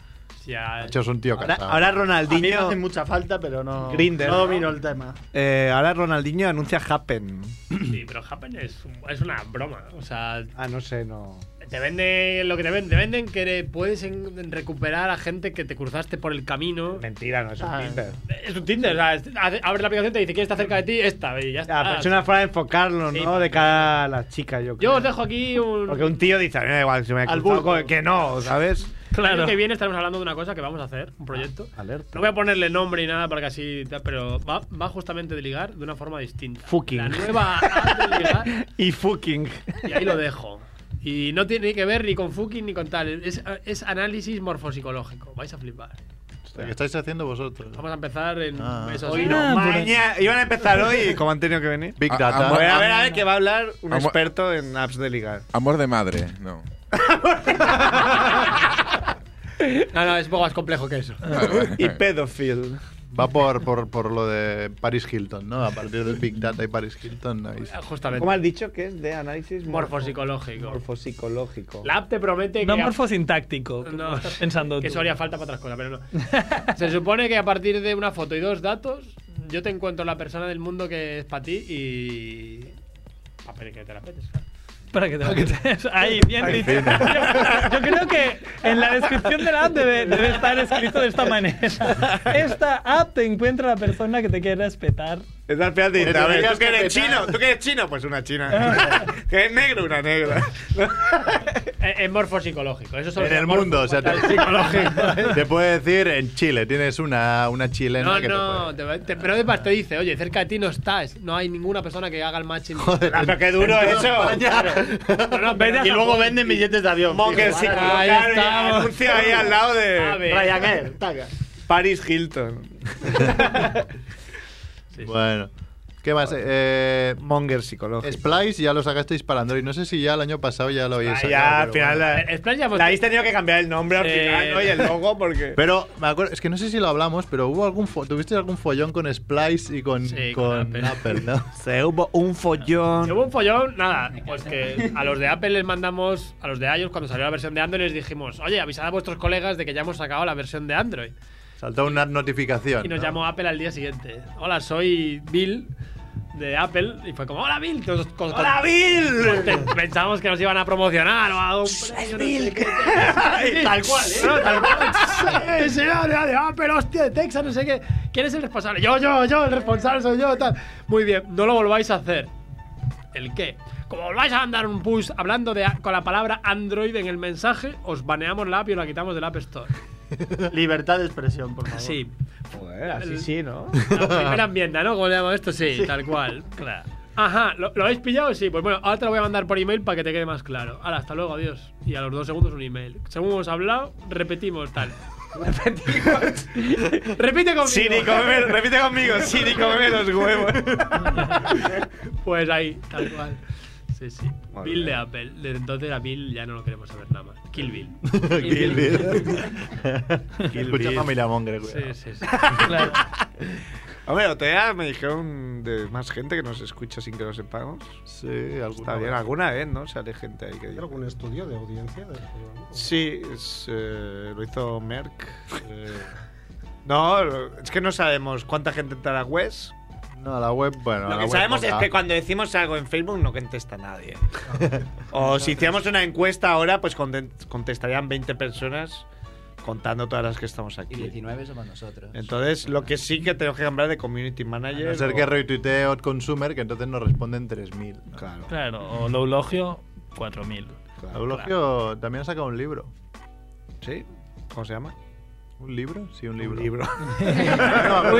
[SPEAKER 4] Ya.
[SPEAKER 2] Nacho es un tío
[SPEAKER 3] Ahora,
[SPEAKER 2] casado.
[SPEAKER 3] ahora
[SPEAKER 6] A mí me
[SPEAKER 3] Ronaldinho.
[SPEAKER 6] hace mucha falta, pero no,
[SPEAKER 3] Grindr,
[SPEAKER 6] no
[SPEAKER 3] ¿no?
[SPEAKER 6] domino el tema.
[SPEAKER 3] eh, ahora Ronaldinho anuncia Happen.
[SPEAKER 4] Sí, pero Happen es, un- es una broma. O sea,
[SPEAKER 3] Ah, no sé, no.
[SPEAKER 4] Te venden lo que te venden. Te venden que eres- puedes en- recuperar a gente que te cruzaste por el camino.
[SPEAKER 3] Mentira, no es un
[SPEAKER 4] Ah.
[SPEAKER 3] Tinder.
[SPEAKER 4] Es un Tinder. O sea, es- hace- abres la aplicación y te dice quién está cerca de ti. Esta, y ya está.
[SPEAKER 3] Ah, pero es una forma de enfocarlo,
[SPEAKER 4] Sí,
[SPEAKER 3] ¿no? De cara a las chicas, yo creo.
[SPEAKER 4] Yo os dejo aquí un.
[SPEAKER 3] Porque un tío dice, a mí me da igual si me he
[SPEAKER 6] Al
[SPEAKER 3] cruzado
[SPEAKER 6] bulto.
[SPEAKER 3] con- Que no, ¿sabes?
[SPEAKER 4] El año que viene estaremos hablando de una cosa que vamos a hacer, un proyecto.
[SPEAKER 3] Alerta.
[SPEAKER 4] No voy a ponerle nombre y nada para que así. tal, Pero va, va justamente de ligar de una forma distinta.
[SPEAKER 3] Fucking.
[SPEAKER 4] La nueva app de ligar.
[SPEAKER 3] Y fucking.
[SPEAKER 4] Y ahí lo dejo. Y no tiene que ver ni con fucking ni con tal. Es, es análisis morfopsicológico. Vais a flipar.
[SPEAKER 2] ¿Qué estáis haciendo vosotros?
[SPEAKER 4] Vamos a empezar en
[SPEAKER 2] Ah.
[SPEAKER 4] esos-
[SPEAKER 6] Hoy no,
[SPEAKER 1] Ah, por ahí.
[SPEAKER 3] Mañana, iban a empezar hoy. ¿Cómo han tenido que venir?
[SPEAKER 2] Big
[SPEAKER 9] Ah,
[SPEAKER 2] Data.
[SPEAKER 3] A ver, a ver,
[SPEAKER 9] ah,
[SPEAKER 3] a ver, que va a hablar un
[SPEAKER 9] Amor-
[SPEAKER 3] experto en apps de ligar.
[SPEAKER 9] Amor de madre, no.
[SPEAKER 4] No, no, es un poco más complejo que eso.
[SPEAKER 9] Ah.
[SPEAKER 3] Y pedofil.
[SPEAKER 2] Va por, por, por lo de Paris Hilton, ¿no? A partir del Big Data y Paris Hilton. ¿no? Y-
[SPEAKER 4] Justamente.
[SPEAKER 3] ¿Cómo has dicho que es de análisis morfo-
[SPEAKER 4] Morfopsicológico.
[SPEAKER 3] morfopsicológico?
[SPEAKER 4] La app te promete que.
[SPEAKER 1] No morfosintáctico.
[SPEAKER 4] No.
[SPEAKER 1] No. Estás pensando
[SPEAKER 4] que
[SPEAKER 1] tú.
[SPEAKER 4] eso haría falta para otras cosas, pero no. Se supone que a partir de una foto y dos datos, yo te encuentro la persona del mundo que es para ti y. Para que te la petes.
[SPEAKER 1] Para que te lo quites. Ahí, bien dicho. Yo, yo creo que en la descripción de la app debe, debe estar escrito de esta manera. Esta app te encuentra la persona que te quieras petar.
[SPEAKER 3] Es al final de-
[SPEAKER 17] Pues
[SPEAKER 3] a ver,
[SPEAKER 17] dirías
[SPEAKER 3] ¿tú
[SPEAKER 17] que
[SPEAKER 3] qué
[SPEAKER 17] eres
[SPEAKER 3] tal?
[SPEAKER 17] chino, ¿tú que eres chino? Pues una china. que es negro, una negra.
[SPEAKER 4] Es, es morfopsicológico. Eso solo
[SPEAKER 2] En
[SPEAKER 4] es
[SPEAKER 2] el mundo, o sea, te,
[SPEAKER 4] morfo- psicológico.
[SPEAKER 2] te puede decir en Chile, tienes una, una chilena
[SPEAKER 4] No,
[SPEAKER 2] que
[SPEAKER 4] no, te- te- pero además te dice, oye, cerca de ti no estás, no hay ninguna persona que haga el matching.
[SPEAKER 2] Joder,
[SPEAKER 4] Ah,
[SPEAKER 6] pero qué duro
[SPEAKER 4] en
[SPEAKER 6] eso.
[SPEAKER 4] toda España. No, no, pero
[SPEAKER 6] Y
[SPEAKER 4] a
[SPEAKER 6] luego
[SPEAKER 4] Japón.
[SPEAKER 6] venden billetes de avión.
[SPEAKER 4] Monger,
[SPEAKER 6] tío.
[SPEAKER 4] sí,
[SPEAKER 6] Ahí
[SPEAKER 4] claro, y
[SPEAKER 6] estamos.
[SPEAKER 4] anuncia ahí al lado de- A ver.
[SPEAKER 6] Ryanair, taca.
[SPEAKER 3] Paris Hilton.
[SPEAKER 2] te puede. Bueno. ¿Qué más? Eh,
[SPEAKER 3] Monger psicológico.
[SPEAKER 2] Splice ya lo sacasteis para Android. No sé si ya el año pasado ya eh, lo habéis
[SPEAKER 3] Ah,
[SPEAKER 2] sacado.
[SPEAKER 3] ya, al
[SPEAKER 2] pero
[SPEAKER 3] final.
[SPEAKER 2] bueno.
[SPEAKER 4] Eh,
[SPEAKER 3] La, la habéis tenido que cambiar el nombre al
[SPEAKER 4] Sí.
[SPEAKER 3] final, ¿no? Y el logo, porque.
[SPEAKER 2] Pero me acuerdo, es que no sé si lo hablamos, pero hubo algún fo- tuviste algún follón con Splice y con,
[SPEAKER 4] Sí,
[SPEAKER 2] con
[SPEAKER 4] con
[SPEAKER 2] Apple. ¿no?
[SPEAKER 3] Se hubo un
[SPEAKER 4] Si
[SPEAKER 3] follón.
[SPEAKER 4] hubo un follón, nada, pues que a los de Apple les mandamos, a los de iOS cuando salió la versión de Android les dijimos, oye, avisad a vuestros colegas de que ya hemos sacado la versión de Android.
[SPEAKER 2] Saltó una notificación.
[SPEAKER 4] Y nos
[SPEAKER 2] ¿no?
[SPEAKER 4] llamó Apple al día siguiente. Hola, soy Bill de Apple. Y fue como, hola Bill. Nos- con-
[SPEAKER 14] ¡Hola,
[SPEAKER 4] con-
[SPEAKER 14] Bill!
[SPEAKER 4] Te- Pensábamos que nos iban a promocionar o a un... premio, no sé qué. Sí,
[SPEAKER 14] Tal cual, ¿eh?
[SPEAKER 4] No, tal cual. Sí, sí, no, no, de Apple, hostia, de Texas, no sé qué. ¿Quién es el responsable? Yo, yo, yo, el responsable soy yo, tal. Muy bien, no lo volváis a hacer. ¿El qué? Como volváis a mandar un push hablando de, con la palabra Android en el mensaje, os baneamos la app y la quitamos del App Store.
[SPEAKER 6] Libertad de expresión, por favor.
[SPEAKER 4] Sí.
[SPEAKER 3] Joder, así sí, ¿no?
[SPEAKER 4] La primera enmienda, ¿no? ¿Cómo le llaman esto? Sí, tal cual. Claro. Ajá, ¿lo, lo habéis pillado? Sí, pues bueno, ahora te lo voy a mandar por email para que te quede más claro. Ahora, hasta luego, adiós. Y a los dos segundos un email. Según hemos hablado, repetimos tal. Repetimos. Repite conmigo.
[SPEAKER 17] Siri, cómeme- repite conmigo, Siri, cómeme los huevos.
[SPEAKER 4] Pues ahí, tal cual. Sí, sí.
[SPEAKER 17] Muy
[SPEAKER 4] Bill de
[SPEAKER 17] bien.
[SPEAKER 4] Apple. Desde entonces a Bill ya no lo queremos saber nada más. Kill Bill.
[SPEAKER 2] Kill Bill.
[SPEAKER 4] Kill
[SPEAKER 2] Escucha
[SPEAKER 4] Bill.
[SPEAKER 2] familia Monger,
[SPEAKER 4] Sí,
[SPEAKER 2] cuidado.
[SPEAKER 4] sí, sí. Claro.
[SPEAKER 3] Hombre, otro día me dijeron de más gente que nos escucha sin que lo sepamos.
[SPEAKER 2] Sí, alguna
[SPEAKER 3] Está bien,
[SPEAKER 2] vez.
[SPEAKER 3] alguna vez, ¿no? Sale gente ahí que dice.
[SPEAKER 18] ¿Algún estudio de audiencia? del programa?
[SPEAKER 3] Sí, es, eh, lo hizo Merck. eh. no, es que no sabemos cuánta gente entra a la web.
[SPEAKER 2] No, a la web, bueno. a
[SPEAKER 3] Lo
[SPEAKER 2] la
[SPEAKER 3] que
[SPEAKER 2] web
[SPEAKER 3] sabemos
[SPEAKER 2] poca.
[SPEAKER 3] es que cuando decimos algo en Facebook no contesta nadie. o si hiciéramos una encuesta ahora, pues conten- contestarían 20 personas contando todas las que estamos
[SPEAKER 19] Y
[SPEAKER 3] aquí.
[SPEAKER 19] 19 somos nosotros.
[SPEAKER 3] Entonces, lo que sí que tengo que cambiar de community
[SPEAKER 2] A
[SPEAKER 3] manager.
[SPEAKER 2] no ser
[SPEAKER 3] o-
[SPEAKER 2] que retuitee Odd Consumer, que entonces nos responden 3.000. ¿no?
[SPEAKER 3] Claro.
[SPEAKER 1] Claro, o Loulogio, 4000.
[SPEAKER 2] Eulogio también ha sacado un libro.
[SPEAKER 3] ¿Sí? ¿Cómo se llama?
[SPEAKER 2] ¿Un libro? Sí, un libro.
[SPEAKER 3] libro.
[SPEAKER 1] Un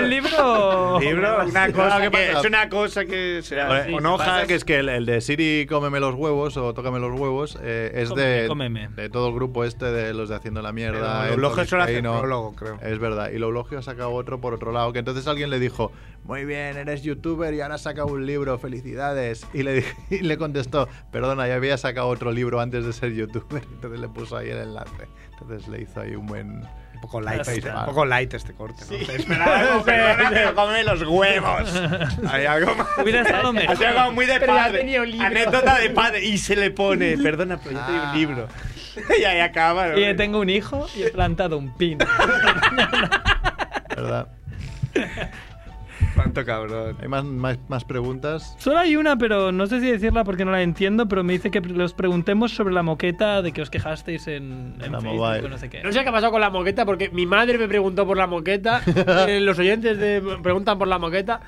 [SPEAKER 1] libro.
[SPEAKER 3] Un libro, una cosa
[SPEAKER 2] ¿qué
[SPEAKER 3] que,
[SPEAKER 2] pasa?
[SPEAKER 3] es una cosa que
[SPEAKER 2] Bueno,
[SPEAKER 3] será.
[SPEAKER 2] una hoja que es que el, el de Siri cómeme los huevos o tócame los huevos eh, es de,
[SPEAKER 1] Cómeme, cómeme.
[SPEAKER 2] de todo el grupo este de los de Haciendo la Mierda. eh,
[SPEAKER 3] Pero
[SPEAKER 2] el
[SPEAKER 3] Eulogio solo hace
[SPEAKER 2] Vizcaíno.
[SPEAKER 3] prólogo, creo.
[SPEAKER 4] Eh,
[SPEAKER 2] Es verdad. Y Eulogio ha sacado otro por otro lado. Que entonces alguien le dijo, muy bien, eres youtuber y ahora has sacado un libro, felicidades. Y le, dije- y le contestó, perdona, ya había sacado otro libro antes de ser youtuber. Entonces le puso ahí el enlace. Entonces le hizo ahí un buen...
[SPEAKER 3] Un poco light,
[SPEAKER 2] Ahí
[SPEAKER 3] este,
[SPEAKER 2] está.
[SPEAKER 3] un poco light este corte. ¿no?
[SPEAKER 6] Esperaba perdona, pero cómeme los huevos.
[SPEAKER 3] Hay algo más.
[SPEAKER 1] Hubiera estado
[SPEAKER 6] Ha
[SPEAKER 1] mejor.
[SPEAKER 6] llegado muy de
[SPEAKER 4] Pero ya
[SPEAKER 6] padre.
[SPEAKER 4] tenía un libro.
[SPEAKER 6] Anécdota de padre. Y se le pone, perdona, pero yo tengo un libro. y ahí acaba. ¿no?
[SPEAKER 1] Y tengo un hijo y he plantado un pino.
[SPEAKER 2] ¿Verdad?
[SPEAKER 3] Cuánto cabrón.
[SPEAKER 2] ¿Hay más, más, más preguntas?
[SPEAKER 1] Solo hay una, pero no sé si decirla porque no la entiendo, pero me dice que les preguntemos sobre la moqueta de que os quejasteis en, en
[SPEAKER 2] la
[SPEAKER 1] Facebook
[SPEAKER 2] mobile.
[SPEAKER 1] o no sé qué.
[SPEAKER 4] No sé qué ha pasado con la moqueta, porque mi madre me preguntó por la moqueta. eh, los oyentes de- preguntan por la moqueta.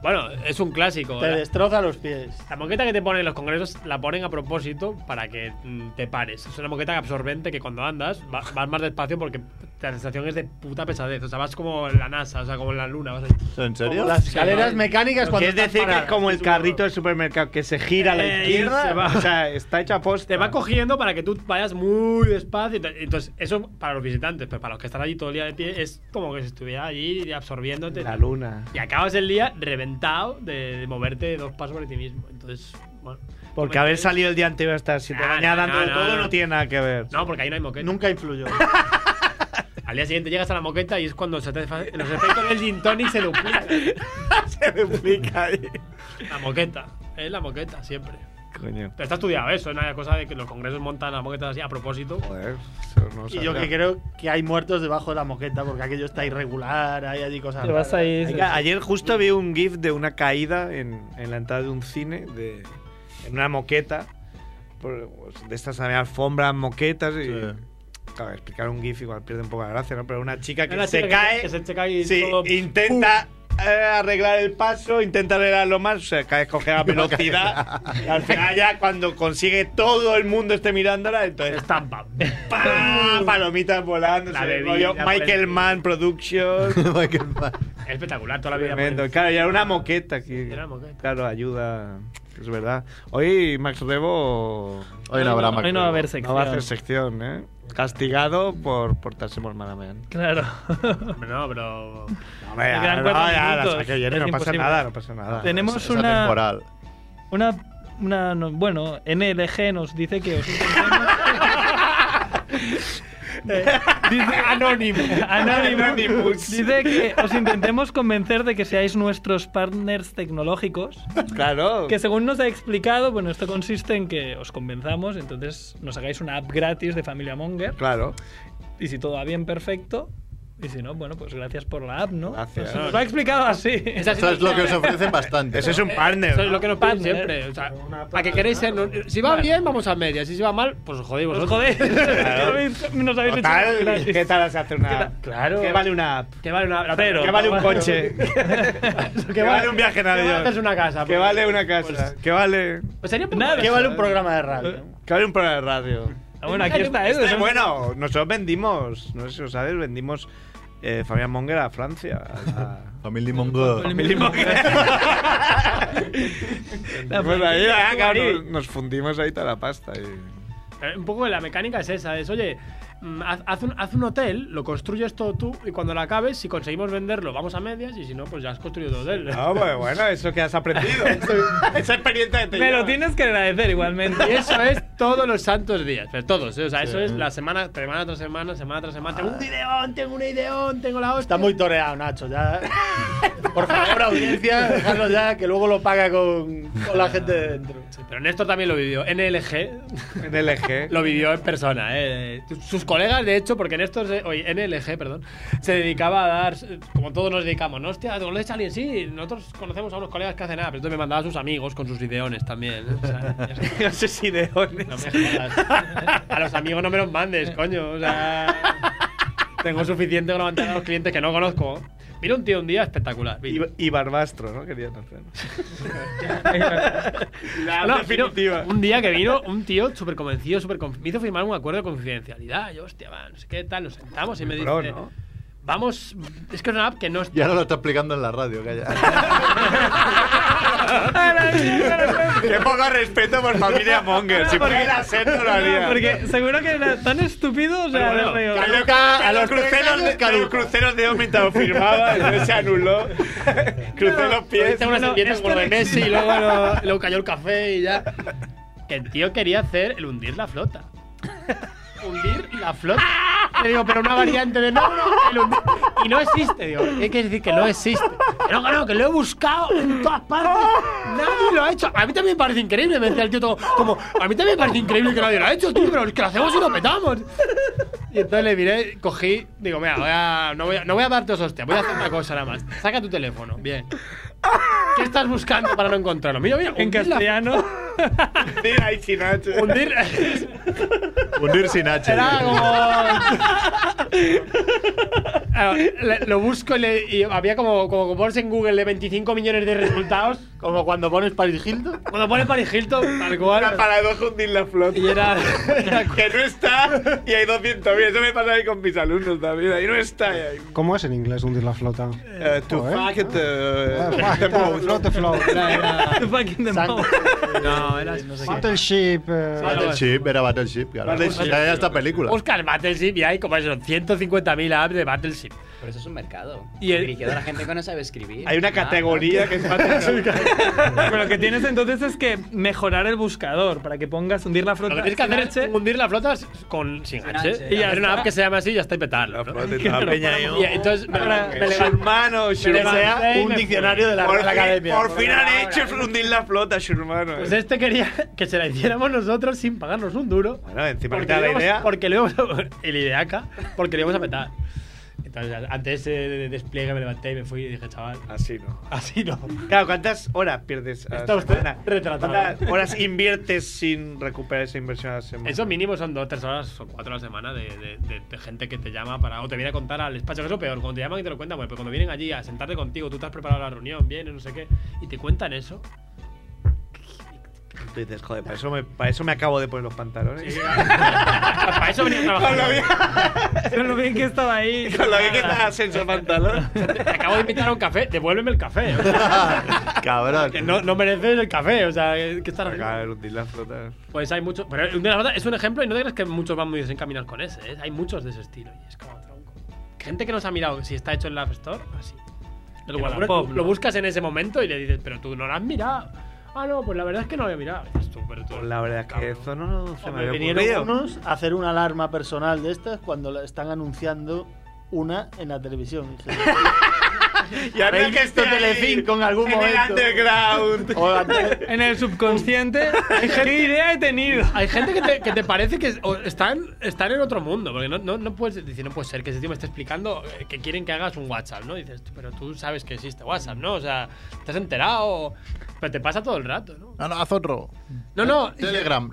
[SPEAKER 4] Bueno, es un clásico.
[SPEAKER 6] Te
[SPEAKER 4] La,
[SPEAKER 6] destroza los pies.
[SPEAKER 4] la moqueta que te ponen en los congresos la ponen a propósito para que mm, te pares. Es una moqueta absorbente que cuando andas va- vas más despacio porque la sensación es de puta pesadez. O sea, vas como en la NASA, o sea, como en la luna. Vas ahí.
[SPEAKER 2] ¿En serio?
[SPEAKER 6] Las escaleras mecánicas cuando
[SPEAKER 3] Es decir, que es como el carrito del supermercado que se gira a la
[SPEAKER 4] Eh, y se
[SPEAKER 3] izquierda.
[SPEAKER 4] va.
[SPEAKER 3] O sea, está hecha posta.
[SPEAKER 4] Te va cogiendo para que tú vayas muy despacio. y te- Entonces, eso para los visitantes, pero para los que están allí todo el día de pie, es como que si estuviera allí absorbiéndote.
[SPEAKER 3] La luna.
[SPEAKER 4] Y acabas el día reventado de, de moverte dos pasos por ti mismo. Entonces, bueno.
[SPEAKER 3] Porque haber salido el día anterior hasta las 7 de
[SPEAKER 4] Nah,
[SPEAKER 3] la mañana
[SPEAKER 4] nah,
[SPEAKER 3] dando de
[SPEAKER 4] nah,
[SPEAKER 3] todo
[SPEAKER 4] nah.
[SPEAKER 3] no tiene nada que ver.
[SPEAKER 4] No, porque ahí no hay moqueta.
[SPEAKER 6] Nunca influyó.
[SPEAKER 4] Al día siguiente llegas a la moqueta y es cuando se te fa- los efectos del gin tonic se duplican.
[SPEAKER 6] se duplica ahí.
[SPEAKER 4] La moqueta. Es la moqueta, siempre.
[SPEAKER 3] Coño.
[SPEAKER 4] Pero está estudiado eso, es una cosa de que los congresos montan las moquetas así a propósito.
[SPEAKER 3] Joder,
[SPEAKER 6] Y yo que creo que hay muertos debajo de la moqueta porque aquello está irregular, hay allí cosas.
[SPEAKER 3] Te vas
[SPEAKER 6] raras.
[SPEAKER 3] ahí, Oiga, ayer justo vi un GIF de una caída en, en la entrada de un cine, de, en una moqueta, por- de estas alfombras, moquetas. Y, Claro, explicar un GIF igual pierde un poco la gracia, ¿no? Pero una chica que
[SPEAKER 4] Una
[SPEAKER 3] se
[SPEAKER 4] chica que-
[SPEAKER 3] cae,
[SPEAKER 4] que se te cae y
[SPEAKER 3] sí,
[SPEAKER 4] todo-
[SPEAKER 3] intenta eh, arreglar el paso, intenta arreglarlo más, o sea, cae, coge la velocidad. y al final ya cuando consigue todo el mundo esté mirándola, entonces
[SPEAKER 4] estampa.
[SPEAKER 3] ¡pam! Palomitas volando.
[SPEAKER 4] La bebida,
[SPEAKER 3] Michael
[SPEAKER 4] pues.
[SPEAKER 3] Mann Productions. Michael Mann.
[SPEAKER 4] Es espectacular toda la vida.
[SPEAKER 3] Tremendo. Claro, y era una moqueta. Que,
[SPEAKER 4] Era una moqueta.
[SPEAKER 3] Claro, ayuda. Es verdad. Hoy Max Rebo.
[SPEAKER 2] Hoy no habrá Hoy no- Max hoy no va a Rebo. haber
[SPEAKER 3] No va a
[SPEAKER 2] sección.
[SPEAKER 3] hacer sección, ¿eh? Castigado por portarse muy malamente.
[SPEAKER 1] Claro.
[SPEAKER 4] Hombre, no, pero.
[SPEAKER 3] Hombre,
[SPEAKER 1] Me
[SPEAKER 3] ya,
[SPEAKER 1] quedan
[SPEAKER 3] no,
[SPEAKER 1] cuatro
[SPEAKER 3] ya, la
[SPEAKER 1] minutos.
[SPEAKER 3] saqué ayer,
[SPEAKER 1] Es
[SPEAKER 3] no pasa
[SPEAKER 1] imposible.
[SPEAKER 3] nada, no pasa nada.
[SPEAKER 1] Tenemos
[SPEAKER 3] Es- es
[SPEAKER 1] una.
[SPEAKER 3] atemporal.
[SPEAKER 1] Una. una no- bueno, NLG nos dice que. os- Eh, dice, Anónimo.
[SPEAKER 3] Anonymous.
[SPEAKER 1] Dice que os intentemos convencer de que seáis nuestros partners tecnológicos.
[SPEAKER 3] Claro.
[SPEAKER 1] Que según nos ha explicado, bueno, esto consiste en que os convenzamos, entonces nos hagáis una app gratis de Familia Monger.
[SPEAKER 3] Claro.
[SPEAKER 1] Y si todo va bien, perfecto. Y si no, bueno, pues gracias por la app, ¿no?
[SPEAKER 3] Gracias.
[SPEAKER 1] Nos nos lo ha explicado así.
[SPEAKER 2] Esto es lo que os ofrecen bastante.
[SPEAKER 3] Ese es un partner.
[SPEAKER 4] Eso es lo que nos piden
[SPEAKER 1] Partner.
[SPEAKER 4] siempre. O sea, ¿a qué queréis ser? No- Si va bien, vamos a medias. Y si va mal, pues os jodéis
[SPEAKER 1] Os
[SPEAKER 4] vosotros.
[SPEAKER 1] jodéis. Nos habéis hecho
[SPEAKER 3] Total,
[SPEAKER 1] gratis.
[SPEAKER 3] ¿Qué tal hace una app?
[SPEAKER 4] Claro.
[SPEAKER 3] ¿Qué vale una app?
[SPEAKER 4] Que vale una. la-
[SPEAKER 1] Pero-
[SPEAKER 3] ¿Qué vale un coche? ¿Qué vale un viaje a
[SPEAKER 4] que vale
[SPEAKER 3] Nueva
[SPEAKER 4] hacerse
[SPEAKER 3] York?
[SPEAKER 4] una casa.
[SPEAKER 3] ¿Qué
[SPEAKER 4] pues.
[SPEAKER 3] vale una casa? ¿Qué vale,
[SPEAKER 4] Pues sería poco-
[SPEAKER 1] Nada.
[SPEAKER 6] ¿Qué vale un programa de radio?
[SPEAKER 3] qué vale un programa de radio?
[SPEAKER 1] Ah, bueno, aquí está, ¿eh?
[SPEAKER 3] Este, bueno, nosotros vendimos, no sé si lo sabes, vendimos eh, Fabián Monger a Francia.
[SPEAKER 2] Family Monger.
[SPEAKER 3] Family Monger. Vendimos ahí, ah, claro, nos, nos fundimos ahí toda la pasta. y-
[SPEAKER 4] Eh, Un poco de la mecánica es esa, es oye, mm, haz, haz un, haz un hotel, lo construyes todo tú y cuando lo acabes, si conseguimos venderlo, vamos a medias y si no, pues ya has construido tu hotel.
[SPEAKER 3] Ah, pues bueno, eso que has aprendido. Esa experiencia que te
[SPEAKER 1] pues, Me lo
[SPEAKER 3] llevas.
[SPEAKER 1] tienes que agradecer igualmente.
[SPEAKER 4] Y eso es todos los santos días, pero todos, ¿eh? o sea, eso es la semana, semana tras semana, semana tras semana. Tengo un ideón, tengo un ideón, tengo la hostia.
[SPEAKER 6] Está muy toreado, Nacho. Ya. Por favor, audiencia, dejadlo ya, que luego lo paga con, con la gente de dentro.
[SPEAKER 4] Pero Néstor también lo vivió, NLG
[SPEAKER 3] En LG.
[SPEAKER 4] lo vivió en persona, ¿eh? Sus colegas, de hecho, porque Néstor, se, oye, NLG, perdón, se dedicaba a dar, como todos nos dedicamos, ¿no? Hostia, ¿conoces a alguien? Sí, nosotros conocemos a unos colegas que hacen nada, pero entonces me mandaba a sus amigos con sus ideones también. ¿eh? O sea, ya está.
[SPEAKER 3] no sé si de
[SPEAKER 4] No me jodas. A los amigos no me los mandes, coño. O sea, tengo suficiente con la mantener a los clientes que no conozco. Vino un tío un día espectacular. vino.
[SPEAKER 3] Y, y Barbastro, ¿no? Querían hacer. La
[SPEAKER 4] No,
[SPEAKER 3] definitiva.
[SPEAKER 4] vino un día que vino un tío súper convencido, súper conf- me hizo firmar un acuerdo de confidencialidad. Yo, hostia, va, no sé qué tal, nos sentamos y me
[SPEAKER 3] Pro,
[SPEAKER 4] dice,
[SPEAKER 3] ¿no?
[SPEAKER 4] vamos, es que es una app que no está...
[SPEAKER 2] Y ahora lo está explicando en la radio, calla.
[SPEAKER 3] Ah, Qué poco respeto por familia Monger. Si pudiera ser, no lo haría.
[SPEAKER 1] Porque seguro que era tan estúpido, o sea,
[SPEAKER 4] Pero bueno,
[SPEAKER 1] me digo,
[SPEAKER 3] Caduca a los cruceros de, a los cruceros de Omita lo firmaba, entonces se anuló. Crucé los pies.
[SPEAKER 4] Hice unas
[SPEAKER 1] No,
[SPEAKER 4] servilletas
[SPEAKER 1] esto
[SPEAKER 4] con lo de
[SPEAKER 1] no
[SPEAKER 4] Messi y
[SPEAKER 1] existe.
[SPEAKER 4] luego, lo- luego cayó el café y ya. Que el tío quería hacer el hundir la flota. hundir la flota. Le digo, pero una variante de no, no, el hundir. Y no existe, digo. ¿Qué quiere decir que no existe? Que no, que no, que lo he buscado en todas partes. Nadie lo ha hecho. A mí también me parece increíble, me decía el tío todo, como, a mí también me parece increíble que nadie lo ha hecho, tío, pero es que lo hacemos y lo petamos. Y entonces le miré, cogí, digo, mira, voy a- no, voy a, no voy a darte dos hostias, voy a hacer una cosa nada más. Saca tu teléfono, bien. ¿Qué estás buscando para no encontrarlo? Mira, mira,
[SPEAKER 1] en
[SPEAKER 4] hundir la-
[SPEAKER 1] castellano.
[SPEAKER 3] Hundir ahí sin H.
[SPEAKER 4] hundir.
[SPEAKER 2] Hundir sin H.
[SPEAKER 4] Era como. Claro, le- lo busco y, le- y había como, como pones en Google de 25 millones de resultados.
[SPEAKER 6] Como cuando pones Paris Hilton.
[SPEAKER 4] Cuando pones Paris Hilton, tal
[SPEAKER 3] Una
[SPEAKER 4] cual.
[SPEAKER 3] paradoja hundir la flota.
[SPEAKER 4] Y era.
[SPEAKER 3] Que no está y hay 200 mil. Eso me pasa ahí con mis alumnos también. Ahí no está. y ahí-
[SPEAKER 5] ¿Cómo es en inglés hundir la flota?
[SPEAKER 3] Eh, to
[SPEAKER 5] Joder.
[SPEAKER 3] fuck it, eh,
[SPEAKER 5] Ah,
[SPEAKER 3] the
[SPEAKER 5] float,
[SPEAKER 3] boat.
[SPEAKER 5] float the float.
[SPEAKER 1] Fucking the
[SPEAKER 6] San-
[SPEAKER 1] mouse.
[SPEAKER 4] no, era. No
[SPEAKER 5] Battleship. eh,
[SPEAKER 2] Battleship, era Battleship. claro.
[SPEAKER 3] Battleship.
[SPEAKER 2] Ya hay esta película.
[SPEAKER 4] Busca el Battleship y hay como eso, 150.000 apps de Battleship. chip.
[SPEAKER 20] Pero eso es un mercado.
[SPEAKER 4] Y el-
[SPEAKER 20] Dirigido a la gente que no sabe escribir.
[SPEAKER 4] Hay una
[SPEAKER 20] Ah,
[SPEAKER 4] categoría
[SPEAKER 20] ¿no?
[SPEAKER 4] que es
[SPEAKER 1] Pero lo que tienes entonces es que mejorar el buscador para que pongas hundir la flota.
[SPEAKER 4] Lo que tienes que hacer es hundir la flota con, sin
[SPEAKER 1] Sin
[SPEAKER 4] H.
[SPEAKER 1] H,
[SPEAKER 4] Y
[SPEAKER 1] ya
[SPEAKER 4] hacer una
[SPEAKER 1] está.
[SPEAKER 4] app que se llama así y ya está y petarlo. ¿no?
[SPEAKER 1] está peña ahí, ¿no?
[SPEAKER 4] Y entonces, me,
[SPEAKER 1] Ahora,
[SPEAKER 4] me
[SPEAKER 1] que
[SPEAKER 4] levanté-
[SPEAKER 14] Hermano,
[SPEAKER 4] me levanté
[SPEAKER 14] Shurman.
[SPEAKER 4] y me fui.
[SPEAKER 14] Por fin- Por
[SPEAKER 4] Porque
[SPEAKER 14] fin han
[SPEAKER 4] ahora-
[SPEAKER 14] hecho fundir la flota, Shurmano.
[SPEAKER 4] Pues este quería que se la hiciéramos nosotros sin pagarnos un duro.
[SPEAKER 14] Bueno, encima
[SPEAKER 4] Porque
[SPEAKER 14] que te da
[SPEAKER 4] le
[SPEAKER 14] la
[SPEAKER 4] íbamos-
[SPEAKER 14] idea.
[SPEAKER 4] Porque le íbamos a, el ideaca, porque le íbamos a petar. Entonces, ante ese despliegue me levanté y me fui y dije, chaval.
[SPEAKER 14] Así no.
[SPEAKER 4] Así no.
[SPEAKER 14] Claro, ¿cuántas horas pierdes? a la
[SPEAKER 4] Está usted
[SPEAKER 14] semana?
[SPEAKER 4] retratado.
[SPEAKER 14] ¿Cuántas horas inviertes sin recuperar esa inversión a la semana?
[SPEAKER 4] Eso mínimo son dos, tres horas o cuatro a la semana de, de- de- de gente que te llama para o te viene a contar al despacho, que es lo peor. Cuando te llaman y te lo cuentan, bueno, pero cuando vienen allí a sentarte contigo, tú te has preparado la reunión, vienes, no sé qué, y te cuentan eso.
[SPEAKER 14] Tú dices, joder, para eso, me, para eso me acabo de poner los pantalones.
[SPEAKER 4] para eso venía a trabajar.
[SPEAKER 1] Con lo bien que estaba ahí.
[SPEAKER 14] Con lo bien que estaba Ascenso Pantalón.
[SPEAKER 4] Te acabo de invitar a un café, devuélveme el café. o sea,
[SPEAKER 14] Cabrón.
[SPEAKER 4] Que no, no mereces el café, o sea, que que estás
[SPEAKER 14] Acaba de hundir la flota.
[SPEAKER 4] Pues hay muchos. Pero el de la banda es un ejemplo y no te creas que muchos van muy desencaminados con ese. ¿eh? Hay muchos de ese estilo. Y es como tronco. Gente que nos ha mirado si está hecho en la App Store, así.
[SPEAKER 1] El
[SPEAKER 4] Que
[SPEAKER 1] Wallapop,
[SPEAKER 4] lo,
[SPEAKER 1] ¿no?
[SPEAKER 4] lo buscas en ese momento y le dices, pero tú no lo has mirado. Ah, no, pues la verdad es que no lo he mirado. Y dices tú, pero tú.
[SPEAKER 14] Pues La verdad es que eso no, no se me
[SPEAKER 4] Hombre,
[SPEAKER 14] había
[SPEAKER 4] vinieron
[SPEAKER 14] ocurrido.
[SPEAKER 4] unos-
[SPEAKER 6] a hacer una alarma personal de estas cuando la están anunciando una en la televisión.
[SPEAKER 14] Y ahora
[SPEAKER 6] ¿Habéis
[SPEAKER 14] que
[SPEAKER 6] visto
[SPEAKER 14] esté ahí,
[SPEAKER 6] Telefín con algún
[SPEAKER 14] en el
[SPEAKER 6] momento?
[SPEAKER 14] underground.
[SPEAKER 6] O ante-
[SPEAKER 1] En el subconsciente, ¿qué idea he tenido?
[SPEAKER 4] Hay gente que te, que te parece que es- o están, están en otro mundo, porque no, no, no puedes decir, no puede ser que ese tío me esté explicando eh, que quieren que hagas un WhatsApp, ¿no? Y dices, "Tú, pero tú sabes que existe WhatsApp, ¿no? O sea, te has enterado, pero te pasa todo el rato, ¿no?
[SPEAKER 2] No, no, haz otro.
[SPEAKER 4] No, no.
[SPEAKER 2] Telegram.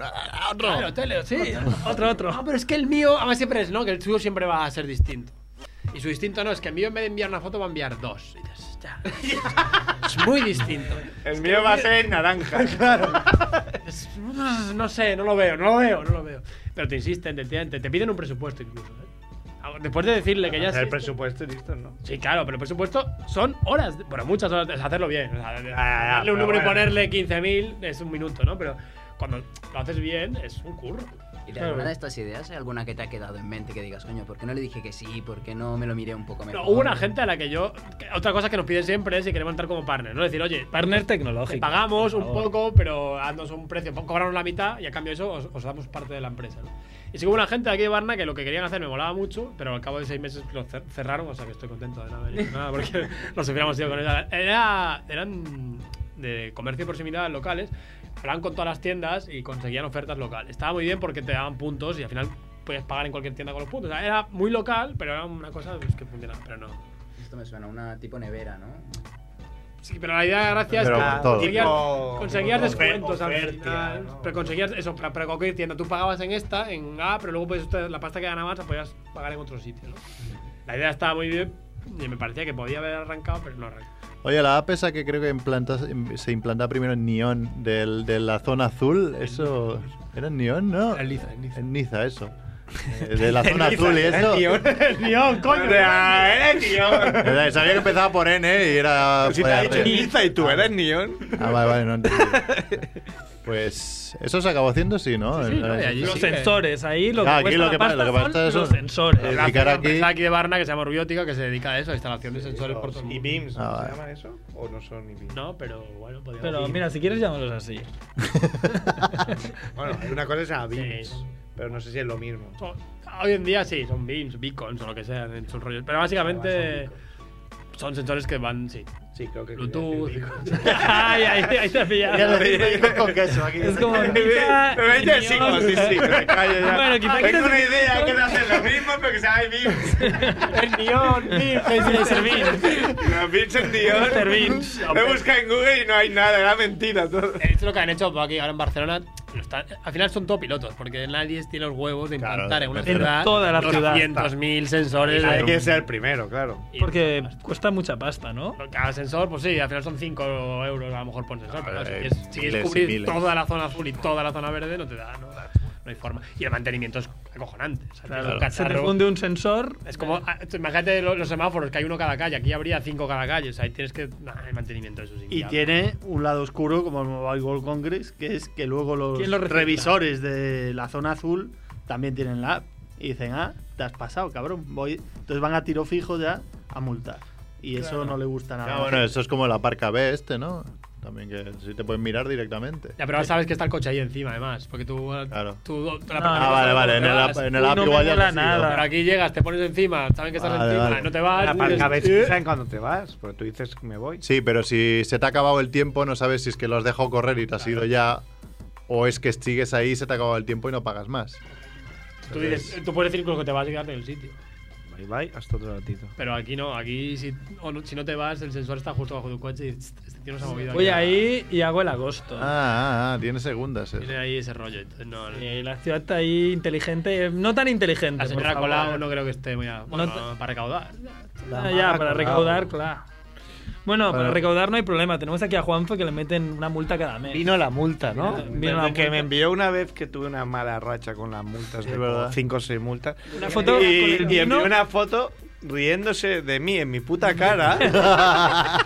[SPEAKER 4] Otro. Claro, tele, sí. Otro, otro. Ah, pero es que el mío, además siempre es, ¿no? Que el suyo siempre va a ser distinto. Y su distinto no, es que el mío en vez de enviar una foto va a enviar dos. Y dices, ya. es muy distinto.
[SPEAKER 14] El mío va a ser naranja.
[SPEAKER 4] Es- no sé, no lo veo, no lo veo, no lo veo. Pero te insisten, te, te, te piden un presupuesto incluso. ¿eh? Después de decirle que ya
[SPEAKER 14] Hacer
[SPEAKER 4] sí.
[SPEAKER 14] el presupuesto y listo, ¿no?
[SPEAKER 4] Sí, claro, pero el presupuesto son horas, de- bueno, muchas horas, de- es hacerlo bien. o sea, de-
[SPEAKER 14] ya,
[SPEAKER 4] darle un
[SPEAKER 14] pero
[SPEAKER 4] número y
[SPEAKER 14] bueno.
[SPEAKER 4] ponerle 15.000 es un minuto, ¿no? Pero cuando lo haces bien es un curro.
[SPEAKER 20] ¿Y de alguna de estas ideas hay alguna que te ha quedado en mente que digas, coño, ¿por qué no le dije que sí? ¿Por qué no me lo miré un poco mejor?
[SPEAKER 4] No, hubo
[SPEAKER 14] Ah.
[SPEAKER 4] una gente a la que yo. que- otra cosa que nos piden siempre es si queremos entrar como partner, ¿no? Decir, oye,
[SPEAKER 1] Partner
[SPEAKER 4] te
[SPEAKER 1] tecnológico.
[SPEAKER 4] pagamos
[SPEAKER 1] por
[SPEAKER 4] un
[SPEAKER 1] favor.
[SPEAKER 4] poco, pero haznos un precio, po- cobrarnos la mitad y a cambio de eso os, os damos parte de la empresa. ¿no? Y sí que hubo una gente de aquí de Barna que lo que querían hacer me molaba mucho, pero al cabo de seis meses lo cer- cerraron, o sea que estoy contento de no haber ido, nada, porque nos hubiéramos ido con ella. Era, eran de comercio y proximidad locales, hablaban con todas las tiendas y conseguían ofertas locales. Estaba muy bien porque te daban puntos y al final podías pagar en cualquier tienda con los puntos. O sea, era muy local, pero era una cosa pues, que funcionaba, pero no.
[SPEAKER 20] Esto me suena a una tipo nevera, ¿no?
[SPEAKER 4] Sí, pero la idea, gracias,
[SPEAKER 20] Pero
[SPEAKER 4] que
[SPEAKER 20] con todo.
[SPEAKER 4] conseguías,
[SPEAKER 20] Tipo-
[SPEAKER 4] conseguías
[SPEAKER 20] tipo
[SPEAKER 4] descuentos al
[SPEAKER 20] oferta,
[SPEAKER 4] final, Pero conseguías eso, para, para cualquier tienda. Tú pagabas en esta, en A, pero luego pues, usted- la pasta que ganabas la podías pagar en otro sitio. ¿no? La idea estaba muy bien y me parecía que podía haber arrancado, pero no arrancó.
[SPEAKER 2] Oye, la app esa que creo que implanta- se implanta primero en Neon del- de la zona azul, eso. ¿Era en Neon, no? En Niza, en Niza. eso. Eh, De la zona azul y eso.
[SPEAKER 4] El guión, coño.
[SPEAKER 14] Era
[SPEAKER 2] Era- Sabía que empezaba por N ¿eh? y era.
[SPEAKER 14] Si te ha dicho Niza y tú eres Neon.
[SPEAKER 2] Ah, vale, vale, no entendí. Pues eso se acabó haciendo, sí, ¿no?
[SPEAKER 4] Sí, sí, no, y allí
[SPEAKER 1] Los
[SPEAKER 4] sí que-
[SPEAKER 1] sensores, ahí lo que
[SPEAKER 2] Ah, aquí
[SPEAKER 1] cuesta
[SPEAKER 2] lo
[SPEAKER 1] la
[SPEAKER 2] que
[SPEAKER 1] pasta
[SPEAKER 2] pasa- lo que pasa
[SPEAKER 1] son
[SPEAKER 2] es
[SPEAKER 1] los
[SPEAKER 2] eso.
[SPEAKER 1] sensores.
[SPEAKER 2] Eh,
[SPEAKER 4] La
[SPEAKER 2] Dedicar aquí-
[SPEAKER 4] empresa aquí de Barna que se llama Rubiótica que se dedica a eso, a instalación de sensores por todo el
[SPEAKER 14] ¿Y
[SPEAKER 4] mundo.
[SPEAKER 14] BIMS?
[SPEAKER 2] Ah,
[SPEAKER 14] ¿no ¿Se
[SPEAKER 2] vale.
[SPEAKER 14] llaman eso? ¿O no son ni BIMS?
[SPEAKER 4] No, pero bueno, podríamos
[SPEAKER 1] Pero
[SPEAKER 4] decir.
[SPEAKER 1] mira, si quieres llámalos así.
[SPEAKER 14] Bueno, hay una cosa que se llama BIMS,
[SPEAKER 4] Sí.
[SPEAKER 14] pero no sé si es lo mismo.
[SPEAKER 4] Son- Hoy en día sí, son beams, beacons o lo que sea, son rollos. Pero básicamente Ah, son sensores que van, sí.
[SPEAKER 14] Sí, creo que.
[SPEAKER 4] Bluetooth.
[SPEAKER 1] ay, ay, ahí te ha pillado.
[SPEAKER 6] Ya lo dije yo con queso aquí.
[SPEAKER 1] Es como.
[SPEAKER 14] Me ve el sí, como, sí, sí, que me callo ya.
[SPEAKER 1] Bueno, quizá que
[SPEAKER 14] Tengo
[SPEAKER 1] te-
[SPEAKER 14] una idea que no hacer lo mismo, pero que se llama BIMS.
[SPEAKER 4] El neón, beams, es el beams.
[SPEAKER 14] La BIMS en Dios.
[SPEAKER 1] Mr. Beams.
[SPEAKER 14] Me busca en Google y no hay nada, era mentira todo.
[SPEAKER 4] Esto es lo que han hecho aquí ahora en Barcelona. lo están- al final son todo pilotos, porque nadie tiene los huevos de implantar en una
[SPEAKER 1] en
[SPEAKER 4] ciudad
[SPEAKER 1] toda la ciudad.
[SPEAKER 4] 200.000 sensores.
[SPEAKER 14] Hay
[SPEAKER 4] de-
[SPEAKER 14] que ser el primero, claro.
[SPEAKER 4] y-
[SPEAKER 1] Porque cuesta mucha pasta, ¿no?
[SPEAKER 4] Cada sensor, pues sí, al final son 5 euros a lo mejor por sensor. pero
[SPEAKER 2] Claro,
[SPEAKER 4] claro, si
[SPEAKER 2] eh,
[SPEAKER 4] quieres, si quieres
[SPEAKER 2] miles y
[SPEAKER 4] cubrir
[SPEAKER 2] miles.
[SPEAKER 4] toda la zona azul y toda la zona verde, no te da, no, no hay forma. Y el mantenimiento es acojonante. o sea, tienes un
[SPEAKER 1] Se te
[SPEAKER 4] cacharro-
[SPEAKER 1] funde un sensor.
[SPEAKER 4] Es como, ah, tú imagínate lo- los semáforos, que hay uno cada calle, aquí habría cinco cada calle, o sea, ahí tienes que... nah, el mantenimiento de eso es
[SPEAKER 6] Y
[SPEAKER 4] inviable.
[SPEAKER 6] tiene un lado oscuro como el Mobile World Congress, que es que luego los
[SPEAKER 4] ¿Quién lo recicla?
[SPEAKER 6] revisores de la zona azul también tienen la app. y dicen, ah, te has pasado, cabrón. Voy. Entonces van a tiro fijo ya a multar. Y eso
[SPEAKER 2] Claro.
[SPEAKER 6] no le gusta nada.
[SPEAKER 2] Ah, bueno, eso es como la parca B este, ¿no? También que si te pueden mirar directamente.
[SPEAKER 4] Ya, pero ahora sabes que está el coche ahí encima, además. Porque tú.
[SPEAKER 2] Claro.
[SPEAKER 4] tú- tú- la
[SPEAKER 2] Ah,
[SPEAKER 4] primera
[SPEAKER 2] vale,
[SPEAKER 4] vez
[SPEAKER 2] vale,
[SPEAKER 4] que
[SPEAKER 2] en el
[SPEAKER 4] vas,
[SPEAKER 2] app- en el
[SPEAKER 4] uy,
[SPEAKER 2] app
[SPEAKER 4] no me
[SPEAKER 2] igual ya
[SPEAKER 4] mola
[SPEAKER 2] no sigo.
[SPEAKER 4] nada. Pero aquí llegas, te pones encima, saben que estás
[SPEAKER 2] Vale,
[SPEAKER 4] encima,
[SPEAKER 2] vale.
[SPEAKER 4] no te vas.
[SPEAKER 3] La parca
[SPEAKER 4] dices,
[SPEAKER 3] ves Ah, que
[SPEAKER 4] "Eh".
[SPEAKER 3] saben cuando te vas, porque tú dices me voy.
[SPEAKER 2] Sí, pero si se te ha acabado el tiempo, no sabes si es que lo has dejado correr y te has ido ya, o es que sigues ahí, y se te ha acabado el tiempo y no pagas más.
[SPEAKER 4] Tú, dices, tú puedes decir con lo que te vas y quedarte en el sitio.
[SPEAKER 3] Bye bye, hasta otro ratito.
[SPEAKER 4] Pero aquí no, aquí si, o no, si no te vas, el sensor está justo bajo tu coche y tss, este tío no se ha movido.
[SPEAKER 1] Voy
[SPEAKER 4] aquí.
[SPEAKER 1] ahí y hago el agosto.
[SPEAKER 2] Ah, ah, ah, tiene segundas. eso.
[SPEAKER 4] Tiene ahí ese rollo. Entonces, no, no.
[SPEAKER 1] Y la ciudad está ahí inteligente, eh, no tan inteligente.
[SPEAKER 4] La
[SPEAKER 1] por
[SPEAKER 4] señora
[SPEAKER 1] favor.
[SPEAKER 4] Colau no creo que esté muy a, bueno,
[SPEAKER 1] te-
[SPEAKER 4] para recaudar.
[SPEAKER 1] Ah, ya, para recaudar, claro. Bueno, para
[SPEAKER 4] Para-
[SPEAKER 1] recaudar no hay problema. Tenemos aquí a Juanfe que le meten una multa cada mes.
[SPEAKER 3] Vino la multa, ¿no?
[SPEAKER 1] Vino- vino la
[SPEAKER 3] que
[SPEAKER 1] multa.
[SPEAKER 3] me envió una vez que tuve una mala racha con las multas,
[SPEAKER 4] eh,
[SPEAKER 3] de como
[SPEAKER 2] verdad.
[SPEAKER 3] cinco o seis multas.
[SPEAKER 1] Una foto
[SPEAKER 3] y,
[SPEAKER 1] con el
[SPEAKER 3] y envió
[SPEAKER 1] vino.
[SPEAKER 3] una foto riéndose de mí en mi puta cara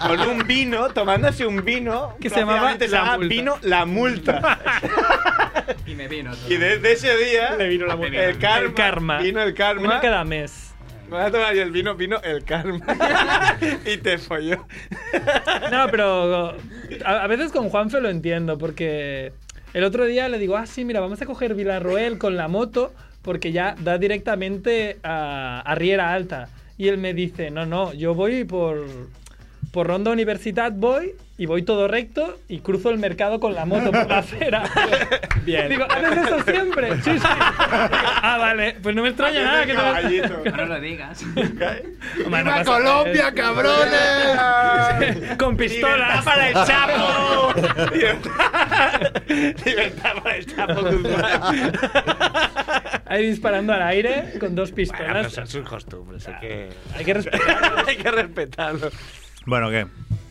[SPEAKER 3] con un vino, tomándose un vino
[SPEAKER 1] Que se llamaba
[SPEAKER 3] prácticamente se
[SPEAKER 1] La
[SPEAKER 3] llamaba
[SPEAKER 1] Multa.
[SPEAKER 3] vino la multa.
[SPEAKER 8] Y me vino. todo.
[SPEAKER 3] Y desde ese día
[SPEAKER 1] Le vino la multa.
[SPEAKER 3] el karma,
[SPEAKER 1] El karma.
[SPEAKER 3] vino el
[SPEAKER 1] Una
[SPEAKER 3] karma.
[SPEAKER 1] cada mes.
[SPEAKER 3] Me voy a tomar yo el vino, vino el karma. y te folló.
[SPEAKER 1] No, pero a, a veces con Juanfe lo entiendo, porque el otro día le digo, ah, sí, mira, vamos a coger Villarroel con la moto, porque ya da directamente a, a Riera Alta. Y él me dice, no, no, yo voy por, por Ronda Universidad, voy y voy todo recto y cruzo el mercado con la moto por la acera. Bien. Digo, haces eso siempre. Sí, sí. Ah, vale, pues no me extraña nada que te vas-
[SPEAKER 8] No lo digas.
[SPEAKER 1] Hombre, no
[SPEAKER 2] ¡Viva
[SPEAKER 1] pasa-
[SPEAKER 2] Colombia, cabrones!
[SPEAKER 1] Con pistolas.
[SPEAKER 6] para el Chapo! Libertad- Libertad para el Chapo Guzmán.
[SPEAKER 1] Ahí disparando al aire con dos pistolas.
[SPEAKER 3] sus costumbres, hay que,
[SPEAKER 1] Hay que respetar.
[SPEAKER 3] hay que respetarlo.
[SPEAKER 2] Bueno, ¿qué?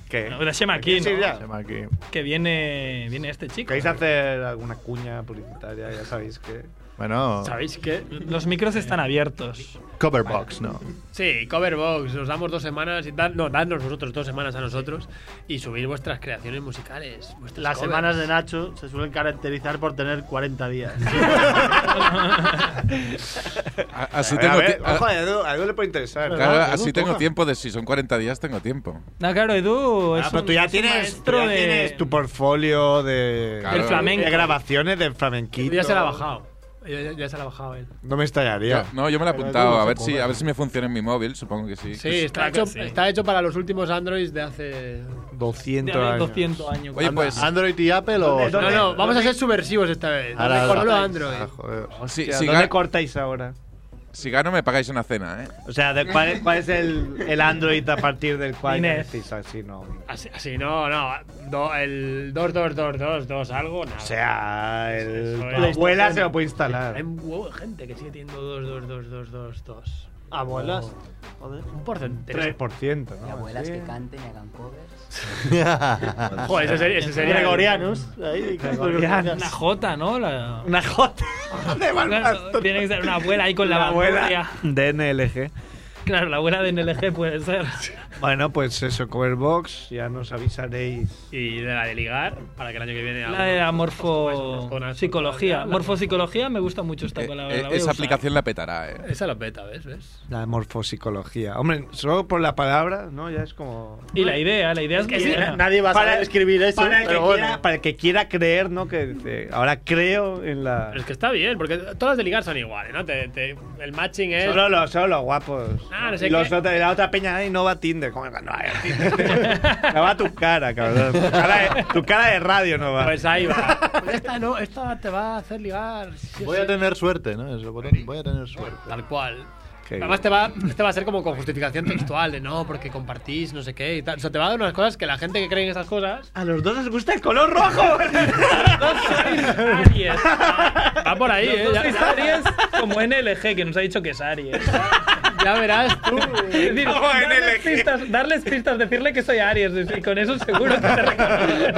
[SPEAKER 3] ¿Qué?
[SPEAKER 1] La Shema aquí,
[SPEAKER 3] Sí,
[SPEAKER 1] ¿no?
[SPEAKER 3] ya.
[SPEAKER 2] Se llama aquí.
[SPEAKER 1] Que viene, viene este chico.
[SPEAKER 3] ¿Queréis hacer alguna cuña publicitaria? Ya sabéis que.
[SPEAKER 2] Bueno,
[SPEAKER 4] ¿Sabéis qué?
[SPEAKER 1] Los micros están abiertos.
[SPEAKER 2] Coverbox, no.
[SPEAKER 4] Sí, Coverbox, os damos dos semanas, y dan- no, dadnos vosotros dos semanas a nosotros y subid vuestras creaciones musicales. vuestras
[SPEAKER 6] Las
[SPEAKER 4] covers.
[SPEAKER 6] semanas de Nacho se suelen caracterizar por tener 40 días.
[SPEAKER 9] A- Así
[SPEAKER 3] a
[SPEAKER 9] tengo,
[SPEAKER 3] ver,
[SPEAKER 9] ti- a-
[SPEAKER 3] ojo, eh, a Edu, a Edu le puede interesar.
[SPEAKER 9] claro, así tengo tiempo de si son 40 días, tengo tiempo.
[SPEAKER 1] No, claro, Edu es
[SPEAKER 3] Ah, pero
[SPEAKER 1] un-
[SPEAKER 3] tú ya
[SPEAKER 1] es un
[SPEAKER 3] tienes, tú
[SPEAKER 1] maestro
[SPEAKER 3] ya
[SPEAKER 1] de...
[SPEAKER 3] tienes tu portfolio de,
[SPEAKER 9] Claro. Del
[SPEAKER 1] flamenco.
[SPEAKER 3] de grabaciones de flamenquito.
[SPEAKER 4] Ya se la ha bajado. Ya, ya- ya se la ha bajado él.
[SPEAKER 3] No me
[SPEAKER 9] Yo-
[SPEAKER 3] estallaría.
[SPEAKER 9] no, yo me lo he
[SPEAKER 3] Pero
[SPEAKER 9] apuntado,
[SPEAKER 3] tú
[SPEAKER 9] a
[SPEAKER 3] no
[SPEAKER 9] ver,
[SPEAKER 3] se
[SPEAKER 9] si,
[SPEAKER 3] puede.
[SPEAKER 9] a ver si me funciona en mi móvil, supongo que sí.
[SPEAKER 4] Sí, está hecho,
[SPEAKER 1] sí.
[SPEAKER 4] está hecho para los últimos Androids de hace.
[SPEAKER 3] 200
[SPEAKER 1] de
[SPEAKER 3] años.
[SPEAKER 1] 200 años.
[SPEAKER 9] Oye, pues,
[SPEAKER 2] ¿Android y Apple o.?
[SPEAKER 4] Pues No, no, vamos a ser subversivos esta vez.
[SPEAKER 2] Ahora-
[SPEAKER 4] Con los
[SPEAKER 2] ahora-
[SPEAKER 4] Android.
[SPEAKER 2] Ah, joder.
[SPEAKER 9] si,
[SPEAKER 3] Hostia,
[SPEAKER 9] si
[SPEAKER 3] ¿Dónde
[SPEAKER 9] ga-
[SPEAKER 3] cortáis ahora?
[SPEAKER 9] si gano, me pagáis una cena, ¿eh?
[SPEAKER 3] O sea, ¿de cuál, cuál es el, el Android a partir del cual ya
[SPEAKER 1] Inés.
[SPEAKER 3] decís así no?
[SPEAKER 4] Así, así, no, no. do- el 2, 2, 2, 2, 2, algo, nada.
[SPEAKER 3] O sea, el,
[SPEAKER 4] Eso
[SPEAKER 3] tu
[SPEAKER 4] es.
[SPEAKER 3] abuela se lo puede instalar.
[SPEAKER 4] Hay un huevo de gente que sigue teniendo 2, 2, 2, 2, 2, 2.
[SPEAKER 6] Abuelas. Joder.
[SPEAKER 4] Oh. Un porcentaje.
[SPEAKER 3] 3%,
[SPEAKER 8] Y
[SPEAKER 3] ¿no?
[SPEAKER 8] abuelas
[SPEAKER 3] Así.
[SPEAKER 8] que canten y hagan covers.
[SPEAKER 4] Joder, ese sería. Ese sería
[SPEAKER 6] Gregorianos. Ahí,
[SPEAKER 1] Una J, ¿no? La-
[SPEAKER 3] Una J. de
[SPEAKER 1] Claro,
[SPEAKER 3] Barbastro.
[SPEAKER 1] tiene que ser una abuela ahí con la,
[SPEAKER 3] La abuela
[SPEAKER 1] vanguardia.
[SPEAKER 3] de NLG.
[SPEAKER 1] Claro, la abuela de NLG puede ser.
[SPEAKER 3] Bueno, pues eso, Coverbox, ya nos avisaréis.
[SPEAKER 4] Y de la de ligar, para que el año que viene.
[SPEAKER 1] La de la morfo...
[SPEAKER 4] Zonas-
[SPEAKER 1] psicología.
[SPEAKER 4] la-
[SPEAKER 1] Morfopsicología me gusta mucho esta
[SPEAKER 9] Eh,
[SPEAKER 1] palabra.
[SPEAKER 9] eh,
[SPEAKER 1] la voy a
[SPEAKER 9] esa
[SPEAKER 1] usar.
[SPEAKER 9] aplicación la petará, ¿eh?
[SPEAKER 4] Esa la peta, ¿ves? ¿Ves?
[SPEAKER 3] La morfopsicología. Hombre, solo por la palabra, ¿no? Ya es como...
[SPEAKER 1] Y la idea, la idea es,
[SPEAKER 6] que sí,
[SPEAKER 1] buena.
[SPEAKER 6] nadie va a
[SPEAKER 3] Para-
[SPEAKER 6] saber escribir eso.
[SPEAKER 3] Para el, que
[SPEAKER 6] pero bueno.
[SPEAKER 3] quiera, para el que quiera creer, ¿no? Que dice, ahora creo en la...
[SPEAKER 4] Pero es que está bien, porque todas las de ligar son iguales, ¿no? Te- te- el matching es.
[SPEAKER 3] Solo los, solo los guapos.
[SPEAKER 4] Ah, no sé
[SPEAKER 3] y los
[SPEAKER 4] qué.
[SPEAKER 3] otra- y la otra peña, ay, no va a Tinder. ¿Cómo que no va a Tinder? No va tu cara, cabrón. Tu cara de, tu cara de radio no va.
[SPEAKER 4] Pues ahí va. esta no, esta te va a hacer ligar. sí o
[SPEAKER 2] Voy
[SPEAKER 4] sí.
[SPEAKER 2] a tener suerte, ¿no? Es el botón, Voy a tener suerte.
[SPEAKER 4] Tal cual.
[SPEAKER 3] Qué
[SPEAKER 4] Además, te va, te va a ser como con justificación textual de no, porque compartís, no sé qué y tal. O sea, te va a dar unas cosas que la gente que cree en esas cosas.
[SPEAKER 3] A los dos les gusta el color rojo.
[SPEAKER 1] Aries.
[SPEAKER 4] Va por ahí, ¿eh?
[SPEAKER 1] Los dos
[SPEAKER 4] Ya,
[SPEAKER 1] sois Aries como NLG, que nos ha dicho que es Aries.
[SPEAKER 4] ya verás tú.
[SPEAKER 1] Es decir, darles pistas, darles pistas, decirle que soy Aries, y con eso seguro que te reconocen.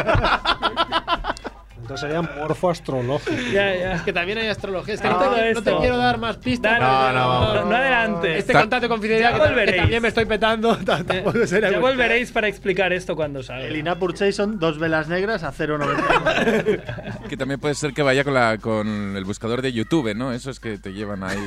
[SPEAKER 5] Entonces sería morfo astrológico.
[SPEAKER 1] Ya, ya.
[SPEAKER 4] Es que también hay astrología. Es que
[SPEAKER 1] Hay
[SPEAKER 4] no,
[SPEAKER 1] todo
[SPEAKER 4] te, no te
[SPEAKER 1] esto.
[SPEAKER 4] quiero dar más pistas.
[SPEAKER 1] Dale,
[SPEAKER 4] porque-
[SPEAKER 1] no, no, no adelante.
[SPEAKER 4] Este
[SPEAKER 9] Ta-
[SPEAKER 4] contacto de confidencialidad
[SPEAKER 1] Ya
[SPEAKER 4] que, también- que
[SPEAKER 1] volveréis.
[SPEAKER 4] también me estoy petando. tampoco será
[SPEAKER 1] ya
[SPEAKER 4] bueno.
[SPEAKER 1] volveréis para explicar esto cuando
[SPEAKER 6] El
[SPEAKER 1] salga.
[SPEAKER 6] Inapur Jason, dos velas negras a 0,90.
[SPEAKER 9] Que también puede ser que vaya con, la, con el buscador de YouTube, ¿no? Eso es que te llevan ahí.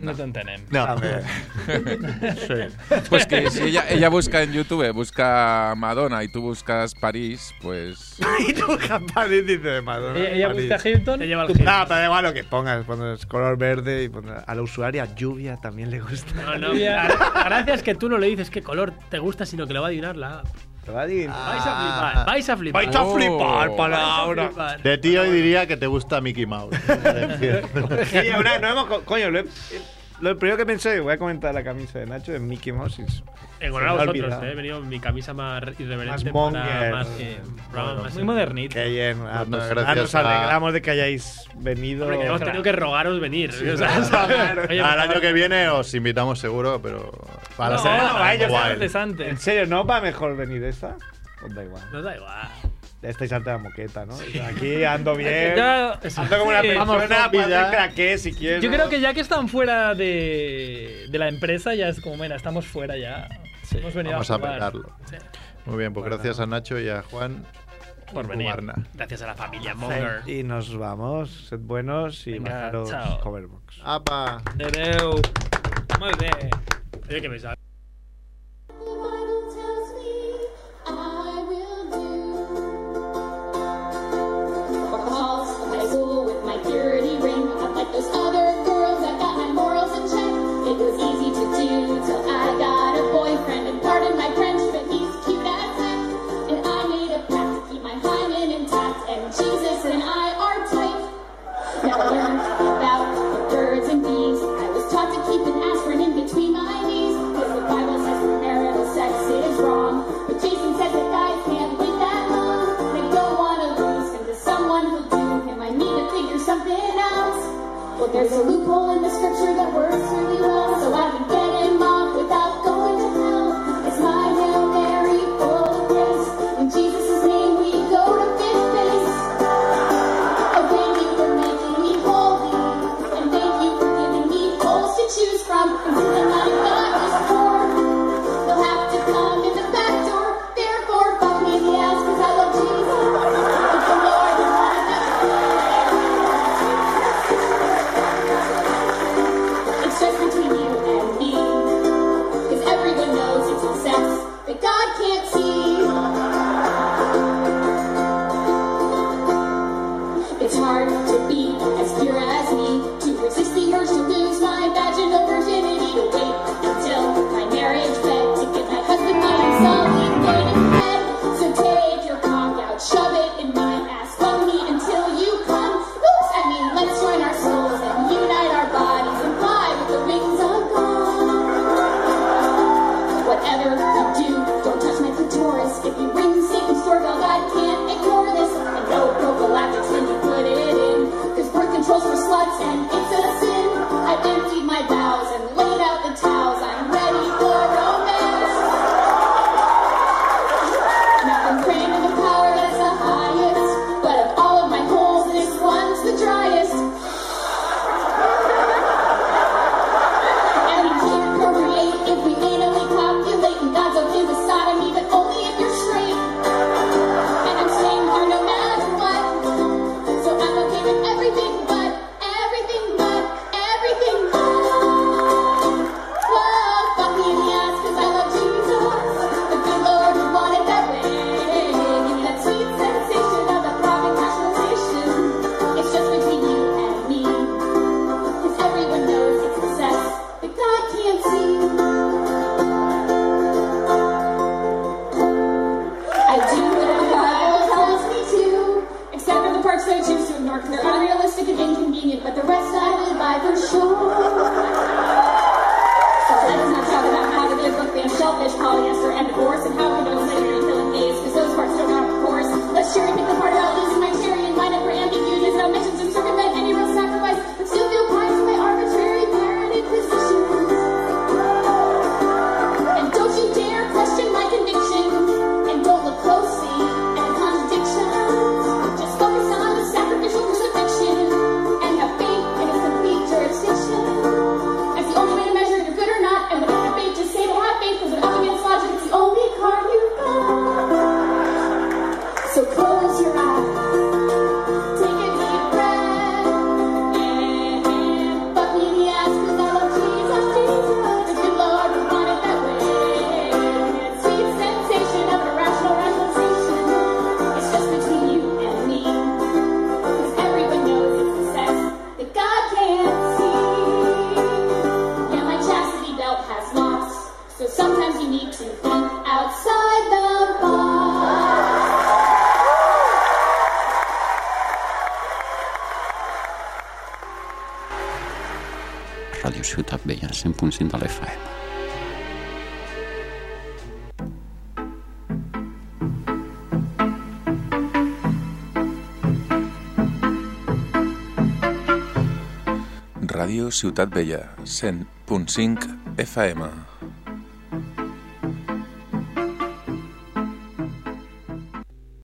[SPEAKER 1] No, te entenem.
[SPEAKER 2] No. A ver. Sí.
[SPEAKER 9] Pues que si ella, ella busca en YouTube, busca Madonna y tú buscas París, pues.
[SPEAKER 14] Y nunca París dice Madonna.
[SPEAKER 1] Ella- ella
[SPEAKER 14] París.
[SPEAKER 1] busca Hilton, Te lleva al
[SPEAKER 14] tú-
[SPEAKER 1] Hilton.
[SPEAKER 14] No, pero da igual lo que pongas. Pones color verde y pones- a la usuaria lluvia también le gusta.
[SPEAKER 4] No, no, la, la gracia es que tú no le dices qué color te gusta, sino que lo va a adivinar la app.
[SPEAKER 14] Lo va a adivinar.
[SPEAKER 4] Vais a flipar, Ah, vais a flipar.
[SPEAKER 2] Vais a
[SPEAKER 9] ¡oh!
[SPEAKER 2] flipar,
[SPEAKER 4] palabra.
[SPEAKER 2] De ti hoy diría que te gusta Mickey Mouse.
[SPEAKER 14] Sí, ahora no hemos co- coño, lo, he- lo primero que pensé, voy a comentar la camisa de Nacho de Mickey Mouse. y se-
[SPEAKER 4] En honor a
[SPEAKER 14] se me ha
[SPEAKER 4] vosotros,
[SPEAKER 14] olvidado.
[SPEAKER 4] eh, he venido en mi camisa más
[SPEAKER 14] Más
[SPEAKER 4] irreverente. para-
[SPEAKER 14] monger.
[SPEAKER 4] más que,
[SPEAKER 14] Bueno,
[SPEAKER 4] más
[SPEAKER 14] Qué bien. Ah,
[SPEAKER 4] Pues
[SPEAKER 14] nos, ah,
[SPEAKER 4] gracias
[SPEAKER 14] nos
[SPEAKER 4] a-
[SPEAKER 14] alegramos de que hayáis venido.
[SPEAKER 4] Hombre, que hemos tenido que rogaros venir.
[SPEAKER 14] Sí,
[SPEAKER 4] o sea, oye,
[SPEAKER 2] Al
[SPEAKER 1] pues,
[SPEAKER 4] por
[SPEAKER 2] año
[SPEAKER 4] favor.
[SPEAKER 2] que viene os invitamos seguro, pero. Para
[SPEAKER 4] No,
[SPEAKER 1] Ah,
[SPEAKER 2] hacer-
[SPEAKER 4] no, a ellos
[SPEAKER 2] Guay.
[SPEAKER 4] les
[SPEAKER 14] En serio, ¿no va mejor venir esta? Os da igual.
[SPEAKER 4] Nos da igual.
[SPEAKER 14] Ya estáis harta de la moqueta, ¿no? Aquí ando bien.
[SPEAKER 1] Ya-
[SPEAKER 14] ando como una
[SPEAKER 1] Sí.
[SPEAKER 14] persona,
[SPEAKER 1] Vamos,
[SPEAKER 14] puedo
[SPEAKER 1] ya.
[SPEAKER 14] hacer craqué si quieres.
[SPEAKER 1] Yo creo que ya que están fuera de, de la empresa, ya es como, mira, estamos fuera ya. Hemos venido
[SPEAKER 2] Vamos
[SPEAKER 1] a
[SPEAKER 2] a
[SPEAKER 1] jugar.
[SPEAKER 2] pegarlo. Muy bien, pues gracias a Nacho y a Juan
[SPEAKER 1] Por venir.
[SPEAKER 2] Guarna.
[SPEAKER 4] Gracias a la familia Monger.
[SPEAKER 14] Monger. Y nos vamos. Sed buenos y
[SPEAKER 4] Venga,
[SPEAKER 14] bajaros
[SPEAKER 4] chao.
[SPEAKER 14] Coverbox.
[SPEAKER 2] ¡Apa!
[SPEAKER 1] Adeu. Muy bien.
[SPEAKER 4] Oye, que me sabe.
[SPEAKER 8] I will do. For halls of high school with my purity ring, I'm like those other girls. I got my morals in check. It was easy to do till I got a boyfriend. And pardon my French, but he's cute as heck. And I made a pact to keep my hymen intact. And Jesus and I are tight. Now I learned about the birds and bees. I was taught to keep an aspirin in between my knees. Cause the Bible says marital sex is wrong. But Jason says that guys can't live that long. And I don't want to lose him to someone who'll do him. I need to figure something out. Well, there's a loophole in the scripture that works really well. So I can get him off without going to hell. It's my Hail Mary full of grace. In Jesus' name we go to fifth base. Oh, thank you for making me holy. And thank you for giving me holes to choose from. And since I'm not just poor, you'll have to come in the back door. Therefore, fuck me in the ass, cause I love Jesus. But the Lord is my It's just between you and me. Cause everyone knows it's a sex that God can't see. It's hard to be as pure as me, to resist the urge to lose my vaginal virginity, to wait until my marriage bed, to get my husband by himself and get in bed. So take your cock out, shove it in my ass, fuck me until you come. Oops, I mean, let's join our souls and unite our bodies and fly with the wings of God. Whatever you do, don't touch my clitoris. If you ring Satan's doorbell, God can't ignore this. And no prophylactics when you put it in. Cause birth control's for sluts and it's a sin. I've emptied my bowels and laid out the towels. I'm ready for romance. And I've been praying to the power that's the highest. But of all of my holes, this one's the driest. And we can't procreate if we anally copulate. And God's okay with sodomy, but only if you're straight. And I'm staying here no matter what. So I'm okay with everything but, everything but, everything but. Whoa, fuck me in the ass, cause I love Jesus. The good Lord would want it that way. Give me that sweet sensation of the profit rationalization. It's just between you and me. Cause everyone knows it's a sex that God can't see. I do what the Bible tells me to, except for the parts that I choose to ignore because they're unrealistic and inconvenient, but the rest I live by for sure. So let's not talk about how to be a book ban, shellfish, polyester, and divorce, and how we know slavery and killing gays, because those parts don't count, of course. Let's cherry pick the part about losing my cherry and line up for ambiguities, no mentions, and circumvent any real sacrifice, but still feel pride in my arbitrary, pirated positions. And don't you dare question my convictions. And don't look closely at the contradictions. Just focus on the sacrificial crucifixion. And have faith in its complete jurisdiction. That's the only way to measure if you're good or not. And without debate, just say, well, have faith, because without against logic, it's
[SPEAKER 21] Radio Ciutat Vella, 100% de l'FM.
[SPEAKER 9] Ràdio Ciutat Vella, 100.5 FM.